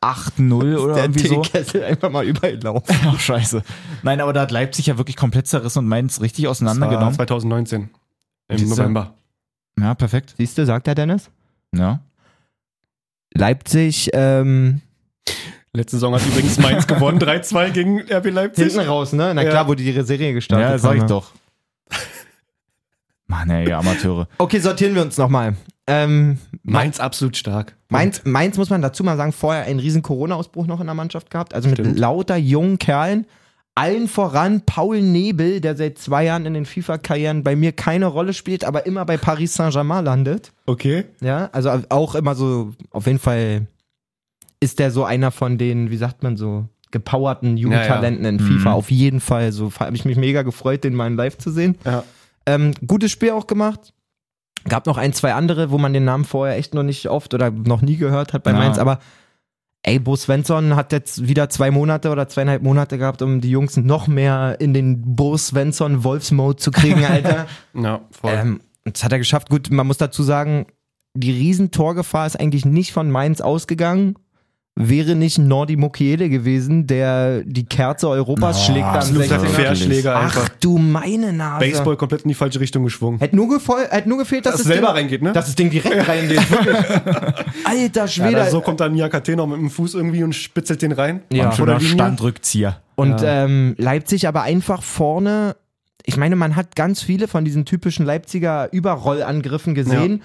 [SPEAKER 2] 8-0 oder
[SPEAKER 1] Der
[SPEAKER 2] irgendwie so.
[SPEAKER 1] Teekessel einfach mal überlaufen.
[SPEAKER 2] Ach, scheiße. Nein, aber da hat Leipzig ja wirklich komplett zerrissen und Mainz richtig
[SPEAKER 3] Das war
[SPEAKER 2] auseinandergenommen.
[SPEAKER 3] 2019. Ah, Im
[SPEAKER 2] Siehste?
[SPEAKER 3] November.
[SPEAKER 2] Ja, perfekt.
[SPEAKER 1] Siehst du, sagt der Dennis?
[SPEAKER 2] Ja.
[SPEAKER 1] Leipzig, ähm,
[SPEAKER 3] Letzte Saison hat übrigens Mainz gewonnen, 3-2 gegen RB Leipzig.
[SPEAKER 1] hinten raus, ne? Na klar,
[SPEAKER 3] Ja.
[SPEAKER 1] wo die ihre Serie gestartet
[SPEAKER 2] Ja, sag ich
[SPEAKER 1] haben,
[SPEAKER 2] doch. Mann, ey, ihr Amateure.
[SPEAKER 1] Okay, sortieren wir uns nochmal. Ähm,
[SPEAKER 3] Mainz absolut stark.
[SPEAKER 1] Mainz, Mainz muss man dazu mal sagen, vorher einen riesen Corona-Ausbruch noch in der Mannschaft gehabt, also mit
[SPEAKER 3] Stimmt.
[SPEAKER 1] lauter jungen Kerlen. Allen voran Paul Nebel, der seit zwei Jahren in den FIFA-Karrieren bei mir keine Rolle spielt, aber immer bei Paris Saint-Germain landet.
[SPEAKER 3] Okay.
[SPEAKER 1] Ja, also auch immer so, auf jeden Fall ist der so einer von den, wie sagt man so, gepowerten Jugendtalenten in FIFA.
[SPEAKER 2] Mhm.
[SPEAKER 1] Auf jeden Fall. So habe ich mich mega gefreut, den mal in live zu sehen.
[SPEAKER 3] Ja.
[SPEAKER 1] Ähm, gutes Spiel auch gemacht. Gab noch ein, zwei andere, wo man den Namen vorher echt noch nicht oft oder noch nie gehört hat bei
[SPEAKER 2] Ja.
[SPEAKER 1] Mainz, aber ey, Bo Svensson hat jetzt wieder zwei Monate oder zweieinhalb Monate gehabt, um die Jungs noch mehr in den Bo Svensson Wolfsmode zu kriegen, Alter.
[SPEAKER 3] Ja, voll.
[SPEAKER 1] ähm, das hat er geschafft. Gut, man muss dazu sagen, die Riesentorgefahr ist eigentlich nicht von Mainz ausgegangen. Wäre nicht Nordi Mokiele gewesen, der die Kerze Europas
[SPEAKER 2] Oh,
[SPEAKER 1] schlägt am
[SPEAKER 2] absoluter
[SPEAKER 1] 16er.
[SPEAKER 2] Fair-
[SPEAKER 3] Querschläger
[SPEAKER 1] Ach
[SPEAKER 3] einfach.
[SPEAKER 1] du meine Nase.
[SPEAKER 3] Baseball komplett in die falsche Richtung geschwungen.
[SPEAKER 1] Hätte nur, gefol- hätte nur gefehlt, dass
[SPEAKER 3] Dass es
[SPEAKER 1] also- das
[SPEAKER 3] selber
[SPEAKER 1] Ding-
[SPEAKER 3] reingeht, ne?
[SPEAKER 1] Dass das Ding direkt reingeht. wirklich. Alter
[SPEAKER 3] ja,
[SPEAKER 1] Schwede.
[SPEAKER 3] da, so kommt dann Niakate noch mit dem Fuß irgendwie und spitzelt den rein.
[SPEAKER 1] Ja.
[SPEAKER 2] Ja,
[SPEAKER 3] Vor der
[SPEAKER 2] schöner
[SPEAKER 3] Linie.
[SPEAKER 2] Standrückzieher.
[SPEAKER 1] Und ähm, Leipzig aber einfach vorne. Ich meine, man hat ganz viele von diesen typischen Leipziger Überrollangriffen gesehen.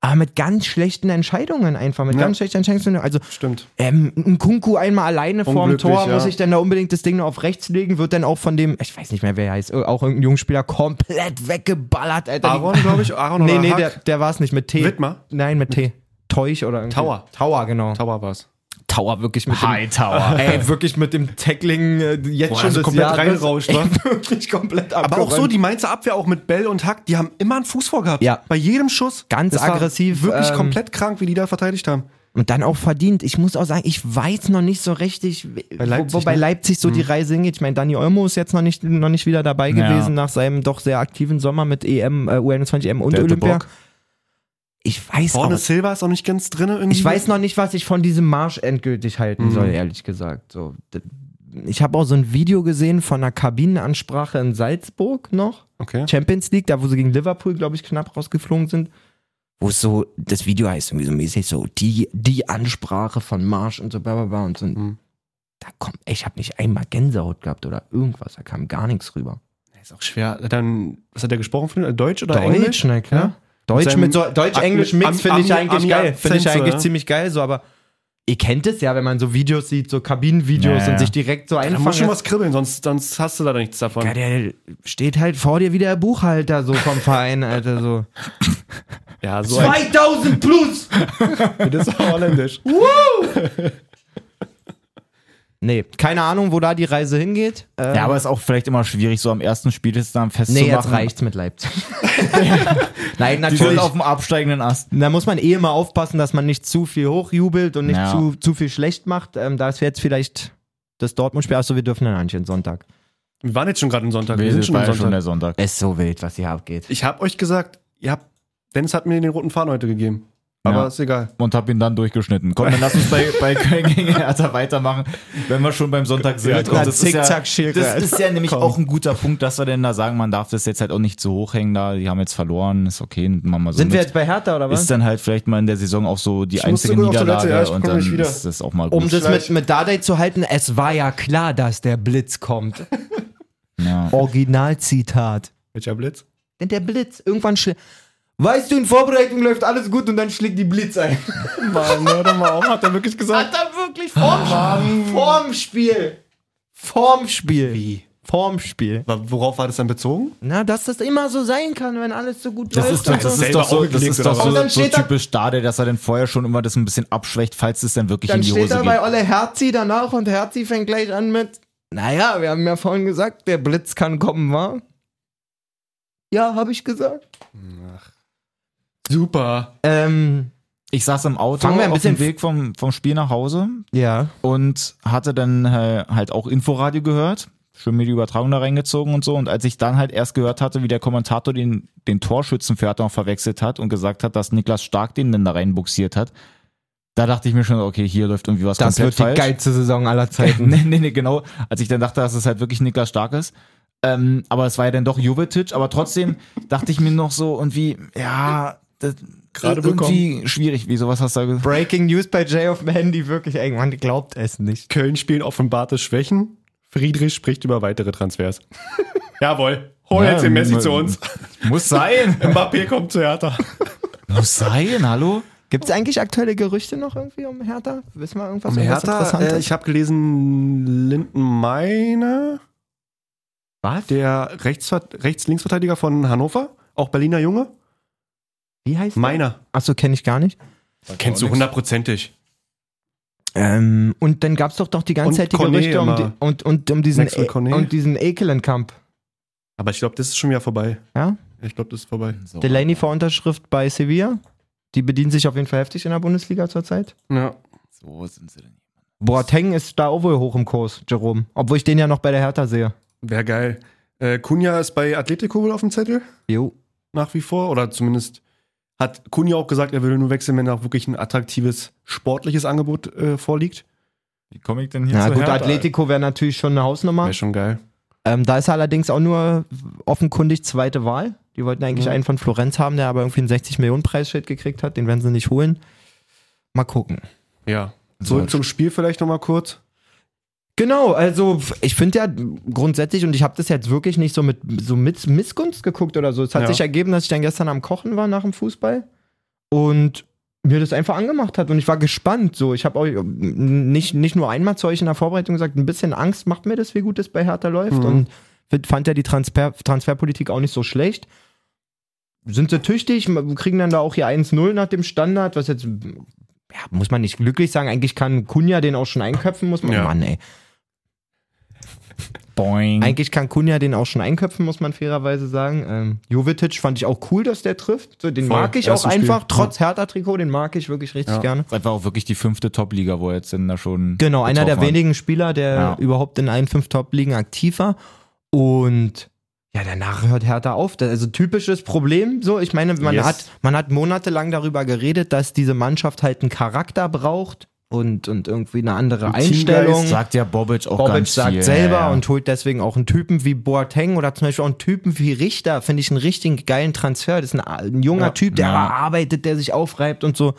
[SPEAKER 1] aber mit ganz schlechten Entscheidungen einfach, mit
[SPEAKER 3] Ja.
[SPEAKER 1] ganz schlechten Entscheidungen. Also
[SPEAKER 3] Stimmt.
[SPEAKER 1] ähm, ein Kunku einmal alleine vorm
[SPEAKER 3] Unglücklich,
[SPEAKER 1] Tor,
[SPEAKER 3] ja.
[SPEAKER 1] muss ich denn da unbedingt das Ding noch auf rechts legen, wird dann auch von dem, ich weiß nicht mehr, wer er heißt, äh, auch irgendein Jungspieler komplett weggeballert, Alter.
[SPEAKER 3] Aaron, glaube ich. Aaron
[SPEAKER 1] Nee,
[SPEAKER 3] oder
[SPEAKER 1] nee,
[SPEAKER 3] Hack?
[SPEAKER 1] der, der war es nicht mit T.
[SPEAKER 3] Wittmer?
[SPEAKER 1] Nein, mit T. Teuch oder irgendwie.
[SPEAKER 3] Tower.
[SPEAKER 1] Tower, genau.
[SPEAKER 3] Tower war es.
[SPEAKER 1] Tower wirklich mit dem,
[SPEAKER 2] Hightower.
[SPEAKER 1] Halt. Ey, wirklich mit dem Tackling äh, jetzt
[SPEAKER 3] Boah,
[SPEAKER 1] schon
[SPEAKER 3] also
[SPEAKER 1] des
[SPEAKER 3] komplett
[SPEAKER 1] Jahres.
[SPEAKER 3] reinrauscht, wa?
[SPEAKER 1] Ey, Wirklich komplett
[SPEAKER 3] Aber auch so,
[SPEAKER 1] abgerannt.
[SPEAKER 3] die Mainzer Abwehr auch mit Bell und Hack, die haben immer einen Fuß vor gehabt.
[SPEAKER 1] Ja.
[SPEAKER 3] Bei jedem Schuss.
[SPEAKER 1] Ganz
[SPEAKER 3] Das war
[SPEAKER 1] aggressiv,
[SPEAKER 3] Wirklich
[SPEAKER 1] ähm,
[SPEAKER 3] komplett krank, wie die da verteidigt haben.
[SPEAKER 1] Und dann auch verdient. Ich muss auch sagen, ich weiß noch nicht so richtig, bei
[SPEAKER 3] Leipzig,
[SPEAKER 1] wo, wo bei
[SPEAKER 3] ne?
[SPEAKER 1] Leipzig Hm. so die Reise hingeht. Ich meine, Dani Olmo ist jetzt noch nicht, noch nicht wieder dabei
[SPEAKER 2] Ja.
[SPEAKER 1] gewesen nach seinem doch sehr aktiven Sommer mit EM, äh, U21 EM und
[SPEAKER 2] Der hatte
[SPEAKER 1] Olympia.
[SPEAKER 2] Bock.
[SPEAKER 1] Ich weiß
[SPEAKER 3] Vorne
[SPEAKER 1] auch,
[SPEAKER 3] Silva ist auch nicht ganz drin. Irgendwie.
[SPEAKER 1] ich weiß noch nicht, was ich von diesem Marsch endgültig halten soll, ehrlich gesagt. So, d- ich habe auch so ein Video gesehen von einer Kabinenansprache in Salzburg noch.
[SPEAKER 3] Okay.
[SPEAKER 1] Champions League, da wo sie gegen Liverpool, glaube ich, knapp rausgeflogen sind. Wo es so, das Video heißt irgendwie so mäßig so, die, die Ansprache von Marsch und so, bla bla bla und so.
[SPEAKER 3] Mhm.
[SPEAKER 1] Da kommt, ich habe nicht einmal Gänsehaut gehabt oder irgendwas, da kam gar nichts rüber.
[SPEAKER 3] Ist auch schwer. Dann, was hat er gesprochen? Für, Äh, Deutsch oder Englisch?
[SPEAKER 1] na ne? klar.
[SPEAKER 3] Ja.
[SPEAKER 1] Deutsch
[SPEAKER 3] Seinem
[SPEAKER 1] mit so, Deutsch-Englisch-Mix
[SPEAKER 3] Am-
[SPEAKER 1] finde ich
[SPEAKER 3] Ami-
[SPEAKER 1] eigentlich
[SPEAKER 3] Ami-
[SPEAKER 1] geil. Finde ich
[SPEAKER 3] Akzent so,
[SPEAKER 1] eigentlich
[SPEAKER 3] ja.
[SPEAKER 1] ziemlich geil, so, aber ihr kennt es ja, wenn man so Videos sieht, so Kabinenvideos
[SPEAKER 2] Ja, ja.
[SPEAKER 1] und sich direkt so
[SPEAKER 3] Da
[SPEAKER 1] einfangen.
[SPEAKER 3] muss schon
[SPEAKER 1] lässt.
[SPEAKER 3] was kribbeln, sonst, sonst hast du da nichts davon.
[SPEAKER 1] ja, der steht halt vor dir wie der Buchhalter so vom Verein, Alter, so.
[SPEAKER 3] Ja, so ein-
[SPEAKER 1] 2000 plus!
[SPEAKER 3] Das war holländisch.
[SPEAKER 1] Nee, keine Ahnung, wo da die Reise hingeht. Ähm,
[SPEAKER 2] Ja, aber ist auch vielleicht immer schwierig, so am ersten Spiel ist dann festzumachen.
[SPEAKER 1] nee, jetzt reicht's mit Leipzig. Nein,
[SPEAKER 2] Die sind
[SPEAKER 1] natürlich.
[SPEAKER 2] auf dem absteigenden Ast.
[SPEAKER 1] Da muss man eh immer aufpassen, dass man nicht zu viel hochjubelt und nicht
[SPEAKER 2] Ja.
[SPEAKER 1] zu, zu viel schlecht macht. Ähm, da ist jetzt vielleicht das Dortmund-Spiel. Achso, wir dürfen dann anchen Sonntag.
[SPEAKER 3] Wir waren jetzt schon gerade am Sonntag. Wir
[SPEAKER 2] Wir
[SPEAKER 3] sind
[SPEAKER 2] sind
[SPEAKER 3] schon am
[SPEAKER 2] ja schon
[SPEAKER 3] Sonntag.
[SPEAKER 2] der Sonntag.
[SPEAKER 1] Ist so wild, was hier abgeht.
[SPEAKER 3] Ich habe euch gesagt, ihr habt, Dennis hat mir den roten Faden heute gegeben. Aber
[SPEAKER 2] Ja.
[SPEAKER 3] ist egal.
[SPEAKER 2] Und hab ihn dann durchgeschnitten. Komm, dann lass uns bei, bei Köln gegen Hertha weitermachen, wenn wir schon beim Sonntag sind.
[SPEAKER 3] Ja,
[SPEAKER 2] Und
[SPEAKER 3] komm,
[SPEAKER 2] das ist ja-
[SPEAKER 1] Schere.
[SPEAKER 2] Das ist ja nämlich auch ein guter Punkt, dass wir denn da sagen, man darf das jetzt halt auch nicht zu hoch hängen da, die haben jetzt verloren, ist okay, machen wir so
[SPEAKER 1] Sind wir
[SPEAKER 2] mit.
[SPEAKER 1] jetzt bei Hertha oder was?
[SPEAKER 2] Ist dann halt vielleicht mal in der Saison auch so die
[SPEAKER 3] Ich muss
[SPEAKER 2] einzige
[SPEAKER 3] sogar auf Toilette,
[SPEAKER 2] Niederlage
[SPEAKER 3] ja, ich
[SPEAKER 2] und
[SPEAKER 3] komm
[SPEAKER 2] dann
[SPEAKER 3] gleich wieder.
[SPEAKER 2] ist das auch mal gut.
[SPEAKER 1] um das mit,
[SPEAKER 3] Vielleicht-
[SPEAKER 1] mit Dardai zu halten, es war ja klar, dass der Blitz kommt.
[SPEAKER 2] ja.
[SPEAKER 1] Originalzitat.
[SPEAKER 3] Welcher Blitz?
[SPEAKER 1] Denn der Blitz, irgendwann schlägt. Weißt du, in Vorbereitung läuft alles gut und dann schlägt die Blitz ein.
[SPEAKER 3] Mann, hör doch mal auf, hat er wirklich gesagt.
[SPEAKER 1] Hat er wirklich vorm, vorm Spiel. Vorm Spiel. Wie? Vorm Spiel.
[SPEAKER 3] Aber Worauf war das dann bezogen?
[SPEAKER 1] Na, dass das immer so sein kann, wenn alles so gut
[SPEAKER 2] Das
[SPEAKER 1] läuft.
[SPEAKER 2] ist, doch,
[SPEAKER 1] und so.
[SPEAKER 2] das ist
[SPEAKER 3] selber
[SPEAKER 2] doch so, das
[SPEAKER 3] aufgelegt
[SPEAKER 2] ist
[SPEAKER 3] oder
[SPEAKER 2] doch so,
[SPEAKER 1] was?
[SPEAKER 2] so,
[SPEAKER 1] Und dann steht da-
[SPEAKER 2] typisch Dade, dass er dann vorher schon immer das ein bisschen abschwächt, falls es dann wirklich
[SPEAKER 1] Dann
[SPEAKER 2] in die
[SPEAKER 1] steht
[SPEAKER 2] Hose
[SPEAKER 1] da
[SPEAKER 2] geht.
[SPEAKER 1] bei Olle Herzi danach und Herzi fängt gleich an mit, naja, wir haben ja vorhin gesagt, der Blitz kann kommen, wa? Ja, habe ich gesagt.
[SPEAKER 3] Super.
[SPEAKER 1] Ähm,
[SPEAKER 2] Ich saß im Auto
[SPEAKER 1] Fangen wir ein
[SPEAKER 2] auf dem
[SPEAKER 1] bisschen-
[SPEAKER 2] Weg vom, vom Spiel nach Hause
[SPEAKER 1] ja.
[SPEAKER 2] und hatte dann äh, halt auch Inforadio gehört, schön mir die Übertragung da reingezogen und so. Und als ich dann halt erst gehört hatte, wie der Kommentator den, den Torschützen für Hertha noch verwechselt hat und gesagt hat, dass Niklas Stark den dann da reinbuxiert hat, da dachte ich mir schon, okay, hier läuft irgendwie was
[SPEAKER 1] Das
[SPEAKER 2] komplett
[SPEAKER 1] wird die
[SPEAKER 2] falsch.
[SPEAKER 1] geilste Saison aller Zeiten.
[SPEAKER 2] nee, nee, nee, genau. Als ich dann dachte, dass es halt wirklich Niklas Stark ist. Ähm, aber es war ja dann doch Jovetic. Aber trotzdem dachte ich mir noch so und wie, ja, das
[SPEAKER 3] Gerade
[SPEAKER 2] irgendwie schwierig. Wieso, was hast du da gesagt?
[SPEAKER 1] Breaking News bei Jay auf dem Handy, wirklich, irgendwann glaubt es nicht.
[SPEAKER 3] Köln spielen offenbarte Schwächen. Friedrich spricht über weitere Transfers. Jawohl. Hol jetzt den Messi zu uns.
[SPEAKER 2] Muss sein.
[SPEAKER 3] Mbappé kommt zu Hertha.
[SPEAKER 2] Muss sein, hallo?
[SPEAKER 1] Gibt es eigentlich aktuelle Gerüchte noch irgendwie um Hertha? Wissen wir irgendwas, irgendwas
[SPEAKER 3] äh, ich habe gelesen, Linden Meiner,
[SPEAKER 1] Was?
[SPEAKER 3] der Rechtsver- Rechts-Linksverteidiger von Hannover, auch Berliner Junge.
[SPEAKER 1] Wie heißt
[SPEAKER 3] Meiner.
[SPEAKER 1] Achso, kenne ich gar nicht.
[SPEAKER 3] Kennst du hundertprozentig.
[SPEAKER 1] Ähm, und dann gab es doch, doch die ganze
[SPEAKER 3] Und
[SPEAKER 1] Zeit die
[SPEAKER 3] Cornet
[SPEAKER 1] Gerüchte um,
[SPEAKER 3] immer.
[SPEAKER 1] die, und, und, um diesen,
[SPEAKER 3] Maxwell
[SPEAKER 1] e
[SPEAKER 3] Cornet.
[SPEAKER 1] und diesen Ekelenkamp.
[SPEAKER 3] Aber ich glaube, das ist schon wieder vorbei.
[SPEAKER 1] Ja?
[SPEAKER 3] Ich glaube, das ist vorbei.
[SPEAKER 2] So.
[SPEAKER 1] Delaney vor Unterschrift bei Sevilla. Die bedienen sich auf jeden Fall heftig in der Bundesliga zurzeit.
[SPEAKER 3] Ja.
[SPEAKER 2] So sind sie denn.
[SPEAKER 1] Boateng ist da auch wohl hoch im Kurs, Jerome. Obwohl ich den ja noch bei der Hertha sehe.
[SPEAKER 3] Wäre geil. Äh, Kunja ist bei Atletico wohl auf dem Zettel,
[SPEAKER 1] Jo.
[SPEAKER 3] nach wie vor. Oder zumindest hat Kunja auch gesagt, er würde nur wechseln, wenn auch wirklich ein attraktives sportliches Angebot äh, vorliegt.
[SPEAKER 2] Wie komme ich denn hier
[SPEAKER 1] Na
[SPEAKER 2] zu
[SPEAKER 1] gut,
[SPEAKER 2] Hertha?
[SPEAKER 1] Atletico wäre natürlich schon eine Hausnummer.
[SPEAKER 3] Wäre schon geil.
[SPEAKER 1] Ähm, da ist er allerdings auch nur offenkundig zweite Wahl. Die wollten eigentlich
[SPEAKER 3] Mhm.
[SPEAKER 1] einen von Florenz haben, der aber irgendwie ein 60-Millionen-Preisschild gekriegt hat. Den werden sie nicht holen. Mal gucken.
[SPEAKER 3] Ja. Zurück zum Spiel vielleicht nochmal kurz.
[SPEAKER 1] Genau, also ich finde ja grundsätzlich, und ich habe das jetzt wirklich nicht so mit so mit Missgunst geguckt oder so. Es hat
[SPEAKER 3] Ja.
[SPEAKER 1] sich ergeben, dass ich dann gestern am Kochen war nach dem Fußball und mir das einfach angemacht hat und ich war gespannt. So, ich habe auch ähm, nicht, nicht nur einmal zu euch in der Vorbereitung gesagt, ein bisschen Angst macht mir das, wie gut das bei Hertha läuft.
[SPEAKER 3] Mhm.
[SPEAKER 1] Und fit- fand ja die Transfer Transferpolitik auch nicht so schlecht. Sind sie tüchtig, ma- kriegen dann da auch hier 1-0 nach dem Standard, was jetzt, ja, muss man nicht glücklich sagen. Eigentlich kann Kunja den auch schon einköpfen, muss man.
[SPEAKER 3] Ja.
[SPEAKER 1] Mann, ey.
[SPEAKER 3] Mhm.
[SPEAKER 2] Boing.
[SPEAKER 1] Eigentlich kann Kunja den auch schon einköpfen, muss man fairerweise sagen. Ähm, Jovetic fand ich auch cool, dass der trifft. So, den
[SPEAKER 3] Voll,
[SPEAKER 1] mag ich auch
[SPEAKER 3] erstes Spiel.
[SPEAKER 1] einfach, trotz Hertha-Trikot, den mag ich wirklich richtig
[SPEAKER 3] Ja.
[SPEAKER 1] gerne.
[SPEAKER 2] ist einfach auch wirklich die fünfte Top-Liga, wo er jetzt denn da schon.
[SPEAKER 1] Genau, einer der
[SPEAKER 2] getroffen hat.
[SPEAKER 1] wenigen Spieler, der
[SPEAKER 2] Ja.
[SPEAKER 1] überhaupt in allen fünf Top-Ligen aktiv war. Und ja, danach hört Hertha auf. Das, also typisches Problem. So, ich meine, man
[SPEAKER 3] Yes.
[SPEAKER 1] hat man hat monatelang darüber geredet, dass diese Mannschaft halt einen Charakter braucht und und irgendwie eine andere
[SPEAKER 3] Ein Teamgeist.
[SPEAKER 1] Einstellung.
[SPEAKER 2] Sagt ja Bobic auch
[SPEAKER 1] Bobic
[SPEAKER 2] ganz
[SPEAKER 1] sagt
[SPEAKER 2] viel.
[SPEAKER 1] selber
[SPEAKER 2] Ja, ja.
[SPEAKER 1] und holt deswegen auch einen Typen wie Boateng oder zum Beispiel auch einen Typen wie Richter. Finde ich einen richtigen geilen Transfer. Das ist ein, ein junger
[SPEAKER 3] Ja.
[SPEAKER 1] Typ, der
[SPEAKER 2] Ja.
[SPEAKER 1] aber arbeitet, der sich aufreibt und so.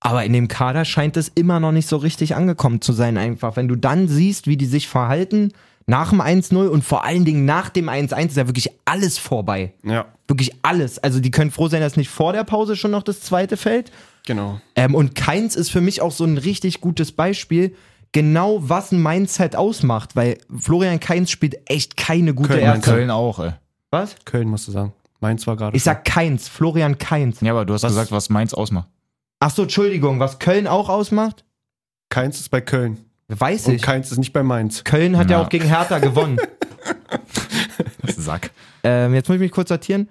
[SPEAKER 1] Aber in dem Kader scheint es immer noch nicht so richtig angekommen zu sein, einfach. Wenn du dann siehst, wie die sich verhalten nach dem 1-0 und vor allen Dingen nach dem 1-1 ist ja wirklich alles vorbei.
[SPEAKER 3] Ja,
[SPEAKER 1] Wirklich alles. Also die können froh sein, dass nicht vor der Pause schon noch das zweite fällt.
[SPEAKER 3] genau.
[SPEAKER 1] Ähm, und Keins ist für mich auch so ein richtig gutes Beispiel, genau was ein Mindset ausmacht, weil Florian Keins spielt echt keine gute
[SPEAKER 3] Köln,
[SPEAKER 2] In
[SPEAKER 1] Erste.
[SPEAKER 2] Köln auch, ey.
[SPEAKER 1] Was?
[SPEAKER 3] Köln musst du sagen. Mainz war gerade.
[SPEAKER 1] Ich sag Keins, Florian Keins.
[SPEAKER 2] Ja, aber du hast gesagt, was Mainz ausmacht.
[SPEAKER 1] Ach so, Entschuldigung, was Köln auch ausmacht?
[SPEAKER 3] schon. keins ist bei Köln
[SPEAKER 1] Weiß
[SPEAKER 3] und
[SPEAKER 1] ich.
[SPEAKER 3] keins ist nicht bei Mainz.
[SPEAKER 1] Köln hat ja
[SPEAKER 2] Na.
[SPEAKER 1] auch gegen Hertha gewonnen.
[SPEAKER 2] Sack.
[SPEAKER 1] Ähm, jetzt muss ich mich kurz sortieren.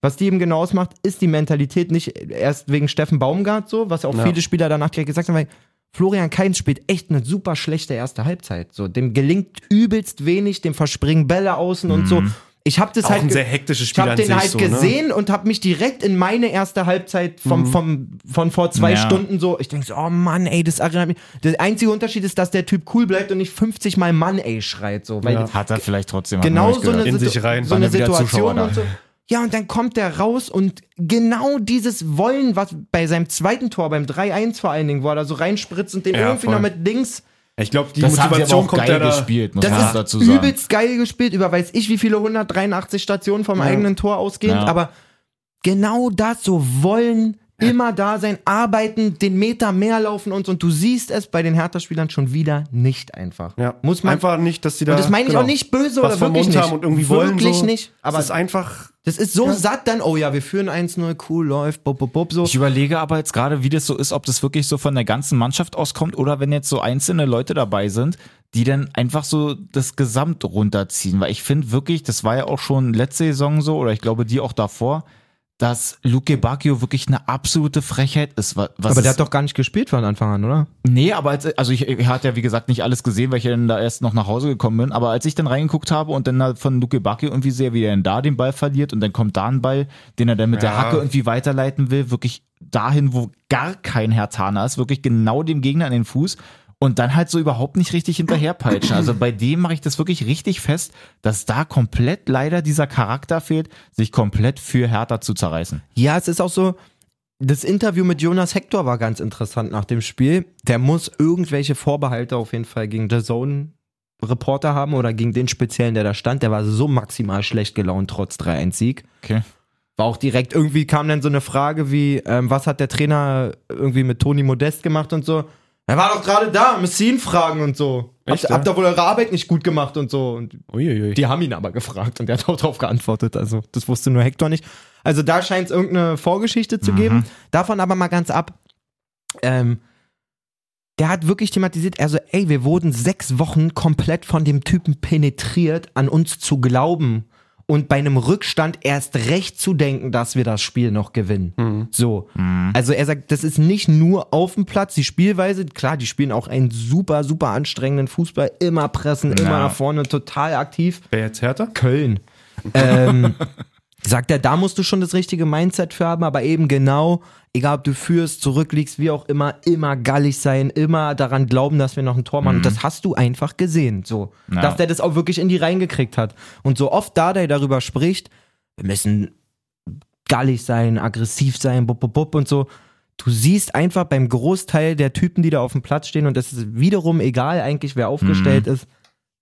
[SPEAKER 1] Was die eben genau ausmacht, ist die Mentalität nicht erst wegen Steffen Baumgart so, was auch
[SPEAKER 3] Ja.
[SPEAKER 1] viele Spieler danach direkt gesagt haben, weil Florian Kainz spielt echt eine super schlechte erste Halbzeit. So, dem gelingt übelst wenig, dem verspringen Bälle außen und so. Ich habe das
[SPEAKER 3] Mhm. Auch
[SPEAKER 1] halt
[SPEAKER 3] ein
[SPEAKER 1] ge-
[SPEAKER 3] sehr hektisches
[SPEAKER 1] ich
[SPEAKER 3] Spiel
[SPEAKER 1] habe
[SPEAKER 3] an
[SPEAKER 1] den
[SPEAKER 3] sich
[SPEAKER 1] halt
[SPEAKER 3] so, ne?
[SPEAKER 1] gesehen und habe mich direkt in meine erste Halbzeit
[SPEAKER 3] Mhm.
[SPEAKER 1] vom, vom, von vor zwei
[SPEAKER 2] Ja.
[SPEAKER 1] Stunden so, ich denke so, oh Mann, ey, das erinnert mich. Der einzige Unterschied ist, dass der Typ cool bleibt und nicht 50 Mal Mann, ey, schreit. So, weil
[SPEAKER 3] Ja.
[SPEAKER 2] Hat er vielleicht trotzdem hat man
[SPEAKER 1] genau
[SPEAKER 2] noch nicht
[SPEAKER 1] so eine,
[SPEAKER 2] gehört.
[SPEAKER 3] In
[SPEAKER 1] Situ-
[SPEAKER 3] sich rein,
[SPEAKER 1] so
[SPEAKER 2] waren
[SPEAKER 1] eine
[SPEAKER 2] ja wieder Zuschauer
[SPEAKER 1] Situation
[SPEAKER 2] da.
[SPEAKER 1] und so. Ja, und dann kommt der raus und genau dieses Wollen, was bei seinem zweiten Tor, beim 3-1 vor allen Dingen, wo er da so reinspritzt und den
[SPEAKER 3] Ja,
[SPEAKER 1] irgendwie
[SPEAKER 3] voll.
[SPEAKER 1] noch mit links,
[SPEAKER 3] Ne? Ich glaube, die
[SPEAKER 2] das haben sie aber
[SPEAKER 3] Motivation
[SPEAKER 2] auch
[SPEAKER 3] kommt
[SPEAKER 2] geil
[SPEAKER 3] ja da.
[SPEAKER 2] gespielt, muss
[SPEAKER 1] das
[SPEAKER 2] man
[SPEAKER 1] ist
[SPEAKER 2] dazu sagen.
[SPEAKER 1] übelst geil gespielt, über weiß ich wie viele 183 Stationen vom eigenen Tor ausgehend,
[SPEAKER 2] Ja.
[SPEAKER 1] aber genau das, so Wollen, immer da sein, arbeiten, den Meter mehr laufen und so und du siehst es bei den Hertha-Spielern schon wieder nicht einfach.
[SPEAKER 3] Ja.
[SPEAKER 1] Muss man
[SPEAKER 3] einfach nicht, dass sie da.
[SPEAKER 1] und das meine ich
[SPEAKER 3] genau,
[SPEAKER 1] auch nicht böse
[SPEAKER 3] was
[SPEAKER 1] oder wirklich
[SPEAKER 3] vermummt
[SPEAKER 1] nicht.
[SPEAKER 3] haben und irgendwie wollen.
[SPEAKER 1] wirklich
[SPEAKER 3] so.
[SPEAKER 1] nicht. Aber
[SPEAKER 3] es ist einfach.
[SPEAKER 1] das ist so satt dann, oh ja, wir führen 1-0, cool, läuft, bub, bub, bub, so.
[SPEAKER 2] Ich überlege aber jetzt gerade, wie das so ist, ob das wirklich so von der ganzen Mannschaft auskommt oder wenn jetzt so einzelne Leute dabei sind, die dann einfach so das Gesamt runterziehen. Weil ich finde wirklich, das war ja auch schon letzte Saison so oder ich glaube die auch davor, dass Luke Bacchio wirklich eine absolute Frechheit ist. wa- Was es-
[SPEAKER 1] doch gar nicht gespielt von Anfang an, oder?
[SPEAKER 2] Nee, aber als, also ich, ich hatte ja wie gesagt nicht alles gesehen, weil ich ja dann da erst noch nach Hause gekommen bin. Aber als ich dann reingeguckt habe und dann da von Luke Bacchio irgendwie sehe, wie er denn da den Ball verliert und dann kommt da ein Ball, den er dann mit der
[SPEAKER 3] Ja.
[SPEAKER 2] Hacke irgendwie weiterleiten will, wirklich dahin, wo gar kein Hertaner ist, wirklich genau dem Gegner an den Fuß und dann halt so überhaupt nicht richtig hinterherpeitschen. Also bei dem mache ich das wirklich richtig fest, dass da komplett leider dieser Charakter fehlt, sich komplett für Hertha zu zerreißen.
[SPEAKER 1] Ja, es ist auch so, das Interview mit Jonas Hector war ganz interessant nach dem Spiel. Der muss irgendwelche Vorbehalte auf jeden Fall gegen The Zone Reporter haben oder gegen den speziellen, der da stand. Der war so maximal schlecht gelaunt, trotz 3-1-Sieg.
[SPEAKER 2] Okay.
[SPEAKER 1] War auch direkt, irgendwie kam dann so eine Frage wie, ähm, was hat der Trainer irgendwie mit Toni Modest gemacht und so. Er war doch gerade da, müsst ihr ihn fragen und so.
[SPEAKER 3] Echt,
[SPEAKER 1] Habt,
[SPEAKER 3] ja?
[SPEAKER 1] habt ihr wohl eure Arbeit nicht gut gemacht und so. Und
[SPEAKER 3] Uiuiui.
[SPEAKER 1] die haben ihn aber gefragt und er hat auch darauf geantwortet. Also, das wusste nur Hector nicht. Also, da scheint es irgendeine Vorgeschichte
[SPEAKER 3] Mhm.
[SPEAKER 1] zu geben. Davon aber mal ganz ab. Ähm, der hat wirklich thematisiert, also, ey, wir wurden sechs Wochen komplett von dem Typen penetriert, an uns zu glauben und bei einem Rückstand erst recht zu denken, dass wir das Spiel noch gewinnen. So. Also er sagt, das ist nicht nur auf dem Platz, die Spielweise, klar, die spielen auch einen super, super anstrengenden Fußball, immer pressen, immer nach vorne, total aktiv.
[SPEAKER 3] Wer jetzt härter?
[SPEAKER 1] Köln. Ähm, sagt er, da musst du schon das richtige Mindset für haben, aber eben genau, egal ob du führst, zurückliegst, wie auch immer, immer gallig sein, immer daran glauben, dass wir noch ein Tor machen. Und das hast du einfach gesehen, so.
[SPEAKER 2] Ja.
[SPEAKER 1] Dass der das auch wirklich in die reingekriegt hat. Und so oft Dardai darüber spricht, wir müssen gallig sein, aggressiv sein, bub, bub, bub und so. Du siehst einfach beim Großteil der Typen, die da auf dem Platz stehen, und das ist wiederum egal eigentlich, wer aufgestellt ist,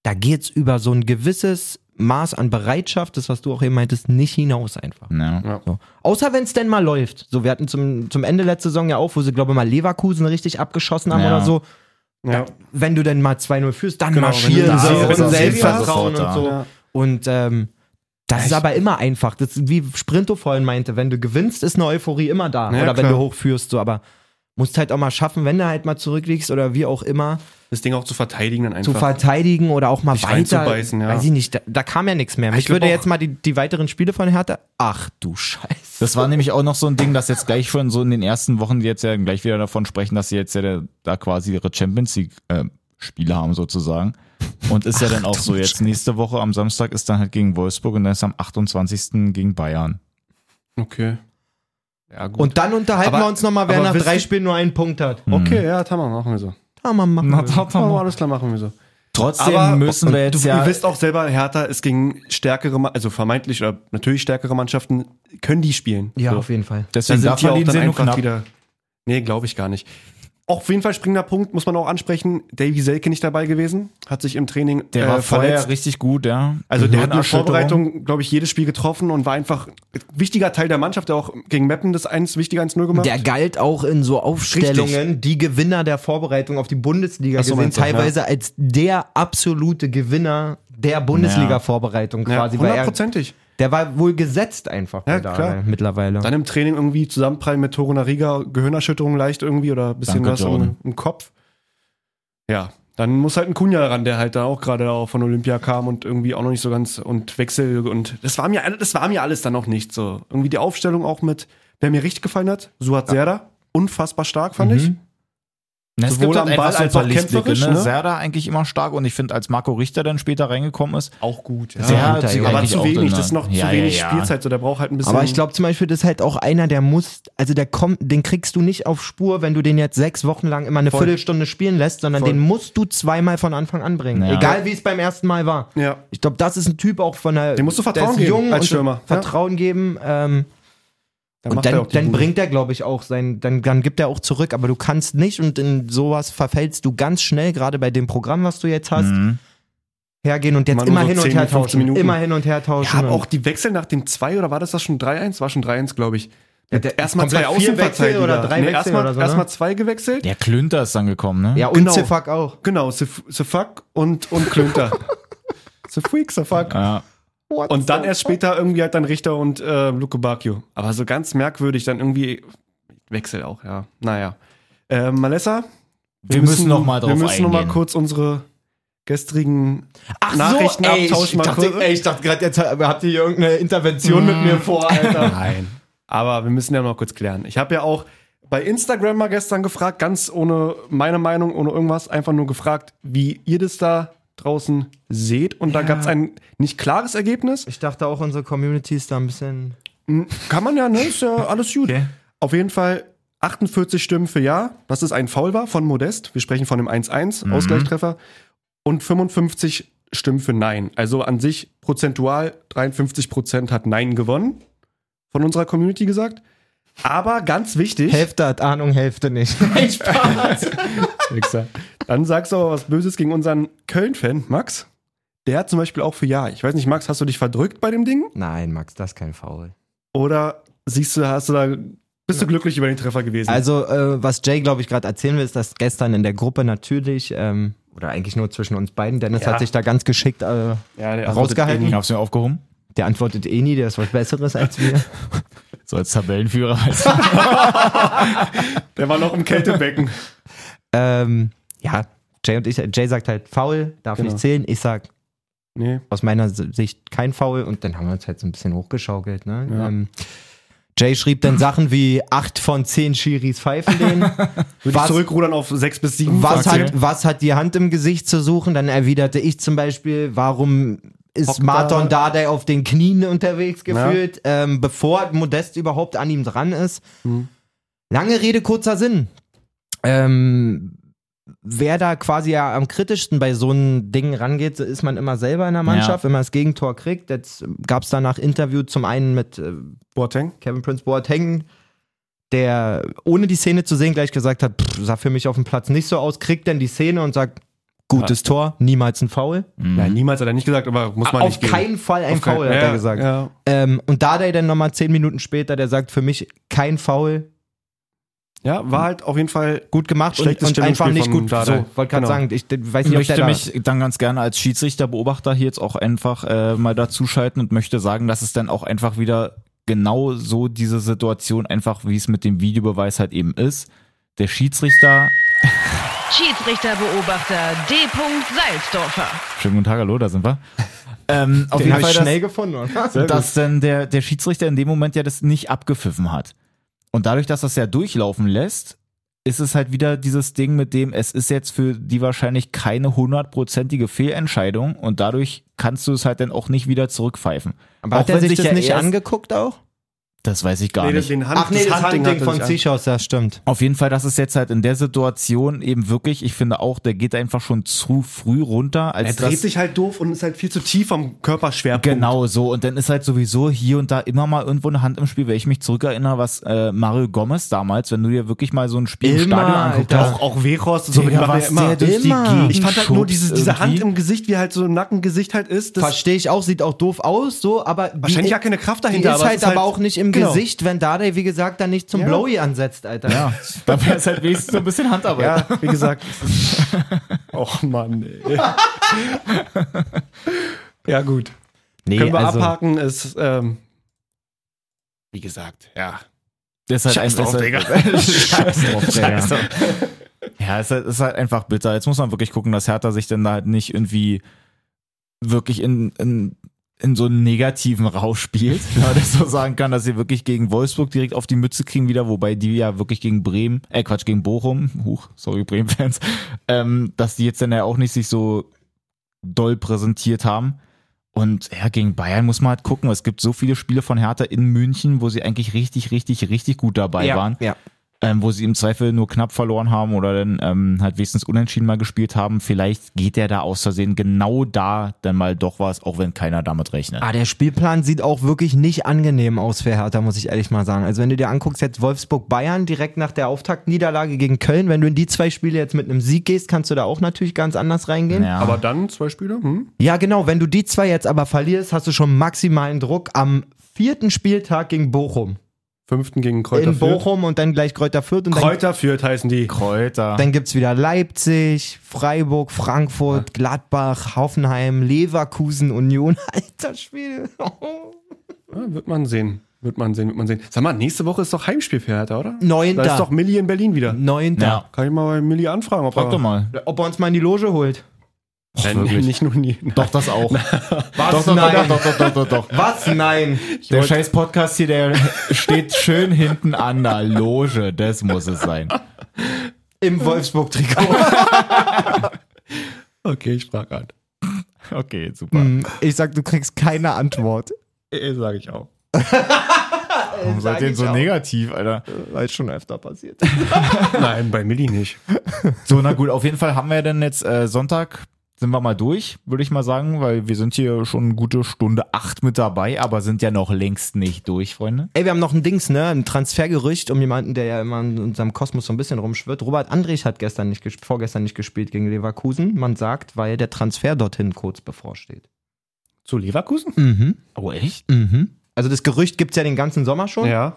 [SPEAKER 1] da geht's über so ein gewisses Maß an Bereitschaft, das was du auch eben meintest, nicht hinaus einfach.
[SPEAKER 2] Ja.
[SPEAKER 1] So. Außer wenn es denn mal läuft. So, wir hatten zum, zum Ende letzte Saison ja auch, wo sie, glaube ich, mal Leverkusen richtig abgeschlossen haben
[SPEAKER 2] Ja.
[SPEAKER 1] oder so.
[SPEAKER 3] Ja.
[SPEAKER 1] Wenn du denn mal 2-0 führst, dann
[SPEAKER 3] Genau,
[SPEAKER 1] marschieren
[SPEAKER 2] wenn du
[SPEAKER 1] sie
[SPEAKER 2] da bist,
[SPEAKER 1] und
[SPEAKER 2] dann
[SPEAKER 1] Selbstvertrauen
[SPEAKER 2] sind sie
[SPEAKER 1] und so.
[SPEAKER 3] Ja.
[SPEAKER 1] Und ähm, das ist
[SPEAKER 3] Ich-
[SPEAKER 1] aber immer einfach. Das ist wie Sprinto vorhin meinte, wenn du gewinnst, ist eine Euphorie immer da.
[SPEAKER 3] Ja,
[SPEAKER 1] oder wenn
[SPEAKER 3] klar.
[SPEAKER 1] du hochführst, so, aber musst halt auch mal schaffen, wenn du halt mal zurückliegst oder wie auch immer,
[SPEAKER 3] Das Ding auch zu verteidigen dann
[SPEAKER 1] zu
[SPEAKER 3] einfach.
[SPEAKER 1] verteidigen oder auch mal
[SPEAKER 3] Nicht
[SPEAKER 1] weiter.
[SPEAKER 3] reinzubeißen, ja.
[SPEAKER 1] Weiß ich nicht, da, da kam ja nichts mehr.
[SPEAKER 3] Ich
[SPEAKER 1] Ich
[SPEAKER 3] glaub
[SPEAKER 1] würde
[SPEAKER 3] auch-
[SPEAKER 1] jetzt mal die, die weiteren Spiele von Hertha. Ach du Scheiße.
[SPEAKER 2] Das war nämlich auch noch so ein Ding, dass jetzt gleich schon so in den ersten Wochen, die jetzt ja gleich wieder davon sprechen, dass sie jetzt ja da- da quasi ihre Champions League äh, Spiele haben sozusagen. Und ist ja dann auch so, jetzt nächste Woche am Samstag ist dann halt gegen Wolfsburg und dann ist am 28. gegen Bayern.
[SPEAKER 3] okay. Ja, gut.
[SPEAKER 1] Und dann unterhalten
[SPEAKER 3] Aber-
[SPEAKER 1] wir uns nochmal, wer
[SPEAKER 3] aber
[SPEAKER 1] nach
[SPEAKER 3] wisst
[SPEAKER 1] drei
[SPEAKER 3] ihr-
[SPEAKER 1] Spielen nur einen Punkt hat.
[SPEAKER 3] okay, ja, Tamar, machen wir so.
[SPEAKER 1] Ja, man machen wir.
[SPEAKER 3] Tamar, Oh, alles klar, machen wir so.
[SPEAKER 2] Trotzdem
[SPEAKER 3] Aber-
[SPEAKER 2] müssen wir jetzt
[SPEAKER 3] Du
[SPEAKER 2] ja.
[SPEAKER 3] wisst auch selber, Hertha ist gegen stärkere, Ma- also vermeintlich oder natürlich stärkere Mannschaften, können die spielen.
[SPEAKER 1] Ja,
[SPEAKER 3] so.
[SPEAKER 1] auf jeden Fall.
[SPEAKER 3] Da
[SPEAKER 2] deswegen
[SPEAKER 3] sind
[SPEAKER 2] da
[SPEAKER 3] die auch
[SPEAKER 2] verlieren
[SPEAKER 3] dann
[SPEAKER 2] sie nur
[SPEAKER 3] einfach
[SPEAKER 2] knapp.
[SPEAKER 3] wieder. Nee, glaube ich gar nicht. Auch auf jeden Fall springender Punkt, muss man auch ansprechen. Davy Selke nicht dabei gewesen, hat sich im Training
[SPEAKER 2] Der
[SPEAKER 3] äh,
[SPEAKER 2] war vorher richtig gut, ja.
[SPEAKER 3] Also der hat in der
[SPEAKER 2] Gehirnerschütterung.
[SPEAKER 3] Vorbereitung, glaube ich, jedes Spiel getroffen und war einfach ein wichtiger Teil der Mannschaft, der auch gegen Meppen das 1 wichtiger 1-0 gemacht.
[SPEAKER 1] Der galt auch in so Aufstellungen,
[SPEAKER 3] Richtig.
[SPEAKER 1] die Gewinner der Vorbereitung auf die Bundesliga
[SPEAKER 3] Ach so,
[SPEAKER 1] gesehen,
[SPEAKER 3] meinst du,
[SPEAKER 1] teilweise als der absolute Gewinner der Bundesliga-Vorbereitung
[SPEAKER 3] ja,
[SPEAKER 1] quasi. weil er,
[SPEAKER 3] hundertprozentig.
[SPEAKER 1] der war wohl gesetzt einfach
[SPEAKER 3] Ja,
[SPEAKER 1] bei Dardai
[SPEAKER 3] klar.
[SPEAKER 1] mittlerweile.
[SPEAKER 3] Dann im Training irgendwie zusammenprallen mit Toruna Riga, Gehirnerschütterung leicht irgendwie oder ein bisschen
[SPEAKER 2] Danke,
[SPEAKER 3] was
[SPEAKER 2] Jordan.
[SPEAKER 3] im, im Kopf. Ja, dann muss halt ein Kunja ran, der halt da auch gerade auch von Olympia kam und irgendwie auch noch nicht so ganz und Wechsel und das war mir, alle- das war mir alles dann auch nicht so. Irgendwie die Aufstellung auch mit, wer mir richtig gefallen hat, Suat Serdar, unfassbar stark fand ich.
[SPEAKER 2] Na, es
[SPEAKER 3] Sowohl
[SPEAKER 2] gibt halt
[SPEAKER 3] am
[SPEAKER 2] einfach
[SPEAKER 3] Ball
[SPEAKER 2] so
[SPEAKER 3] als auch
[SPEAKER 2] Verliesblicke,
[SPEAKER 3] kämpferisch,
[SPEAKER 2] Ne?
[SPEAKER 3] ne?
[SPEAKER 2] Serda eigentlich immer stark und ich finde, als Marco Richter dann später reingekommen ist,
[SPEAKER 3] Auch gut, ja.
[SPEAKER 1] Sehr
[SPEAKER 2] Ja,
[SPEAKER 1] guter
[SPEAKER 2] sie-
[SPEAKER 1] Junge.
[SPEAKER 3] aber
[SPEAKER 2] eigentlich
[SPEAKER 3] zu
[SPEAKER 2] auch
[SPEAKER 3] wenig,
[SPEAKER 2] drin,
[SPEAKER 3] das ist noch
[SPEAKER 2] ja,
[SPEAKER 3] zu wenig
[SPEAKER 2] ja, ja.
[SPEAKER 3] Spielzeit, so der braucht halt ein bisschen.
[SPEAKER 1] Aber ich glaube zum Beispiel, das ist halt auch einer, der muss, also der kommt, den kriegst du nicht auf Spur, wenn du den jetzt sechs Wochen lang immer eine
[SPEAKER 3] Voll.
[SPEAKER 1] Viertelstunde spielen lässt, sondern
[SPEAKER 3] Voll.
[SPEAKER 1] den musst du zweimal von Anfang an bringen.
[SPEAKER 2] Ja.
[SPEAKER 1] Egal wie es beim ersten Mal war.
[SPEAKER 3] ja.
[SPEAKER 1] Ich glaube, das ist ein Typ auch von der.
[SPEAKER 3] Dem musst du
[SPEAKER 1] der
[SPEAKER 3] Vertrauen
[SPEAKER 1] ist
[SPEAKER 3] geben
[SPEAKER 1] jung
[SPEAKER 3] als
[SPEAKER 1] und
[SPEAKER 3] Stürmer, ja.
[SPEAKER 1] Vertrauen geben. Ähm,
[SPEAKER 3] Da
[SPEAKER 1] und
[SPEAKER 3] macht er
[SPEAKER 1] dann,
[SPEAKER 3] auch die
[SPEAKER 1] dann
[SPEAKER 3] Bude.
[SPEAKER 1] bringt er, glaube ich, auch sein, dann, dann gibt er auch zurück, aber du kannst nicht und in sowas verfällst du ganz schnell, gerade bei dem Programm, was du jetzt hast,
[SPEAKER 2] Mhm.
[SPEAKER 1] hergehen und
[SPEAKER 3] Immer
[SPEAKER 1] jetzt
[SPEAKER 3] nur
[SPEAKER 1] immer
[SPEAKER 3] so
[SPEAKER 1] hin und
[SPEAKER 3] 10,
[SPEAKER 1] her
[SPEAKER 3] 15
[SPEAKER 1] tauschen.
[SPEAKER 3] Minuten.
[SPEAKER 1] Immer hin und her
[SPEAKER 3] Ich
[SPEAKER 1] tauschen.
[SPEAKER 3] habe
[SPEAKER 1] und-
[SPEAKER 3] auch die Wechsel nach dem 2 oder war das das schon 3-1? War schon 3-1, glaube ich.
[SPEAKER 1] Ja, der-
[SPEAKER 3] Erstmal zwei
[SPEAKER 1] komplett vier Wechsel
[SPEAKER 3] Außenverteidiger.
[SPEAKER 1] oder drei Wechsel
[SPEAKER 3] erstmal
[SPEAKER 1] oder so, ne?
[SPEAKER 3] erstmal zwei gewechselt.
[SPEAKER 2] der Klünter ist dann gekommen, ne?
[SPEAKER 1] ja, und
[SPEAKER 3] genau.
[SPEAKER 1] Ziffak auch.
[SPEAKER 3] Genau, Sef- Sefak und, und Klünter. Sefreak, Sefak.
[SPEAKER 2] Ja.
[SPEAKER 3] Und dann erst später irgendwie halt dann Richter und äh, Luke Bacchio. Aber so ganz merkwürdig, dann irgendwie Wechsel auch, ja. Naja. Äh, Malessa,
[SPEAKER 2] Wir, müssen noch mal drauf
[SPEAKER 3] Wir müssen noch mal
[SPEAKER 2] eingehen.
[SPEAKER 3] kurz unsere gestrigen
[SPEAKER 1] Ach
[SPEAKER 3] Nachrichten
[SPEAKER 1] ey, ich,
[SPEAKER 3] abtauschen mal
[SPEAKER 1] dachte,
[SPEAKER 3] kurz.
[SPEAKER 1] ey, ich dachte gerade, jetzt habt ihr hier irgendeine Intervention mit mir vor, Alter.
[SPEAKER 3] Nein. Aber wir müssen ja noch kurz klären. Ich habe ja auch bei Instagram mal gestern gefragt, ganz ohne meine Meinung, ohne irgendwas, einfach nur gefragt, wie ihr das da draußen seht. Und da gab es ein nicht klares Ergebnis.
[SPEAKER 1] Ich dachte auch, unsere Community ist da ein bisschen.
[SPEAKER 3] Hm, Kann man ja, ne? Ist ja alles gut. Auf jeden Fall 48 Stimmen für Ja, dass es ein Foul war von Modest. Wir sprechen von dem 1-1,
[SPEAKER 1] Mhm.
[SPEAKER 3] Ausgleichstreffer. Und 55 Stimmen für Nein. Also an sich prozentual 53 Prozent hat Nein gewonnen. Von unserer Community gesagt. Aber ganz wichtig.
[SPEAKER 1] Hälfte hat Ahnung, Hälfte nicht.
[SPEAKER 3] Wichser. Dann sagst du aber was Böses gegen unseren Köln-Fan, Max. Der hat zum Beispiel auch für Ja. Ich weiß nicht, Max, hast du dich verdrückt bei dem Ding?
[SPEAKER 1] Nein, Max, das ist kein Foul.
[SPEAKER 3] Oder siehst du, hast du da, bist du glücklich über den Treffer gewesen?
[SPEAKER 1] Also, äh, was Jay, glaube ich, gerade erzählen will, ist, dass gestern in der Gruppe natürlich, ähm, oder eigentlich nur zwischen uns beiden, Dennis
[SPEAKER 3] Ja.
[SPEAKER 1] hat sich da ganz geschickt äh,
[SPEAKER 3] ja, der
[SPEAKER 1] rausgehalten.
[SPEAKER 2] Ich hab's mir aufgehoben.
[SPEAKER 1] Der antwortet eh nie, der ist was Besseres als wir.
[SPEAKER 2] So als Tabellenführer. Also,
[SPEAKER 3] Der war noch im Kältebecken.
[SPEAKER 1] ähm, ja, Jay und ich, Jay sagt halt faul, darf
[SPEAKER 3] Genau.
[SPEAKER 1] nicht zählen. Ich sag
[SPEAKER 3] nee.
[SPEAKER 1] aus meiner S- Sicht kein faul und dann haben wir uns halt so ein bisschen hochgeschaukelt. Ne?
[SPEAKER 3] Ja.
[SPEAKER 1] Ähm, Jay schrieb dann Sachen wie 8 von 10 Schiris pfeifen den.
[SPEAKER 3] Würde ich
[SPEAKER 1] Was-
[SPEAKER 3] zurückrudern auf 6 bis 7.
[SPEAKER 1] Was halt-
[SPEAKER 2] Okay.
[SPEAKER 1] hat, was hat die Hand im Gesicht zu suchen? Dann erwiderte ich zum Beispiel, warum ist
[SPEAKER 3] Hockt
[SPEAKER 1] Marton Dardai auf den Knien unterwegs
[SPEAKER 3] Ja.
[SPEAKER 1] gefühlt, ähm, bevor Modest überhaupt an ihm dran ist?
[SPEAKER 3] Hm.
[SPEAKER 1] Lange Rede, kurzer Sinn. Ähm, wer da quasi ja am kritischsten bei so einem Ding rangeht, so ist man immer selber in der Mannschaft, wenn man das Gegentor kriegt. Jetzt gab es danach Interview zum einen mit äh,
[SPEAKER 3] Boateng?
[SPEAKER 1] Kevin Prince Boateng, der ohne die Szene zu sehen gleich gesagt hat, pff, sah für mich auf dem Platz nicht so aus, kriegt dann die Szene und sagt, Gutes Tor, niemals ein Foul.
[SPEAKER 3] Ja, niemals hat er nicht gesagt, aber muss
[SPEAKER 1] Mhm.
[SPEAKER 3] man
[SPEAKER 1] Auf
[SPEAKER 3] nicht geben.
[SPEAKER 1] keinen Fall ein
[SPEAKER 3] Auf keinen-
[SPEAKER 1] Foul, hat
[SPEAKER 3] ja,
[SPEAKER 1] er gesagt.
[SPEAKER 3] Ja.
[SPEAKER 1] Ähm, und Dardai dann nochmal zehn Minuten später, der sagt für mich kein Foul,
[SPEAKER 3] ja, war halt auf jeden Fall
[SPEAKER 1] gut gemacht und,
[SPEAKER 3] Schlechtes
[SPEAKER 1] und einfach nicht
[SPEAKER 3] Stellungsspiel von
[SPEAKER 1] gut. So,
[SPEAKER 3] Dardai.
[SPEAKER 1] wollte gerade
[SPEAKER 3] Genau.
[SPEAKER 1] sagen, ich d- weiß
[SPEAKER 2] Ich
[SPEAKER 1] nicht, ob der
[SPEAKER 2] möchte
[SPEAKER 1] da
[SPEAKER 2] mich dann ganz gerne als Schiedsrichterbeobachter hier jetzt auch einfach äh, mal dazuschalten und möchte sagen, dass es dann auch einfach wieder genau so diese Situation einfach, wie es mit dem Videobeweis halt eben ist. Der Schiedsrichter,
[SPEAKER 6] Schiedsrichterbeobachter D. Salzdorfer.
[SPEAKER 2] schönen guten Tag, hallo, da sind wir. Ähm, auf
[SPEAKER 1] den
[SPEAKER 2] jeden
[SPEAKER 1] hab
[SPEAKER 2] Fall,
[SPEAKER 1] ich
[SPEAKER 2] dass,
[SPEAKER 1] schnell gefunden. oder?
[SPEAKER 2] dass dann der, der Schiedsrichter in dem Moment ja das nicht abgepfiffen hat. Und dadurch, dass das ja durchlaufen lässt, ist es halt wieder dieses Ding mit dem, es ist jetzt für die wahrscheinlich keine hundertprozentige Fehlentscheidung und dadurch kannst du es halt dann auch nicht wieder zurückpfeifen.
[SPEAKER 1] Aber
[SPEAKER 2] auch
[SPEAKER 1] hat er
[SPEAKER 2] wenn
[SPEAKER 1] sich das
[SPEAKER 2] ja
[SPEAKER 1] nicht
[SPEAKER 2] erst-
[SPEAKER 1] angeguckt auch?
[SPEAKER 2] Das weiß ich gar
[SPEAKER 3] Nee,
[SPEAKER 2] nicht.
[SPEAKER 3] den Hand, Handding hat er nicht an.
[SPEAKER 1] Zichos, das stimmt.
[SPEAKER 2] Auf jeden Fall, das ist jetzt halt in der Situation eben wirklich, ich finde auch, der geht einfach schon zu früh runter,
[SPEAKER 3] Er
[SPEAKER 2] als
[SPEAKER 3] dreht
[SPEAKER 2] das
[SPEAKER 3] sich halt doof und ist halt viel zu tief am Körperschwerpunkt.
[SPEAKER 2] Genau so. Und dann ist halt sowieso hier und da immer mal irgendwo eine Hand im Spiel, weil ich mich zurückerinnere, was äh, Mario Gomez damals, wenn du dir wirklich mal so ein Spiel im
[SPEAKER 1] Immer,
[SPEAKER 2] Stadion anguckst,
[SPEAKER 1] Alter.
[SPEAKER 3] Auch, auch Wehorst und so. die machen ja immer.
[SPEAKER 1] immer.
[SPEAKER 3] ich fand halt nur diese,
[SPEAKER 2] schubst
[SPEAKER 3] diese Hand
[SPEAKER 2] irgendwie.
[SPEAKER 3] im Gesicht, wie halt so ein Nackengesicht halt ist. Das
[SPEAKER 1] Verstehe ich auch, sieht auch doof aus, so, aber die-
[SPEAKER 3] wahrscheinlich ja keine Kraft
[SPEAKER 1] die
[SPEAKER 3] dahinter.
[SPEAKER 1] ist halt aber auch nicht im
[SPEAKER 3] Genau.
[SPEAKER 1] Gesicht, wenn Dardai, wie gesagt, dann nicht zum
[SPEAKER 3] Ja.
[SPEAKER 1] Blowy ansetzt, Alter.
[SPEAKER 2] Ja, da wäre es halt wenigstens so ein bisschen Handarbeit.
[SPEAKER 3] Ja, wie gesagt. Och Mann, ey. Ja, gut.
[SPEAKER 1] Nee,
[SPEAKER 3] Können wir
[SPEAKER 1] also-
[SPEAKER 3] abhaken, ist, ähm, wie gesagt, ja.
[SPEAKER 2] Das ist halt
[SPEAKER 3] Scheiß
[SPEAKER 2] ein-
[SPEAKER 3] drauf,
[SPEAKER 2] ist halt, Scheiß drauf, Digga. Ja, es ist, halt, es ist halt einfach bitter. Jetzt muss man wirklich gucken, dass Hertha sich denn da halt nicht irgendwie wirklich in, in, in so einen negativen Rausch spielt. Wenn man das so sagen kann, dass sie wirklich gegen Wolfsburg direkt auf die Mütze kriegen wieder, wobei die ja wirklich gegen Bremen, äh Quatsch, gegen Bochum, huch, sorry Bremen-Fans, ähm, dass die jetzt dann ja auch nicht sich so doll präsentiert haben. Und ja, gegen Bayern muss man halt gucken. Es gibt so viele Spiele von Hertha in München, wo sie eigentlich richtig, richtig, richtig gut dabei waren
[SPEAKER 1] ja.
[SPEAKER 2] ähm, wo sie im Zweifel nur knapp verloren haben oder dann ähm, halt wenigstens unentschieden mal gespielt haben. Vielleicht geht der da aus Versehen genau da dann mal doch was, auch wenn keiner damit rechnet.
[SPEAKER 1] Ah, der Spielplan sieht auch wirklich nicht angenehm aus für Hertha, muss ich ehrlich mal sagen. Also wenn du dir anguckst, jetzt Wolfsburg-Bayern direkt nach der Auftaktniederlage gegen Köln, wenn du in die zwei Spiele jetzt mit einem Sieg gehst, kannst du da auch natürlich ganz anders reingehen. Ja,
[SPEAKER 2] Ja.
[SPEAKER 3] Aber dann zwei Spiele, hm?
[SPEAKER 1] genau, wenn du die zwei jetzt aber verlierst, hast du schon maximalen Druck am vierten Spieltag gegen Bochum.
[SPEAKER 3] Fünften gegen Kräuter
[SPEAKER 1] in Bochum und dann gleich Kräuter Fürth und
[SPEAKER 3] Fürth. Kräuter Fürth heißen die.
[SPEAKER 2] Kräuter.
[SPEAKER 1] dann, dann gibt's wieder Leipzig, Freiburg, Frankfurt, Gladbach, Hoffenheim, Leverkusen, Union. Alter Spiel.
[SPEAKER 3] Ja, wird man sehen. Wird man sehen, wird man sehen. Sag mal, nächste Woche ist doch Heimspiel für Hertha, oder? Da
[SPEAKER 1] Neunter.
[SPEAKER 3] ist doch Milli in Berlin wieder.
[SPEAKER 1] Neunter.
[SPEAKER 2] ja,
[SPEAKER 3] Kann ich mal bei Milli anfragen, ob
[SPEAKER 2] frag doch mal.
[SPEAKER 1] Ob er uns mal in die Loge holt.
[SPEAKER 3] Nein, nicht nur nie.
[SPEAKER 2] Doch, das auch.
[SPEAKER 1] Was?
[SPEAKER 2] doch, doch, doch,
[SPEAKER 1] Nein.
[SPEAKER 2] doch, doch, doch, doch, doch.
[SPEAKER 1] Was? Nein.
[SPEAKER 2] Der scheiß Podcast hier, der steht schön hinten an der Loge. Das muss es sein.
[SPEAKER 1] Im Wolfsburg-Trikot.
[SPEAKER 3] Okay, ich halt. frage an.
[SPEAKER 2] Okay, super.
[SPEAKER 1] Ich sag, du kriegst keine Antwort.
[SPEAKER 3] Äh, sag ich auch.
[SPEAKER 2] Warum seid ihr denn so negativ, Alter?
[SPEAKER 1] Weil es schon öfter passiert.
[SPEAKER 3] Nein, bei Milli nicht.
[SPEAKER 2] So, na gut, auf jeden Fall haben wir dann jetzt äh, Sonntag, sind wir mal durch, würde ich mal sagen, weil wir sind hier schon eine gute Stunde acht mit dabei, aber sind ja noch längst nicht durch, Freunde.
[SPEAKER 1] Ey, wir haben noch ein Dings, ne? Ein Transfergerücht um jemanden, der ja immer in unserem Kosmos so ein bisschen rumschwirrt. Robert Andrich hat gestern nicht gesp- vorgestern nicht gespielt gegen Leverkusen. Man sagt, weil der Transfer dorthin kurz bevorsteht.
[SPEAKER 3] Zu Leverkusen?
[SPEAKER 1] Mhm.
[SPEAKER 2] Oh, echt?
[SPEAKER 1] Mhm. Also das Gerücht gibt's ja den ganzen Sommer schon.
[SPEAKER 3] Ja.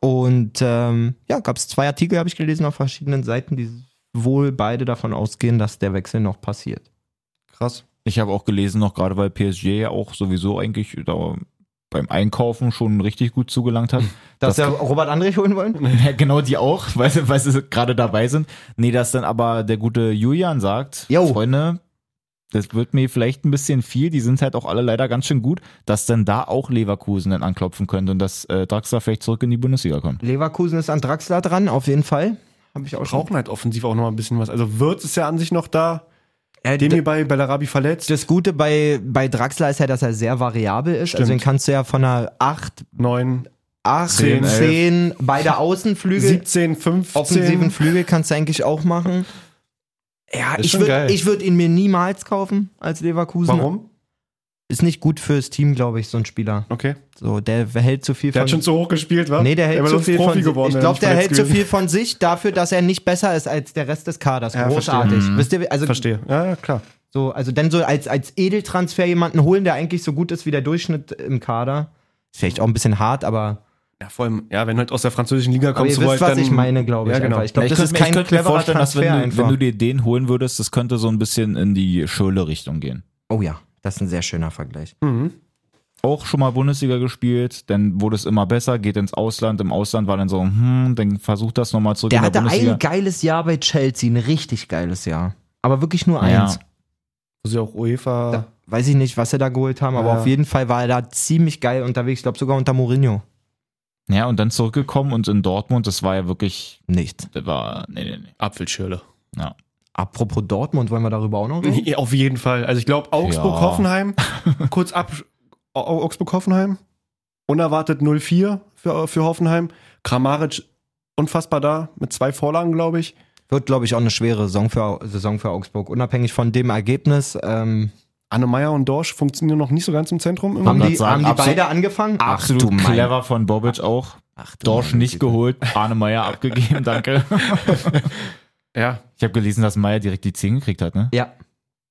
[SPEAKER 1] Und ähm, ja, gab's zwei Artikel, habe ich gelesen, auf verschiedenen Seiten, die wohl beide davon ausgehen, dass der Wechsel noch passiert.
[SPEAKER 3] Krass.
[SPEAKER 2] Ich habe auch gelesen, noch gerade weil PSG ja auch sowieso eigentlich da beim Einkaufen schon richtig gut zugelangt hat.
[SPEAKER 1] Dass
[SPEAKER 2] Das-
[SPEAKER 1] wir Robert Andrich holen wollen?
[SPEAKER 2] Ja, genau die auch, weil sie, weil sie gerade dabei sind. Nee, dass dann aber der gute Julian sagt,
[SPEAKER 1] Jo.
[SPEAKER 2] Freunde, das wird mir vielleicht ein bisschen viel, die sind halt auch alle leider ganz schön gut, dass dann da auch Leverkusen dann anklopfen könnte und dass äh, Draxler vielleicht zurück in die Bundesliga kommt.
[SPEAKER 1] Leverkusen ist an Draxler dran, auf jeden Fall. Habe ich auch schon.
[SPEAKER 3] Brauchen halt offensiv auch noch mal ein bisschen was. Also Wirtz ist ja an sich noch da.
[SPEAKER 1] Äh,
[SPEAKER 3] Demi
[SPEAKER 1] d-
[SPEAKER 3] bei Bellarabi verletzt.
[SPEAKER 1] das Gute bei, bei Draxler ist ja, dass er sehr variabel ist. Also den kannst du ja von einer 8,
[SPEAKER 3] Neun,
[SPEAKER 1] 8, 10,
[SPEAKER 3] Zehn, elf.
[SPEAKER 1] beide Außenflügel,
[SPEAKER 3] 17, 15.
[SPEAKER 1] offensiven Flügel kannst du eigentlich auch machen. Ja,
[SPEAKER 3] Ist
[SPEAKER 1] ich
[SPEAKER 3] schon geil.
[SPEAKER 1] würde ich würd ihn mir niemals kaufen als Leverkusen.
[SPEAKER 3] Warum?
[SPEAKER 1] ist nicht gut fürs Team, glaube ich, so ein Spieler.
[SPEAKER 3] Okay.
[SPEAKER 1] So, der hält zu viel
[SPEAKER 3] Der
[SPEAKER 1] von
[SPEAKER 3] hat schon zu hoch gespielt, wa?
[SPEAKER 1] Nee, der hält
[SPEAKER 3] wäre
[SPEAKER 1] zu
[SPEAKER 3] sonst
[SPEAKER 1] viel
[SPEAKER 3] Profi
[SPEAKER 1] von
[SPEAKER 3] geworden,
[SPEAKER 1] Ich
[SPEAKER 3] wenn er
[SPEAKER 1] glaube,
[SPEAKER 3] nicht
[SPEAKER 1] der
[SPEAKER 3] verletzt
[SPEAKER 1] hält zu
[SPEAKER 3] gewesen
[SPEAKER 1] viel von sich dafür, dass er nicht besser ist als der Rest des Kaders.
[SPEAKER 3] Ja, verstehe.
[SPEAKER 1] Großartig. Wisst ihr, also
[SPEAKER 3] Verstehe. Ja, ja, klar.
[SPEAKER 1] so, also dann so als, als Edeltransfer jemanden holen, der eigentlich so gut ist wie der Durchschnitt im Kader. Ist vielleicht auch ein bisschen hart, aber,
[SPEAKER 3] Ja, vor allem, ja, wenn du halt aus der französischen Liga
[SPEAKER 1] aber
[SPEAKER 3] kommst,
[SPEAKER 1] ihr
[SPEAKER 3] wo
[SPEAKER 1] wisst,
[SPEAKER 3] halt
[SPEAKER 1] was
[SPEAKER 3] dann,
[SPEAKER 1] ich meine, glaube ich.
[SPEAKER 3] Ja, genau.
[SPEAKER 1] einfach. Ich glaube,
[SPEAKER 2] ich
[SPEAKER 1] das
[SPEAKER 2] könnte,
[SPEAKER 1] ist
[SPEAKER 2] mir- ich
[SPEAKER 1] kein
[SPEAKER 2] könnte mir
[SPEAKER 1] cleverer
[SPEAKER 2] vorstellen, dass
[SPEAKER 1] Transfer
[SPEAKER 2] wenn du,
[SPEAKER 1] einfach.
[SPEAKER 2] wenn du dir den holen würdest, das könnte so ein bisschen in die Schöle-Richtung gehen.
[SPEAKER 1] oh ja, das ist ein sehr schöner Vergleich.
[SPEAKER 3] Mhm.
[SPEAKER 2] Auch schon mal Bundesliga gespielt, dann wurde es immer besser, geht ins Ausland. Im Ausland war dann so, hm, dann versucht das nochmal zurück
[SPEAKER 1] Der
[SPEAKER 2] in der
[SPEAKER 1] hatte
[SPEAKER 2] Bundesliga.
[SPEAKER 1] ein geiles Jahr bei Chelsea, ein richtig geiles Jahr. Aber wirklich nur eins.
[SPEAKER 2] Ja.
[SPEAKER 3] Wo sie Also auch UEFA.
[SPEAKER 1] Da, weiß ich nicht, was sie da geholt haben, aber
[SPEAKER 3] Ja.
[SPEAKER 1] auf jeden Fall war er da ziemlich geil unterwegs. Ich glaube sogar unter Mourinho.
[SPEAKER 2] ja, und dann zurückgekommen und in Dortmund, das war ja wirklich,
[SPEAKER 1] Nichts.
[SPEAKER 2] das war, nee, nee, nee.
[SPEAKER 3] Apfelschirle.
[SPEAKER 1] Apropos Dortmund, wollen wir darüber auch noch reden?
[SPEAKER 3] Ja, auf jeden Fall. Also ich glaube, Augsburg-Hoffenheim, kurz ab, Au- Au- Augsburg-Hoffenheim, unerwartet 0-4 für, für Hoffenheim. Kramaric unfassbar da, mit zwei Vorlagen, glaube ich.
[SPEAKER 1] Wird, glaube ich, auch eine schwere Saison für, Saison für Augsburg. Unabhängig von dem Ergebnis ähm,
[SPEAKER 3] Anne Meyer und Dorsch funktionieren noch nicht so ganz im Zentrum.
[SPEAKER 1] haben,
[SPEAKER 3] Immer.
[SPEAKER 2] grad
[SPEAKER 1] die,
[SPEAKER 2] sagen,
[SPEAKER 1] haben die
[SPEAKER 2] absolut-
[SPEAKER 1] beide angefangen.
[SPEAKER 2] Absolut
[SPEAKER 1] Ach, du mein-
[SPEAKER 2] clever von Bobic auch.
[SPEAKER 1] Ach, du
[SPEAKER 2] Dorsch
[SPEAKER 1] meine
[SPEAKER 2] nicht
[SPEAKER 1] Güte.
[SPEAKER 2] geholt, Arne Meyer abgegeben, danke.
[SPEAKER 3] Ja,
[SPEAKER 2] Ich habe gelesen, dass Meyer direkt die 10 gekriegt hat, ne?
[SPEAKER 1] Ja.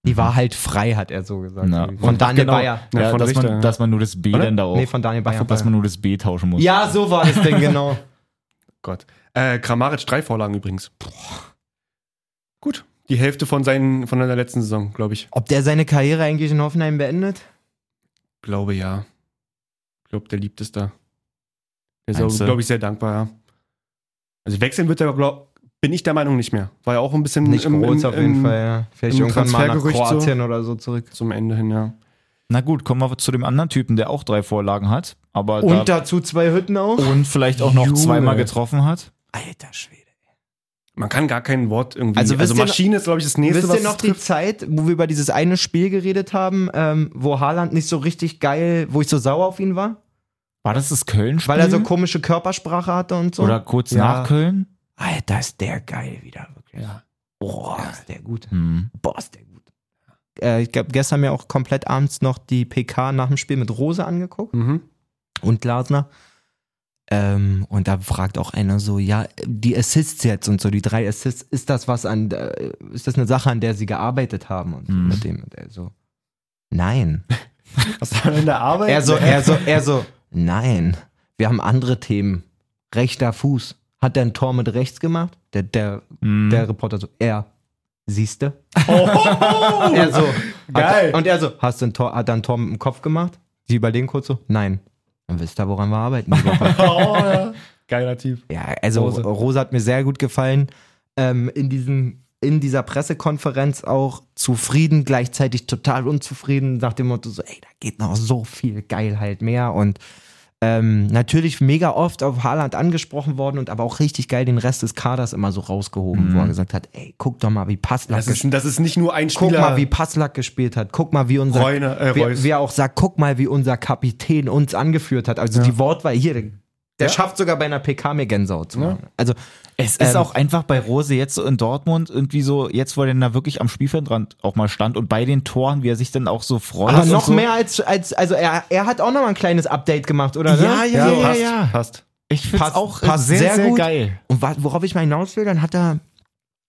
[SPEAKER 1] Die war halt frei, hat er so gesagt.
[SPEAKER 2] Na,
[SPEAKER 1] Von Daniel Bayer.
[SPEAKER 2] Ja,
[SPEAKER 3] Ja, von
[SPEAKER 2] dass,
[SPEAKER 3] Richter,
[SPEAKER 2] man,
[SPEAKER 3] ja.
[SPEAKER 2] dass man nur das B
[SPEAKER 3] Oder?
[SPEAKER 2] dann da auch.
[SPEAKER 1] Nee, von Daniel Bayer.
[SPEAKER 2] dass man nur das B tauschen muss.
[SPEAKER 1] Ja, so war das Ding, genau.
[SPEAKER 3] Gott. Äh, Kramaric drei Vorlagen übrigens. Gut. Die Hälfte von, seinen, von seiner letzten Saison, glaube ich.
[SPEAKER 1] Ob der seine Karriere eigentlich in Hoffenheim beendet?
[SPEAKER 3] Glaube ja. Ich glaube, der liebt es da. Der
[SPEAKER 2] Meinst
[SPEAKER 3] ist,
[SPEAKER 2] du?
[SPEAKER 3] glaube ich, sehr dankbar, ja. Also wechseln wird er, glaub, bin ich der Meinung nicht mehr. War ja auch ein bisschen
[SPEAKER 1] Nicht
[SPEAKER 3] im-
[SPEAKER 1] groß
[SPEAKER 3] im-
[SPEAKER 1] auf jeden
[SPEAKER 3] im-
[SPEAKER 1] Fall, ja. Vielleicht
[SPEAKER 3] im
[SPEAKER 1] irgendwann mal nach
[SPEAKER 3] Transfergerücht so.
[SPEAKER 1] Kroatien oder so zurück.
[SPEAKER 3] Zum Ende hin, ja.
[SPEAKER 2] Na gut, kommen wir zu dem anderen Typen, der auch drei Vorlagen hat, aber
[SPEAKER 1] Und
[SPEAKER 2] da,
[SPEAKER 1] dazu zwei Hütten auch.
[SPEAKER 2] und vielleicht auch noch
[SPEAKER 3] Junge.
[SPEAKER 2] zweimal getroffen hat.
[SPEAKER 1] Alter Schwede.
[SPEAKER 3] Man kann gar kein Wort irgendwie.
[SPEAKER 1] Also wisst ihr-
[SPEAKER 3] Maschine ist, glaube ich, das nächste,
[SPEAKER 1] Wisst
[SPEAKER 3] was
[SPEAKER 1] ihr noch
[SPEAKER 3] es
[SPEAKER 1] die
[SPEAKER 3] trifft.
[SPEAKER 1] Zeit, wo wir über dieses eine Spiel geredet haben, ähm, wo Haaland nicht so richtig geil, wo ich so sauer auf ihn war?
[SPEAKER 2] War das das Köln-Spiel?
[SPEAKER 1] Weil er
[SPEAKER 3] Mhm.
[SPEAKER 1] so komische Körpersprache hatte und so.
[SPEAKER 2] Oder kurz
[SPEAKER 1] Ja.
[SPEAKER 2] nach Köln?
[SPEAKER 1] Alter, ist der geil wieder, wirklich.
[SPEAKER 3] Ja.
[SPEAKER 1] Boah, ist der gut.
[SPEAKER 2] Hm.
[SPEAKER 1] Boah, ist der gut. Äh, ich habe gestern mir auch komplett abends noch die PK nach dem Spiel mit Rose angeguckt.
[SPEAKER 3] Mhm.
[SPEAKER 1] und Glasner. Ähm, und da fragt auch einer so, ja, die Assists jetzt und so, die drei Assists, ist das was an, äh, ist das eine Sache, an der sie gearbeitet haben und so
[SPEAKER 2] Mhm.
[SPEAKER 1] mit dem, und er so, nein.
[SPEAKER 3] Was war in der Arbeit?
[SPEAKER 1] Er so, er so, er so, nein, wir haben andere Themen. Rechter Fuß. Hat der ein Tor mit rechts gemacht? Der, der,
[SPEAKER 2] Hm.
[SPEAKER 1] der Reporter so, er, siehste?
[SPEAKER 3] Mhm. Oh,
[SPEAKER 1] Er so,
[SPEAKER 3] Geil.
[SPEAKER 1] Hat, und er so, hast du ein Tor, hat er ein Tor mit dem Kopf gemacht? Sie überlegen kurz so, nein. Dann wisst ihr, woran wir arbeiten die Woche.
[SPEAKER 3] oh, ja. Geiler Typ.
[SPEAKER 1] Ja, also Rose,
[SPEAKER 3] Rose.
[SPEAKER 1] hat mir sehr gut gefallen. Ähm, in, diesem, in dieser Pressekonferenz auch zufrieden, gleichzeitig total unzufrieden, nach dem Motto so, ey, da geht noch so viel geil halt mehr und ähm, natürlich mega oft auf Haaland angesprochen worden und aber auch richtig geil den Rest des Kaders immer so rausgehoben, wo er gesagt hat, ey, guck doch mal, wie Passlack
[SPEAKER 3] Mhm. Das
[SPEAKER 1] gespielt
[SPEAKER 3] ist, das ist nicht nur ein
[SPEAKER 1] Guck
[SPEAKER 3] Spieler.
[SPEAKER 1] mal, wie Passlack gespielt hat. Guck mal, wie unser
[SPEAKER 3] Reune, äh,
[SPEAKER 1] wie,
[SPEAKER 3] Reus.
[SPEAKER 1] wie er auch sagt, guck mal, wie unser Kapitän uns angeführt hat. Also die Wortwahl hier, der der
[SPEAKER 3] Ja.
[SPEAKER 1] schafft sogar bei einer PK mir Gänsehaut zu machen. Also
[SPEAKER 2] Es ist
[SPEAKER 1] Ähm,
[SPEAKER 2] auch einfach bei Rose jetzt so in Dortmund irgendwie so, jetzt wo er denn da wirklich am Spielfeldrand auch mal stand und bei den Toren, wie er sich dann auch so freut.
[SPEAKER 1] aber
[SPEAKER 2] und
[SPEAKER 1] noch
[SPEAKER 2] so.
[SPEAKER 1] mehr als, als also er, er hat auch noch mal ein kleines Update gemacht, oder?
[SPEAKER 2] Ja,
[SPEAKER 1] ne?
[SPEAKER 2] ja,
[SPEAKER 1] So.
[SPEAKER 2] ja,
[SPEAKER 3] passt,
[SPEAKER 2] ja.
[SPEAKER 3] passt.
[SPEAKER 2] Ich finde
[SPEAKER 1] Passt-
[SPEAKER 2] auch
[SPEAKER 1] passt
[SPEAKER 2] sehr,
[SPEAKER 1] sehr
[SPEAKER 2] sehr,
[SPEAKER 1] gut.
[SPEAKER 2] geil.
[SPEAKER 1] Und wa- worauf ich mal hinaus will, dann hat er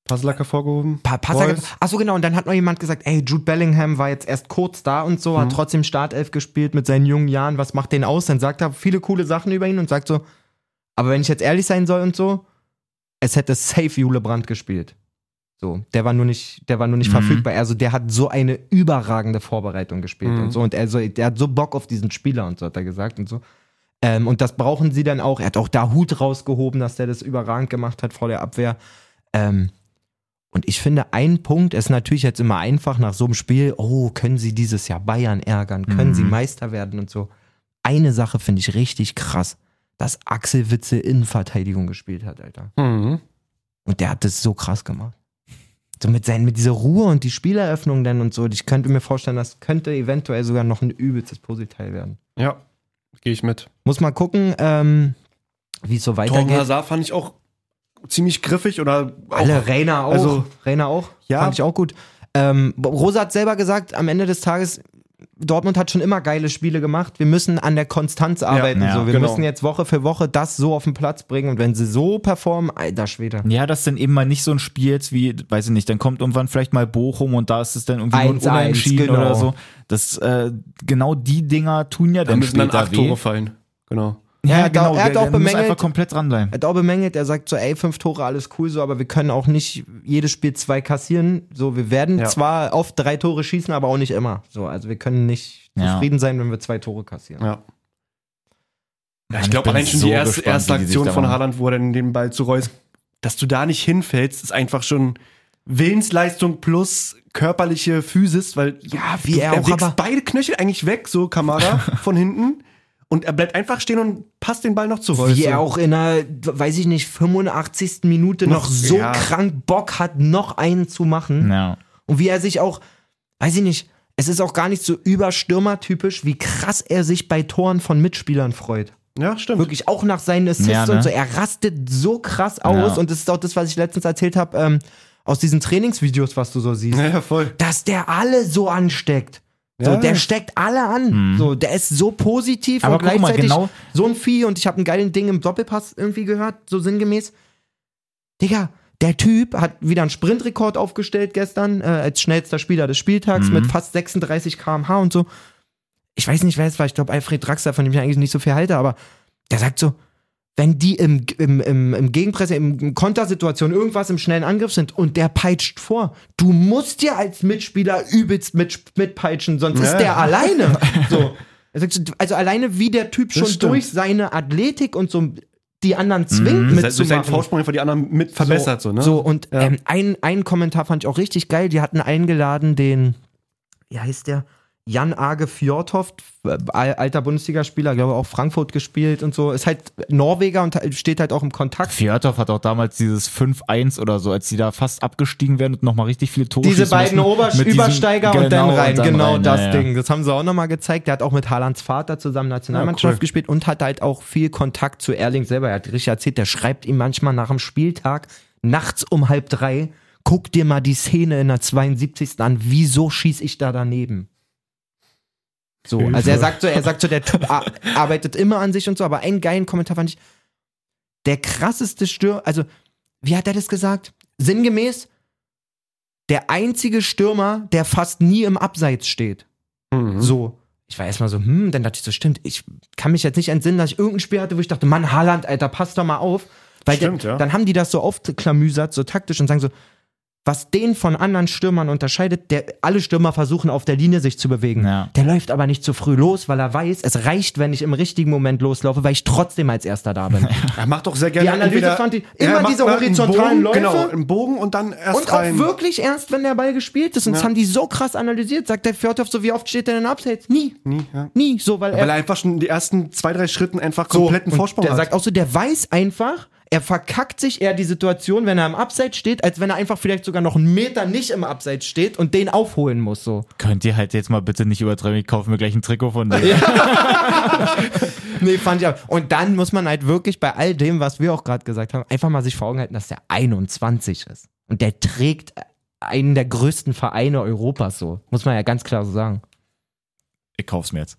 [SPEAKER 3] Passlack hervorgehoben.
[SPEAKER 1] Pa- Passer.
[SPEAKER 3] Reus.
[SPEAKER 1] Achso, genau. Und dann hat noch jemand gesagt, ey, Jude Bellingham war jetzt erst kurz da und so, hat trotzdem Startelf gespielt mit seinen jungen Jahren. Was macht den aus? Dann sagt er viele coole Sachen über ihn und sagt so, aber wenn ich jetzt ehrlich sein soll und so, es hätte safe Jule Brandt gespielt. So, der war nur nicht, der war nur nicht
[SPEAKER 2] Mhm.
[SPEAKER 1] verfügbar. Also der hat so eine überragende Vorbereitung gespielt
[SPEAKER 3] Mhm.
[SPEAKER 1] und so. Und er so, der hat so Bock auf diesen Spieler und so, hat er gesagt und so. Ähm, und das brauchen sie dann auch. Er hat auch da Hut rausgehoben, dass der das überragend gemacht hat vor der Abwehr. Ähm, und ich finde, ein Punkt ist natürlich jetzt immer einfach nach so einem Spiel, oh, können sie dieses Jahr Bayern ärgern, können
[SPEAKER 2] Mhm.
[SPEAKER 1] sie Meister werden und so. Eine Sache finde ich richtig krass, dass Axel Witze Innenverteidigung gespielt hat, Alter.
[SPEAKER 3] Mhm.
[SPEAKER 1] Und der hat das so krass gemacht. So mit, seinen, mit dieser Ruhe und die Spieleröffnung dann und so. Ich könnte mir vorstellen, das könnte eventuell sogar noch ein übelstes Puzzleteil werden.
[SPEAKER 3] Ja, gehe ich mit.
[SPEAKER 1] Muss mal gucken, ähm, wie es so
[SPEAKER 3] Torben
[SPEAKER 1] weitergeht.
[SPEAKER 3] Hazard fand ich auch ziemlich griffig oder auch
[SPEAKER 1] Alle, Rainer auch.
[SPEAKER 3] Also-
[SPEAKER 1] Rainer auch.
[SPEAKER 3] Ja.
[SPEAKER 1] Fand ich auch gut. Ähm, Rosa hat selber gesagt, am Ende des Tages Dortmund hat schon immer geile Spiele gemacht. Wir müssen an der Konstanz arbeiten.
[SPEAKER 2] ja,
[SPEAKER 1] so. Wir
[SPEAKER 3] genau.
[SPEAKER 1] müssen jetzt Woche für Woche das so auf den Platz bringen. Und wenn sie so performen, alter Schwede.
[SPEAKER 2] Ja, dass dann eben mal nicht so ein Spiel jetzt wie, weiß ich nicht, dann kommt irgendwann vielleicht mal Bochum und da ist es dann irgendwie nur
[SPEAKER 1] 1-1,
[SPEAKER 2] ein Unentschieden
[SPEAKER 1] genau.
[SPEAKER 2] oder so. Das, äh, genau die Dinger tun ja
[SPEAKER 3] Da
[SPEAKER 2] dann
[SPEAKER 3] müssen
[SPEAKER 2] später
[SPEAKER 3] dann acht
[SPEAKER 2] weh.
[SPEAKER 3] Tore fallen. Genau.
[SPEAKER 1] Ja, er hat auch- er hat
[SPEAKER 2] der-
[SPEAKER 1] auch
[SPEAKER 2] der muss
[SPEAKER 1] bemängelt-
[SPEAKER 2] einfach komplett dranbleiben.
[SPEAKER 1] Er hat auch bemängelt, er sagt so, ey, fünf Tore, alles cool so, aber wir können auch nicht jedes Spiel zwei kassieren. So, wir werden
[SPEAKER 3] Ja.
[SPEAKER 1] zwar oft drei Tore schießen, aber auch nicht immer. So, also wir können nicht
[SPEAKER 2] Ja.
[SPEAKER 1] zufrieden sein, wenn wir zwei Tore kassieren.
[SPEAKER 3] Ja. Ja,
[SPEAKER 2] Mann,
[SPEAKER 3] ich glaube
[SPEAKER 2] bin
[SPEAKER 3] allein schon
[SPEAKER 2] so
[SPEAKER 3] die erste,
[SPEAKER 2] gespannt,
[SPEAKER 3] erste
[SPEAKER 2] wie die sich
[SPEAKER 3] Aktion
[SPEAKER 2] da
[SPEAKER 3] von
[SPEAKER 2] machen.
[SPEAKER 3] Haaland, wo er dann den Ball zu Reus, dass du da nicht hinfällst, ist einfach schon Willensleistung plus körperliche Physis, weil
[SPEAKER 1] Ja, wie
[SPEAKER 3] du-
[SPEAKER 1] er auch,
[SPEAKER 3] wächst
[SPEAKER 1] aber-
[SPEAKER 3] beide Knöchel eigentlich weg, so Kamada von hinten und er bleibt einfach stehen und passt den Ball noch zu Reus.
[SPEAKER 1] Wie
[SPEAKER 3] so.
[SPEAKER 1] er auch in der, weiß ich nicht, 85. Minute noch,
[SPEAKER 3] Noch-
[SPEAKER 1] so
[SPEAKER 3] ja.
[SPEAKER 1] krank Bock hat, noch einen zu machen.
[SPEAKER 2] Ja.
[SPEAKER 1] Und wie er sich auch, weiß ich nicht, es ist auch gar nicht so überstürmertypisch, wie krass er sich bei Toren von Mitspielern freut.
[SPEAKER 3] Ja, stimmt.
[SPEAKER 1] Wirklich auch nach seinen Assists
[SPEAKER 2] Ja, ne?
[SPEAKER 1] und so. Er rastet so krass aus.
[SPEAKER 2] Ja.
[SPEAKER 1] Und das ist auch das, was ich letztens erzählt habe, ähm, aus diesen Trainingsvideos, was du so siehst.
[SPEAKER 3] Ja, voll.
[SPEAKER 1] Dass der alle so ansteckt. So,
[SPEAKER 3] Ja.
[SPEAKER 1] der steckt alle an. So, der ist so positiv
[SPEAKER 2] Hm. Aber
[SPEAKER 1] und
[SPEAKER 2] guck mal,
[SPEAKER 1] gleichzeitig
[SPEAKER 2] genau-
[SPEAKER 1] so ein Vieh. Und ich habe einen geilen Ding im Doppelpass irgendwie gehört, so sinngemäß. Digga, der Typ hat wieder einen Sprintrekord aufgestellt gestern, äh, als schnellster Spieler des Spieltags
[SPEAKER 2] Mhm.
[SPEAKER 1] mit fast 36 km/h und so. Ich weiß nicht, wer es war. Ich glaube, Alfred Draxler, von dem ich eigentlich nicht so viel halte, aber der sagt so, wenn die im, im, im, im Gegenpresse, im, im Kontersituation irgendwas im schnellen Angriff sind und der peitscht vor, du musst dir als Mitspieler übelst mit, mitpeitschen, sonst ist
[SPEAKER 3] Ja.
[SPEAKER 1] der alleine. So. Er sagt so, Also alleine wie der Typ schon
[SPEAKER 3] stimmt.
[SPEAKER 1] durch seine Athletik und so die anderen zwingt
[SPEAKER 3] Mit durch seinen
[SPEAKER 1] mitzumachen.
[SPEAKER 3] Vorsprung einfach die anderen mit verbessert, so, ne?
[SPEAKER 1] So, und ähm, ein, ein Kommentar fand ich auch richtig geil. Die hatten eingeladen den, wie heißt der? Jan Age Fjordhoft, äh, al- alter Bundesligaspieler, glaube auch Frankfurt gespielt und so. Ist halt Norweger und steht halt auch im Kontakt.
[SPEAKER 2] Fjörthoff hat auch damals dieses 5-1 oder so, als die da fast abgestiegen werden und nochmal richtig viele Tore
[SPEAKER 1] Diese
[SPEAKER 2] schießen
[SPEAKER 1] beiden
[SPEAKER 2] müssen,
[SPEAKER 1] Ober
[SPEAKER 2] mit diesem-
[SPEAKER 1] Übersteiger und dann
[SPEAKER 2] genau,
[SPEAKER 1] rein,
[SPEAKER 2] dann
[SPEAKER 1] genau
[SPEAKER 2] rein,
[SPEAKER 1] das
[SPEAKER 2] ja, ja.
[SPEAKER 1] Ding. Das haben sie auch nochmal gezeigt. Der hat auch mit Haalands Vater zusammen Nationalmannschaft
[SPEAKER 3] Ja, cool.
[SPEAKER 1] gespielt und hat halt auch viel Kontakt zu Erling selber. Er hat richtig erzählt, der schreibt ihm manchmal nach dem Spieltag nachts um halb drei, guck dir mal die Szene in der 72. an, wieso schieß ich da daneben? So, also er sagt so, er sagt so, der Typ ar- arbeitet immer an sich und so, aber einen geilen Kommentar fand ich, der krasseste Stürmer, also wie hat er das gesagt? Sinngemäß, der einzige Stürmer, der fast nie im Abseits steht.
[SPEAKER 3] Mhm.
[SPEAKER 1] So. Ich war erstmal so, hm, dann dachte ich so, stimmt, ich kann mich jetzt nicht entsinnen, dass ich irgendein Spiel hatte, wo ich dachte, Mann, Haaland, Alter, pass doch mal auf. Weil
[SPEAKER 3] Stimmt,
[SPEAKER 1] der,
[SPEAKER 3] ja.
[SPEAKER 1] dann haben die das so aufgeklamüsert, so taktisch und sagen so, was den von anderen Stürmern unterscheidet, der, alle Stürmer versuchen auf der Linie sich zu bewegen.
[SPEAKER 2] Ja.
[SPEAKER 1] Der läuft aber nicht zu früh los, weil er weiß, es reicht, wenn ich im richtigen Moment loslaufe, weil ich trotzdem als Erster da bin.
[SPEAKER 3] Er macht doch sehr gerne
[SPEAKER 1] Die Analyse
[SPEAKER 3] entweder-
[SPEAKER 1] fand ich-
[SPEAKER 3] er
[SPEAKER 1] immer
[SPEAKER 3] macht
[SPEAKER 1] diese
[SPEAKER 3] mal
[SPEAKER 1] horizontalen
[SPEAKER 3] einen Bogen,
[SPEAKER 1] Läufe.
[SPEAKER 3] Genau, einen Bogen und dann erst
[SPEAKER 1] Und auch
[SPEAKER 3] rein.
[SPEAKER 1] wirklich erst, wenn der Ball gespielt ist. Und das haben die so krass analysiert, sagt der Fjordhoff so, wie oft steht der denn abseits? Nie.
[SPEAKER 3] Nie, ja.
[SPEAKER 1] Nie. So, weil,
[SPEAKER 3] Weil er einfach schon die ersten zwei, drei Schritten einfach kompletten
[SPEAKER 1] und
[SPEAKER 3] Vorsprung
[SPEAKER 1] der
[SPEAKER 3] hat.
[SPEAKER 1] sagt auch so, der weiß einfach, er verkackt sich eher die Situation, wenn er im Abseits steht, als wenn er einfach vielleicht sogar noch einen Meter nicht im Abseits steht und den aufholen muss. So.
[SPEAKER 2] Könnt ihr halt jetzt mal bitte nicht übertreiben, ich kaufe mir gleich ein Trikot von dir.
[SPEAKER 1] Nee, fand ich auch. Und dann muss man halt wirklich bei all dem, was wir auch gerade gesagt haben, einfach mal sich vor Augen halten, dass der 21 ist. Und der trägt einen der größten Vereine Europas so. Muss man ja ganz klar so sagen.
[SPEAKER 2] Ich kauf's mir jetzt.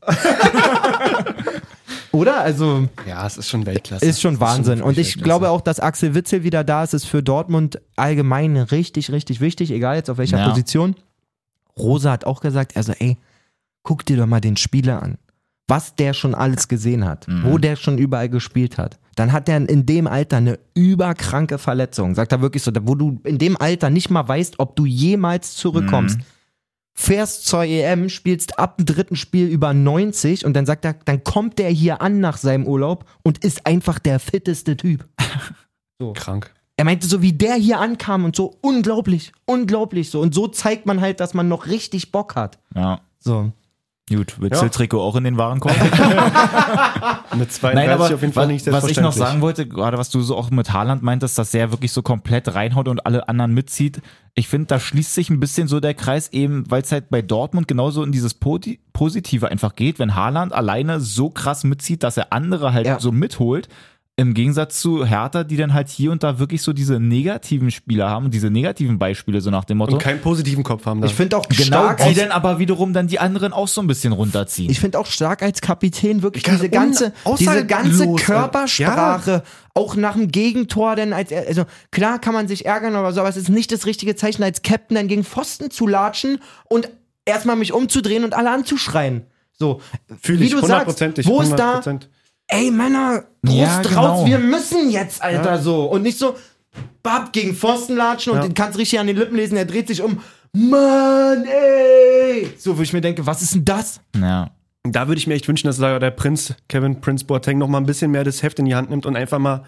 [SPEAKER 1] Oder? Also.
[SPEAKER 3] ja, es ist schon Weltklasse.
[SPEAKER 1] Ist schon Wahnsinn. Und ich glaube auch, dass Axel Witzel wieder da ist, ist für Dortmund allgemein richtig, richtig wichtig, egal jetzt auf welcher
[SPEAKER 2] Ja.
[SPEAKER 1] Position. Rosa hat auch gesagt, also ey, guck dir doch mal den Spieler an. Was der schon alles gesehen hat, wo der schon überall gespielt hat. Dann hat er in dem Alter eine überkranke Verletzung. Sagt er wirklich so, da- wo du in dem Alter nicht mal weißt, ob du jemals zurückkommst. Fährst zur EM, spielst ab dem dritten Spiel über 90 und dann sagt er, dann kommt der hier an nach seinem Urlaub und ist einfach der fitteste Typ.
[SPEAKER 3] krank.
[SPEAKER 1] Er meinte, so wie der hier ankam und so, unglaublich, unglaublich so. Und so zeigt man halt, dass man noch richtig Bock hat.
[SPEAKER 2] Ja.
[SPEAKER 1] So.
[SPEAKER 2] Gut, willst du
[SPEAKER 3] Ja.
[SPEAKER 2] Trikot auch in den Warenkorb?
[SPEAKER 3] Mit
[SPEAKER 2] Nein,
[SPEAKER 3] 32
[SPEAKER 2] aber
[SPEAKER 3] auf jeden Fall
[SPEAKER 2] wa-
[SPEAKER 3] nicht
[SPEAKER 2] was ich noch
[SPEAKER 3] selbstverständlich.
[SPEAKER 2] sagen wollte, gerade was du so auch mit Haaland meintest, dass er wirklich so komplett reinhaut und alle anderen mitzieht. Ich finde, da schließt sich ein bisschen so der Kreis eben, weil es halt bei Dortmund genauso in dieses Poti- Positive einfach geht, wenn Haaland alleine so krass mitzieht, dass er andere halt
[SPEAKER 1] Ja.
[SPEAKER 2] so mitholt. Im Gegensatz zu Hertha, die dann halt hier und da wirklich so diese negativen Spieler haben, diese negativen Beispiele, so nach dem Motto.
[SPEAKER 3] Und keinen positiven Kopf haben da.
[SPEAKER 1] Ich finde auch
[SPEAKER 2] Genau,
[SPEAKER 1] stark.
[SPEAKER 2] die
[SPEAKER 1] Als,
[SPEAKER 2] dann aber wiederum dann die anderen auch so ein bisschen runterziehen.
[SPEAKER 1] ich finde auch stark als Kapitän wirklich
[SPEAKER 3] Ich kann
[SPEAKER 1] diese
[SPEAKER 3] un-
[SPEAKER 1] ganze, diese
[SPEAKER 3] aussagenlos,
[SPEAKER 1] ganze
[SPEAKER 3] Alter.
[SPEAKER 1] Körpersprache. Auch nach dem Gegentor, denn als also klar kann man sich ärgern oder so, aber es ist nicht das richtige Zeichen, als Captain dann gegen Pfosten zu latschen und erstmal mich umzudrehen und alle anzuschreien. So,
[SPEAKER 3] Fühl
[SPEAKER 1] wie du sagst, wo ist da,
[SPEAKER 3] 100%.
[SPEAKER 1] ey Männer, Brust
[SPEAKER 2] Ja,
[SPEAKER 1] raus,
[SPEAKER 2] genau.
[SPEAKER 1] wir müssen jetzt, Alter, so. Und nicht so, bab, gegen Pfosten latschen und den kannst richtig an den Lippen lesen, der dreht sich um, Mann, ey. So, wo ich mir denke, was ist denn das?
[SPEAKER 2] Ja.
[SPEAKER 3] Da würde ich mir echt wünschen, dass da der Prinz, Kevin Prince Boateng, noch mal ein bisschen mehr das Heft in die Hand nimmt und einfach mal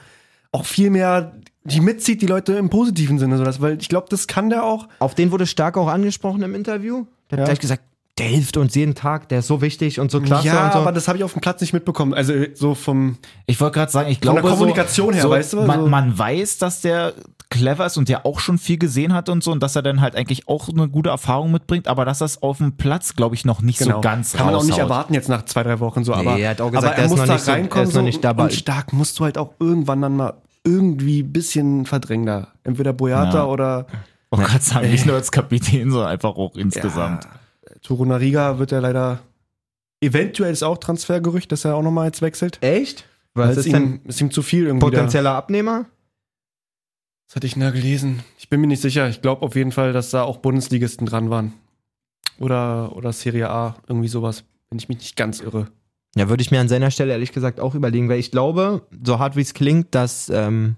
[SPEAKER 3] auch viel mehr die mitzieht, die Leute im positiven Sinne. So dass, weil ich glaube, das kann der auch.
[SPEAKER 1] Auf den wurde stark auch angesprochen im Interview. Der hat
[SPEAKER 3] Ja.
[SPEAKER 1] gleich gesagt, der hilft uns jeden Tag, der ist so wichtig und so klasse
[SPEAKER 3] ja,
[SPEAKER 1] und so.
[SPEAKER 3] aber das habe ich auf dem Platz nicht mitbekommen. Also so vom
[SPEAKER 2] Ich wollte gerade sagen, ich
[SPEAKER 3] Von
[SPEAKER 2] glaube.
[SPEAKER 3] der Kommunikation
[SPEAKER 2] so,
[SPEAKER 3] her,
[SPEAKER 2] so,
[SPEAKER 3] weißt du, so-
[SPEAKER 2] Man, man weiß, dass der clever ist und der auch schon viel gesehen hat und so und dass er dann halt eigentlich auch eine gute Erfahrung mitbringt, aber dass das auf dem Platz, glaube ich, noch nicht so ganz
[SPEAKER 3] Genau. Kann man auch nicht
[SPEAKER 2] raushaut.
[SPEAKER 3] erwarten jetzt nach zwei, drei Wochen so. Aber,
[SPEAKER 1] er hat auch gesagt,
[SPEAKER 3] aber
[SPEAKER 1] er
[SPEAKER 3] er
[SPEAKER 1] ist
[SPEAKER 3] muss
[SPEAKER 1] noch
[SPEAKER 3] da
[SPEAKER 1] nicht so- er ist
[SPEAKER 3] reinkommen.
[SPEAKER 1] noch
[SPEAKER 3] so,
[SPEAKER 1] nicht dabei.
[SPEAKER 3] Und stark musst du halt auch irgendwann dann mal irgendwie ein bisschen verdrängen da. Entweder Boyata
[SPEAKER 2] Ja.
[SPEAKER 3] oder
[SPEAKER 2] Ich wollte gerade sagen, nicht nur als Kapitän, sondern einfach auch insgesamt.
[SPEAKER 3] Torunariga wird er leider. Eventuell ist auch Transfergerücht, dass er auch nochmal jetzt wechselt.
[SPEAKER 1] Echt?
[SPEAKER 3] Weil
[SPEAKER 1] Was
[SPEAKER 3] es
[SPEAKER 1] ist denn
[SPEAKER 3] ihm, ist ihm zu viel irgendwie. Da.
[SPEAKER 1] potenzieller Abnehmer?
[SPEAKER 3] Das hatte ich nur gelesen. Ich bin mir nicht sicher. Ich glaube auf jeden Fall, dass da auch Bundesligisten dran waren. Oder, oder Serie A, irgendwie sowas. Wenn ich mich nicht ganz irre.
[SPEAKER 1] Ja, würde ich mir an seiner Stelle ehrlich gesagt auch überlegen, weil ich glaube, so hart wie es klingt, dass ähm,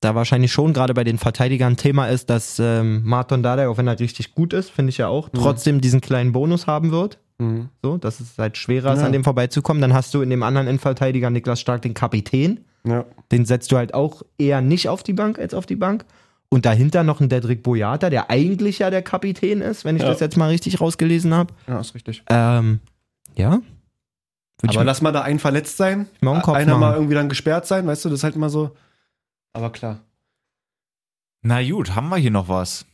[SPEAKER 1] da wahrscheinlich schon gerade bei den Verteidigern Thema ist, dass ähm, Marton Dardai, auch wenn er richtig gut ist, finde ich ja auch, trotzdem diesen kleinen Bonus haben wird.
[SPEAKER 3] Mhm.
[SPEAKER 1] So, dass es halt schwerer ist,
[SPEAKER 3] Ja.
[SPEAKER 1] an dem vorbeizukommen. Dann hast du in dem anderen Innenverteidiger Niklas Stark den Kapitän.
[SPEAKER 3] Ja.
[SPEAKER 1] Den setzt du halt auch eher nicht auf die Bank als auf die Bank. Und dahinter noch ein Dedrick Boyata, der eigentlich ja der Kapitän ist, wenn ich
[SPEAKER 3] Ja.
[SPEAKER 1] das jetzt mal richtig rausgelesen habe.
[SPEAKER 3] ja, ist richtig.
[SPEAKER 1] Ähm, ja. Würd ich
[SPEAKER 3] Aber
[SPEAKER 1] mir-
[SPEAKER 3] lass mal da einen verletzt sein.
[SPEAKER 1] Mal einen Kopf
[SPEAKER 3] einer
[SPEAKER 1] machen.
[SPEAKER 3] mal irgendwie dann gesperrt sein, weißt du, das ist halt immer so. Aber klar.
[SPEAKER 2] Na gut, haben wir hier noch was?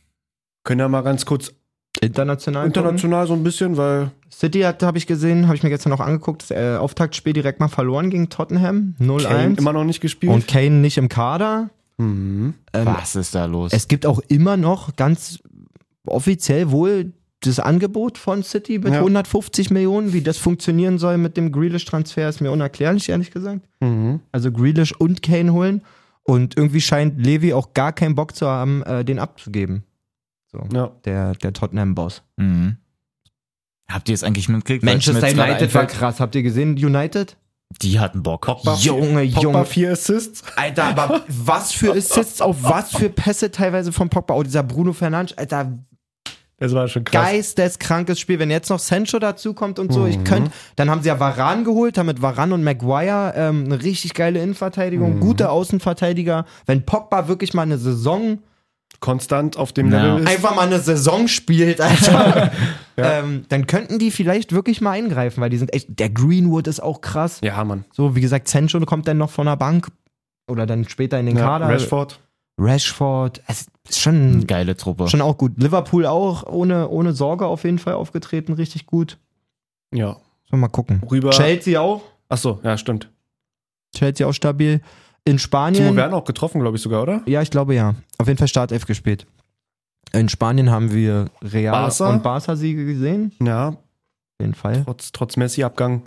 [SPEAKER 3] Können ja mal ganz kurz
[SPEAKER 1] International. gucken.
[SPEAKER 3] international so ein bisschen, weil.
[SPEAKER 1] City hat, habe ich gesehen, habe ich mir gestern noch angeguckt, das äh, Auftaktspiel direkt mal verloren gegen Tottenham.
[SPEAKER 3] Kane
[SPEAKER 1] 0-1.
[SPEAKER 3] immer noch nicht gespielt.
[SPEAKER 1] Und Kane nicht im Kader.
[SPEAKER 3] mhm.
[SPEAKER 1] Ähm,
[SPEAKER 2] Was ist da los?
[SPEAKER 1] Es gibt auch immer noch ganz offiziell wohl das Angebot von City mit
[SPEAKER 3] Ja.
[SPEAKER 1] 150 Millionen. Wie das funktionieren soll mit dem Grealish-Transfer, ist mir unerklärlich, ehrlich gesagt.
[SPEAKER 3] Mhm.
[SPEAKER 1] Also Grealish und Kane holen. Und irgendwie scheint Levi auch gar keinen Bock zu haben, äh, den abzugeben. So,
[SPEAKER 3] Ja.
[SPEAKER 1] der, der Tottenham-Boss.
[SPEAKER 2] Mhm. Habt ihr es eigentlich mitgekriegt? Weil's mir
[SPEAKER 1] Manchester
[SPEAKER 2] jetzt gerade
[SPEAKER 1] United war
[SPEAKER 2] einfällt.
[SPEAKER 1] krass. Habt ihr gesehen, United?
[SPEAKER 2] Die hatten Bock.
[SPEAKER 1] Junge,
[SPEAKER 3] Pogba vier Assists.
[SPEAKER 1] Alter, aber was für Assists auf was für Pässe teilweise von Pogba. Oh, dieser Bruno Fernandes, Alter,
[SPEAKER 3] Das war schon krass.
[SPEAKER 1] geisteskrankes Spiel. Wenn jetzt noch Sancho dazukommt und so, ich
[SPEAKER 3] Mhm.
[SPEAKER 1] könnte, dann haben sie ja Varan geholt, haben mit Varan und Maguire ähm, eine richtig geile
[SPEAKER 3] Mhm.
[SPEAKER 1] Innenverteidigung, gute Außenverteidiger. Wenn Pogba wirklich mal eine Saison,
[SPEAKER 3] Konstant auf dem
[SPEAKER 2] Ja.
[SPEAKER 3] Level ist.
[SPEAKER 1] einfach mal eine Saison spielt, Alter, ähm, dann könnten die vielleicht wirklich mal eingreifen, weil die sind echt, der Greenwood ist auch krass.
[SPEAKER 3] Ja, Mann.
[SPEAKER 1] So, wie gesagt, Sancho kommt dann noch von der Bank oder dann später in den
[SPEAKER 3] Ja,
[SPEAKER 1] Kader.
[SPEAKER 3] Rashford.
[SPEAKER 1] Rashford, es ist schon,
[SPEAKER 2] Geile Truppe.
[SPEAKER 1] Hm. schon auch gut. Liverpool auch ohne, ohne Sorge auf jeden Fall aufgetreten, richtig gut.
[SPEAKER 3] Ja.
[SPEAKER 1] Sollen wir mal gucken.
[SPEAKER 3] Rüber.
[SPEAKER 1] Chelsea auch.
[SPEAKER 3] Achso, ja,
[SPEAKER 1] Hm.
[SPEAKER 3] stimmt.
[SPEAKER 1] Chelsea auch stabil. In
[SPEAKER 3] Timo
[SPEAKER 1] Spanien.
[SPEAKER 3] Werner auch getroffen, glaube ich sogar, oder?
[SPEAKER 1] Ja, ich glaube ja. Auf jeden Fall Startelf gespielt. In Spanien haben wir Real
[SPEAKER 3] Barca?
[SPEAKER 1] und Barca-Siege gesehen.
[SPEAKER 3] Ja,
[SPEAKER 1] Auf jeden Fall.
[SPEAKER 3] trotz, trotz Messi-Abgang.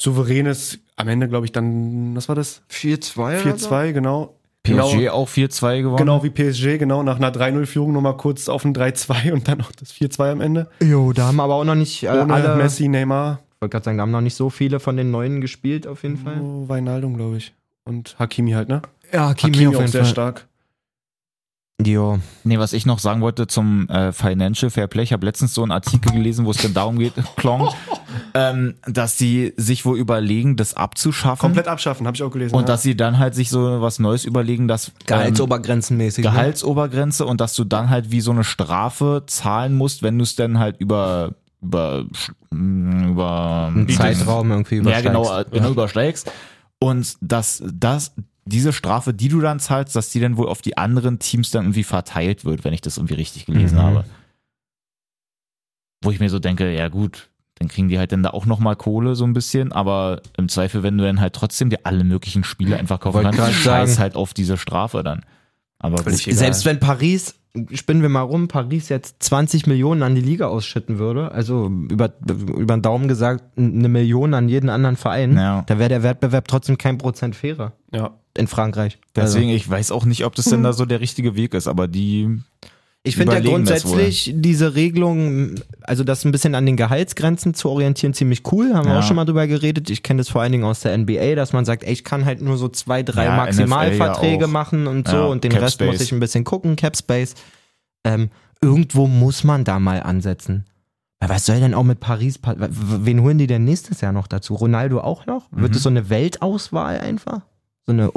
[SPEAKER 3] Souveränes, am Ende, glaube ich, dann, was war das?
[SPEAKER 1] 4-2.
[SPEAKER 3] 4-2, genau.
[SPEAKER 2] PSG
[SPEAKER 3] Genau.
[SPEAKER 2] auch 4-2 gewonnen.
[SPEAKER 3] Genau wie PSG, genau, nach einer 3-0-Führung nochmal kurz auf ein 3-2 und dann noch das 4-2 am Ende.
[SPEAKER 1] Jo, da haben aber auch noch nicht äh,
[SPEAKER 3] Ohne
[SPEAKER 1] alle.
[SPEAKER 3] Messi, Neymar,
[SPEAKER 1] Ich wollte gerade sagen, da haben noch nicht so viele von den Neuen gespielt, auf jeden Fall.
[SPEAKER 3] oh, Weinaldum, glaube ich. Und Hakimi halt, ne?
[SPEAKER 1] Ja,
[SPEAKER 3] sehr stark.
[SPEAKER 1] Jo.
[SPEAKER 2] Nee, was ich noch sagen wollte zum äh, Financial Fair Play, ich habe letztens so einen Artikel gelesen, wo es dann darum geht, Klong, ähm, dass sie sich wohl überlegen, das abzuschaffen
[SPEAKER 3] Komplett abschaffen, habe ich auch gelesen.
[SPEAKER 2] und
[SPEAKER 3] ja.
[SPEAKER 2] dass sie dann halt sich so was Neues überlegen, dass ähm,
[SPEAKER 1] Gehaltsobergrenzenmäßig. ne?
[SPEAKER 2] Gehaltsobergrenze und dass du dann halt wie so eine Strafe zahlen musst, wenn du es dann halt über über hm, über
[SPEAKER 1] Einen Zeitraum irgendwie
[SPEAKER 2] ja,
[SPEAKER 1] übersteigst.
[SPEAKER 2] genau, äh, wenn du übersteigst. Und dass das, diese Strafe, die du dann zahlst, dass die dann wohl auf die anderen Teams dann irgendwie verteilt Mhm. wird, wenn ich das irgendwie richtig gelesen
[SPEAKER 1] Mhm.
[SPEAKER 2] habe. Wo ich mir so denke, ja gut, Dann kriegen die halt dann da auch nochmal Kohle so ein bisschen, aber im Zweifel, wenn du dann halt trotzdem dir alle möglichen Spiele einfach kaufen
[SPEAKER 1] Wollte gerade
[SPEAKER 2] kannst,
[SPEAKER 1] sagen.
[SPEAKER 2] scheiß halt auf diese Strafe dann. Aber gut, egal.
[SPEAKER 1] Selbst wenn Paris, spinnen wir mal rum, Paris jetzt 20 Millionen an die Liga ausschütten würde, also über, über den Daumen gesagt, eine Million an jeden anderen Verein,
[SPEAKER 2] Ja.
[SPEAKER 1] da wäre der Wettbewerb trotzdem kein Prozent fairer
[SPEAKER 3] Ja.
[SPEAKER 1] in Frankreich. Also,
[SPEAKER 2] Deswegen, ich weiß auch nicht, ob das denn da so der richtige Weg ist, aber die,
[SPEAKER 1] Ich finde ja
[SPEAKER 2] Überlegen das
[SPEAKER 1] grundsätzlich diese Regelung, also das ein bisschen an den Gehaltsgrenzen zu orientieren, ziemlich cool. Haben wir
[SPEAKER 2] Ja.
[SPEAKER 1] auch schon mal drüber geredet. Ich kenne das vor allen Dingen aus der NBA, dass man sagt, ey, ich kann halt nur so zwei, drei
[SPEAKER 2] Ja, NFL
[SPEAKER 1] Maximalverträge
[SPEAKER 2] ja auch.
[SPEAKER 1] machen und so
[SPEAKER 2] Ja,
[SPEAKER 1] und den
[SPEAKER 2] Cap
[SPEAKER 1] Rest muss
[SPEAKER 2] Space.
[SPEAKER 1] ich ein bisschen gucken, Cap Space. Ähm, irgendwo muss man da mal ansetzen. Weil was soll denn auch mit Paris? Pa- w- Wen holen die denn nächstes Jahr noch dazu? Ronaldo auch noch? Wird
[SPEAKER 2] Mhm.
[SPEAKER 1] es so eine Weltauswahl einfach? So eine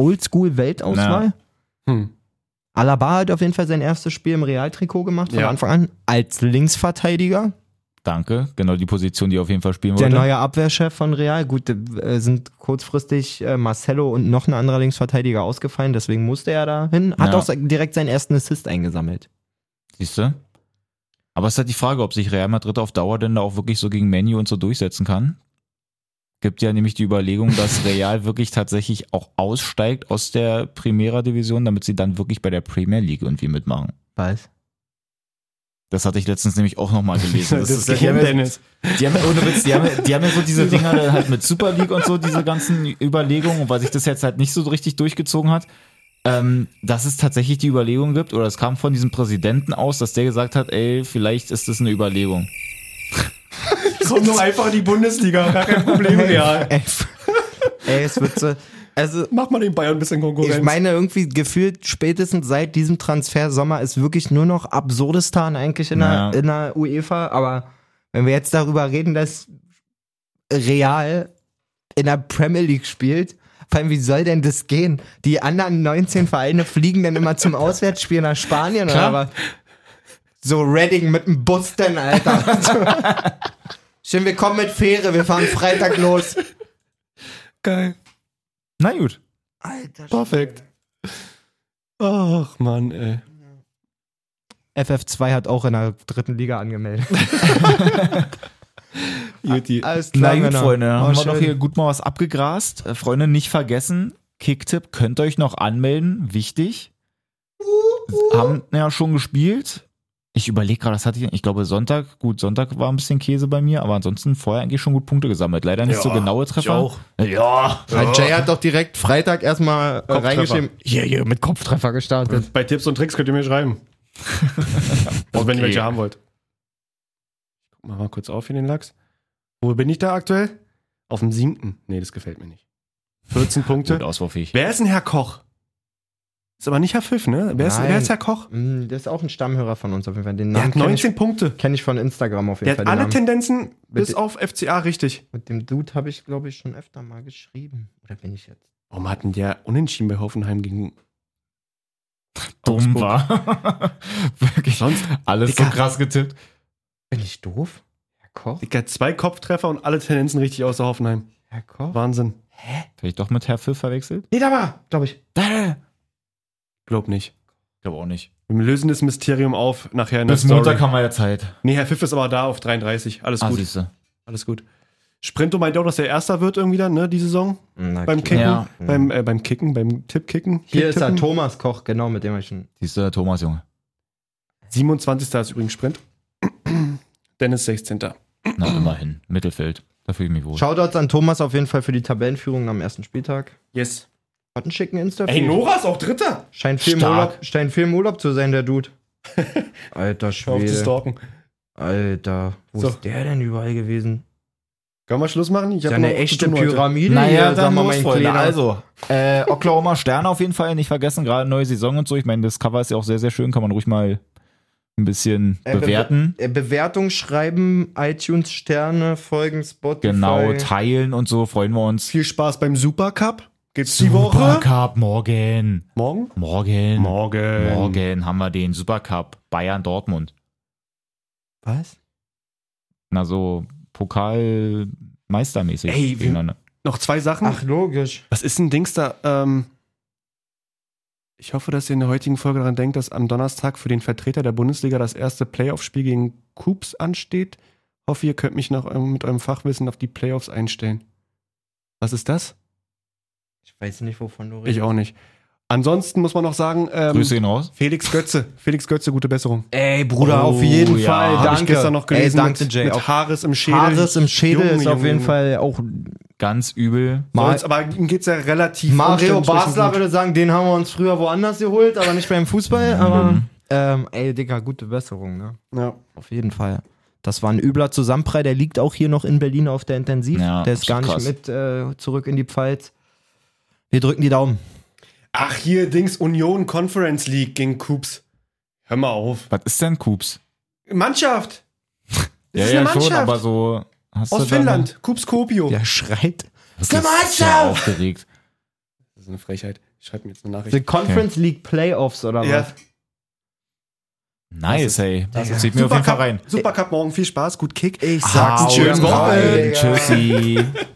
[SPEAKER 1] Oldschool-Weltauswahl?
[SPEAKER 3] Hm.
[SPEAKER 1] Alaba hat auf jeden Fall sein erstes Spiel im Real-Trikot gemacht von
[SPEAKER 3] Ja.
[SPEAKER 1] Anfang an als Linksverteidiger.
[SPEAKER 2] danke, genau die Position, die er auf jeden Fall spielen
[SPEAKER 1] Der
[SPEAKER 2] wollte.
[SPEAKER 1] neue Abwehrchef von Real. Gut, äh, sind kurzfristig äh, Marcelo und noch ein anderer Linksverteidiger ausgefallen, deswegen musste er da hin. Hat
[SPEAKER 2] Ja.
[SPEAKER 1] auch se- direkt seinen ersten Assist eingesammelt.
[SPEAKER 2] Siehst du? Aber es ist halt die Frage, ob sich Real Madrid auf Dauer denn da auch wirklich so gegen Menu und so durchsetzen kann. Gibt ja nämlich die Überlegung, dass Real wirklich tatsächlich auch aussteigt aus der Primera Division, damit sie dann wirklich bei der Premier League irgendwie mitmachen.
[SPEAKER 1] Weiß.
[SPEAKER 2] Das hatte ich letztens nämlich auch nochmal gelesen. Das ist, die, haben ja,
[SPEAKER 3] Dennis.
[SPEAKER 2] die haben ja ohne Witz, die haben, ja- die haben ja so diese Dinger dann halt mit Super League und so, diese ganzen Überlegungen, und weil sich das jetzt halt nicht so richtig durchgezogen hat, ähm, dass es tatsächlich die Überlegung gibt, oder es kam von diesem Präsidenten aus, dass der gesagt hat, ey, vielleicht ist das eine Überlegung.
[SPEAKER 3] Komm doch einfach in die Bundesliga, gar kein Problem, ja.
[SPEAKER 1] Ey, ey, es wird so. Also,
[SPEAKER 3] Mach mal den Bayern ein bisschen Konkurrenz.
[SPEAKER 1] Ich meine, irgendwie gefühlt spätestens seit diesem Transfersommer ist wirklich nur noch Absurdistan eigentlich in,
[SPEAKER 2] Ja.
[SPEAKER 1] der, in der UEFA. Aber wenn wir jetzt darüber reden, dass Real in der Premier League spielt, vor allem, wie soll denn das gehen? Die anderen 19 Vereine fliegen dann immer zum Auswärtsspiel nach Spanien
[SPEAKER 3] Klar.
[SPEAKER 1] oder was? So Reading mit dem Bus denn, Alter. Schön, wir kommen mit Fähre, wir fahren Freitag los.
[SPEAKER 3] geil.
[SPEAKER 2] Na gut.
[SPEAKER 1] Alter,
[SPEAKER 3] Perfekt. Ach, Mann, ey.
[SPEAKER 1] FF2 hat auch in der dritten Liga angemeldet.
[SPEAKER 3] Juti.
[SPEAKER 1] Alles
[SPEAKER 2] Na
[SPEAKER 1] klar,
[SPEAKER 2] gut,
[SPEAKER 1] Männer.
[SPEAKER 2] Freunde,
[SPEAKER 1] War
[SPEAKER 2] haben wir
[SPEAKER 1] schön.
[SPEAKER 2] doch hier gut mal was abgegrast. Äh, Freunde, nicht vergessen, Kicktipp könnt ihr euch noch anmelden, wichtig. Haben ja schon gespielt. Ich überlege gerade, das hatte ich, ich glaube Sonntag, gut, Sonntag war ein bisschen Käse bei mir, aber ansonsten vorher eigentlich schon gut Punkte gesammelt. Leider nicht so genaue Treffer. Ja.
[SPEAKER 1] Weil Jay hat doch direkt Freitag erstmal äh,
[SPEAKER 3] Kopftreffer.
[SPEAKER 1] reingeschrieben. Hier, hier, mit Kopftreffer gestartet.
[SPEAKER 3] Bei Tipps und Tricks könnt ihr mir schreiben. Und wenn ihr welche haben wollt. Ich guck mal, mal kurz auf hier den Lachs. Wo bin ich da aktuell? Auf dem siebten. Nee, das gefällt mir nicht. 14
[SPEAKER 2] Gut
[SPEAKER 3] Punkte.
[SPEAKER 2] auswurfig.
[SPEAKER 3] Wer ist denn Herr Koch? Ist aber nicht Herr Pfiff, ne? Wer ist,
[SPEAKER 1] Nein.
[SPEAKER 3] wer ist Herr Koch?
[SPEAKER 1] Mm, Das ist auch ein Stammhörer von uns auf jeden Fall. Den
[SPEAKER 3] Der
[SPEAKER 1] Namen
[SPEAKER 3] hat
[SPEAKER 1] kenne ich,
[SPEAKER 3] 19 Punkte.
[SPEAKER 1] kenn ich von Instagram auf
[SPEAKER 3] Der
[SPEAKER 1] jeden
[SPEAKER 3] hat
[SPEAKER 1] Fall.
[SPEAKER 3] alle
[SPEAKER 1] Den Namen.
[SPEAKER 3] Tendenzen
[SPEAKER 1] Mit
[SPEAKER 3] bis
[SPEAKER 1] de-
[SPEAKER 3] auf FCA richtig.
[SPEAKER 1] Mit dem Dude habe ich, glaube ich, schon öfter mal geschrieben. Oder bin ich jetzt?
[SPEAKER 3] Warum hat denn der unentschieden bei Hoffenheim gegen
[SPEAKER 2] Dumm war. Wirklich.
[SPEAKER 3] sonst?
[SPEAKER 2] Alles
[SPEAKER 3] Dicker.
[SPEAKER 2] so krass getippt.
[SPEAKER 1] Bin ich doof? Herr Koch?
[SPEAKER 3] Digga, zwei Kopftreffer und alle Tendenzen richtig außer Hoffenheim.
[SPEAKER 1] Herr Koch?
[SPEAKER 3] Wahnsinn.
[SPEAKER 2] Vielleicht doch mit Herr Pfiff verwechselt?
[SPEAKER 1] Nee, da war, glaube ich.
[SPEAKER 2] Da.
[SPEAKER 3] Glaub nicht.
[SPEAKER 2] Glaube auch nicht.
[SPEAKER 3] Wir lösen das Mysterium auf nachher in der
[SPEAKER 2] Bis Montag
[SPEAKER 3] Story.
[SPEAKER 2] haben wir ja Zeit.
[SPEAKER 3] Nee, Herr Pfiff ist aber da auf 33.
[SPEAKER 1] Ah,
[SPEAKER 3] Alles gut.
[SPEAKER 2] Ah, siehste.
[SPEAKER 3] Alles gut. Sprinto meint auch, dass er Erster wird irgendwie dann, ne, die Saison.
[SPEAKER 1] Hm, Na, klar.
[SPEAKER 3] Beim Kicken.
[SPEAKER 2] Ja.
[SPEAKER 3] Beim, äh, beim Kicken, beim Tippkicken.
[SPEAKER 1] Hier ist er,
[SPEAKER 3] Tipptippen.
[SPEAKER 1] Thomas Koch, genau, mit dem ich schon.
[SPEAKER 2] Siehst du, Thomas, Junge.
[SPEAKER 3] 27. ist übrigens Sprint. Dennis 16.
[SPEAKER 2] Na, immerhin. Mittelfeld. Da fühle ich mich wohl.
[SPEAKER 1] Shoutouts an Thomas auf jeden Fall für die Tabellenführung am ersten Spieltag.
[SPEAKER 3] Yes.
[SPEAKER 1] Hat einen schicken insta
[SPEAKER 3] Ey, Nora ist auch Dritter.
[SPEAKER 1] Scheint viel, im
[SPEAKER 2] Stark.
[SPEAKER 1] Urlaub, scheint viel im Urlaub zu sein, der Dude. Alter
[SPEAKER 3] Hör auf zu
[SPEAKER 1] Schwede.
[SPEAKER 3] stalken.
[SPEAKER 1] Alter, wo
[SPEAKER 3] So.
[SPEAKER 1] ist der denn überall gewesen?
[SPEAKER 3] Können wir Schluss machen?
[SPEAKER 1] Ist
[SPEAKER 3] Ich hab
[SPEAKER 1] ja eine
[SPEAKER 3] noch zu
[SPEAKER 1] echte
[SPEAKER 3] tun heute.
[SPEAKER 1] Pyramide
[SPEAKER 2] Naja,
[SPEAKER 1] hier,
[SPEAKER 2] dann
[SPEAKER 1] sag mal,
[SPEAKER 2] los,
[SPEAKER 1] mein
[SPEAKER 2] Freunde.
[SPEAKER 1] Kleiner.
[SPEAKER 2] Also, äh, Oklahoma Sterne auf jeden Fall. Nicht vergessen, gerade neue Saison und so. Ich meine, das Cover ist ja auch sehr, sehr schön. Kann man ruhig mal ein bisschen
[SPEAKER 1] Äh, be-
[SPEAKER 2] bewerten.
[SPEAKER 1] Äh, Bewertung schreiben, iTunes, Sterne, Folgen, Spotify.
[SPEAKER 2] Genau, teilen und so. Freuen wir uns.
[SPEAKER 3] Viel Spaß beim Supercup. Geht's die Woche?
[SPEAKER 2] Supercup morgen.
[SPEAKER 3] Morgen?
[SPEAKER 2] Morgen.
[SPEAKER 3] Morgen.
[SPEAKER 2] Morgen haben wir den Supercup Bayern-Dortmund.
[SPEAKER 1] Was?
[SPEAKER 2] Na, so Pokalmeistermäßig.
[SPEAKER 3] Ey, wir-
[SPEAKER 2] gegeneinander.
[SPEAKER 3] Noch zwei Sachen.
[SPEAKER 1] Ach, logisch.
[SPEAKER 3] Was ist ein Dings da? Ähm, ich hoffe, dass ihr in der heutigen Folge daran denkt, dass am Donnerstag für den Vertreter der Bundesliga das erste Playoff-Spiel gegen Coops ansteht. Hoffe, ihr könnt mich nach eurem, mit eurem Fachwissen auf die Playoffs einstellen. Was ist das?
[SPEAKER 1] Ich weiß nicht, wovon du redest.
[SPEAKER 3] Ich auch nicht. Ansonsten muss man noch sagen, ähm,
[SPEAKER 2] Grüße ihn raus.
[SPEAKER 3] Felix Götze. Felix Götze, gute Besserung.
[SPEAKER 1] Ey, Bruder,
[SPEAKER 2] Oh,
[SPEAKER 1] auf jeden
[SPEAKER 2] ja,
[SPEAKER 1] Fall.
[SPEAKER 2] hab
[SPEAKER 3] Habe
[SPEAKER 1] Danke.
[SPEAKER 3] ich gestern noch gelesen
[SPEAKER 1] Ey, danke,
[SPEAKER 3] mit,
[SPEAKER 1] Jay.
[SPEAKER 3] mit
[SPEAKER 1] Auch
[SPEAKER 3] Haares im Schädel.
[SPEAKER 1] Haares im Schädel
[SPEAKER 3] Junge,
[SPEAKER 1] ist auf
[SPEAKER 3] Junge,
[SPEAKER 1] jeden
[SPEAKER 3] Junge.
[SPEAKER 1] Fall auch
[SPEAKER 2] Ganz übel.
[SPEAKER 1] Ma-
[SPEAKER 3] Sonst, aber ihm geht's ja relativ
[SPEAKER 1] Mario
[SPEAKER 3] umständlich
[SPEAKER 1] Basler
[SPEAKER 3] gut.
[SPEAKER 1] würde sagen, den haben wir uns früher woanders geholt, aber nicht beim Fußball.
[SPEAKER 3] Mhm.
[SPEAKER 1] Aber ähm, ey, Digga, gute Besserung, ne?
[SPEAKER 3] Ja.
[SPEAKER 1] Auf jeden Fall. Das war ein übler Zusammenprall, der liegt auch hier noch in Berlin auf der Intensiv.
[SPEAKER 2] Ja,
[SPEAKER 1] der ist gar nicht
[SPEAKER 2] krass.
[SPEAKER 1] mit äh, zurück in die Pfalz. Wir drücken die Daumen.
[SPEAKER 3] Ach, hier, Dings, Union Conference League gegen Coops. Hör mal auf.
[SPEAKER 2] Was ist denn Kups?
[SPEAKER 3] Mannschaft! Das ist eine Mannschaft.
[SPEAKER 2] aber so. Hast
[SPEAKER 3] Aus
[SPEAKER 2] du dann-
[SPEAKER 3] Finnland, Coops Kopio.
[SPEAKER 1] Der schreit.
[SPEAKER 2] Das
[SPEAKER 1] Eine
[SPEAKER 2] ist sehr
[SPEAKER 1] Mannschaft.
[SPEAKER 2] aufgeregt.
[SPEAKER 3] Das ist eine Frechheit. Ich schreibe mir jetzt eine
[SPEAKER 1] The
[SPEAKER 3] Nachricht.
[SPEAKER 1] Conference League Playoffs oder
[SPEAKER 3] Ja.
[SPEAKER 1] was?
[SPEAKER 2] Nice, ey. Das zieht mir auf jeden Fall
[SPEAKER 3] Supercup,
[SPEAKER 2] rein.
[SPEAKER 3] Supercup morgen, viel Spaß, gut Kick.
[SPEAKER 1] Ich
[SPEAKER 3] sag's,
[SPEAKER 1] Hau
[SPEAKER 3] schönes
[SPEAKER 1] rein,
[SPEAKER 3] Wochenende.
[SPEAKER 1] Digga.
[SPEAKER 2] Tschüssi.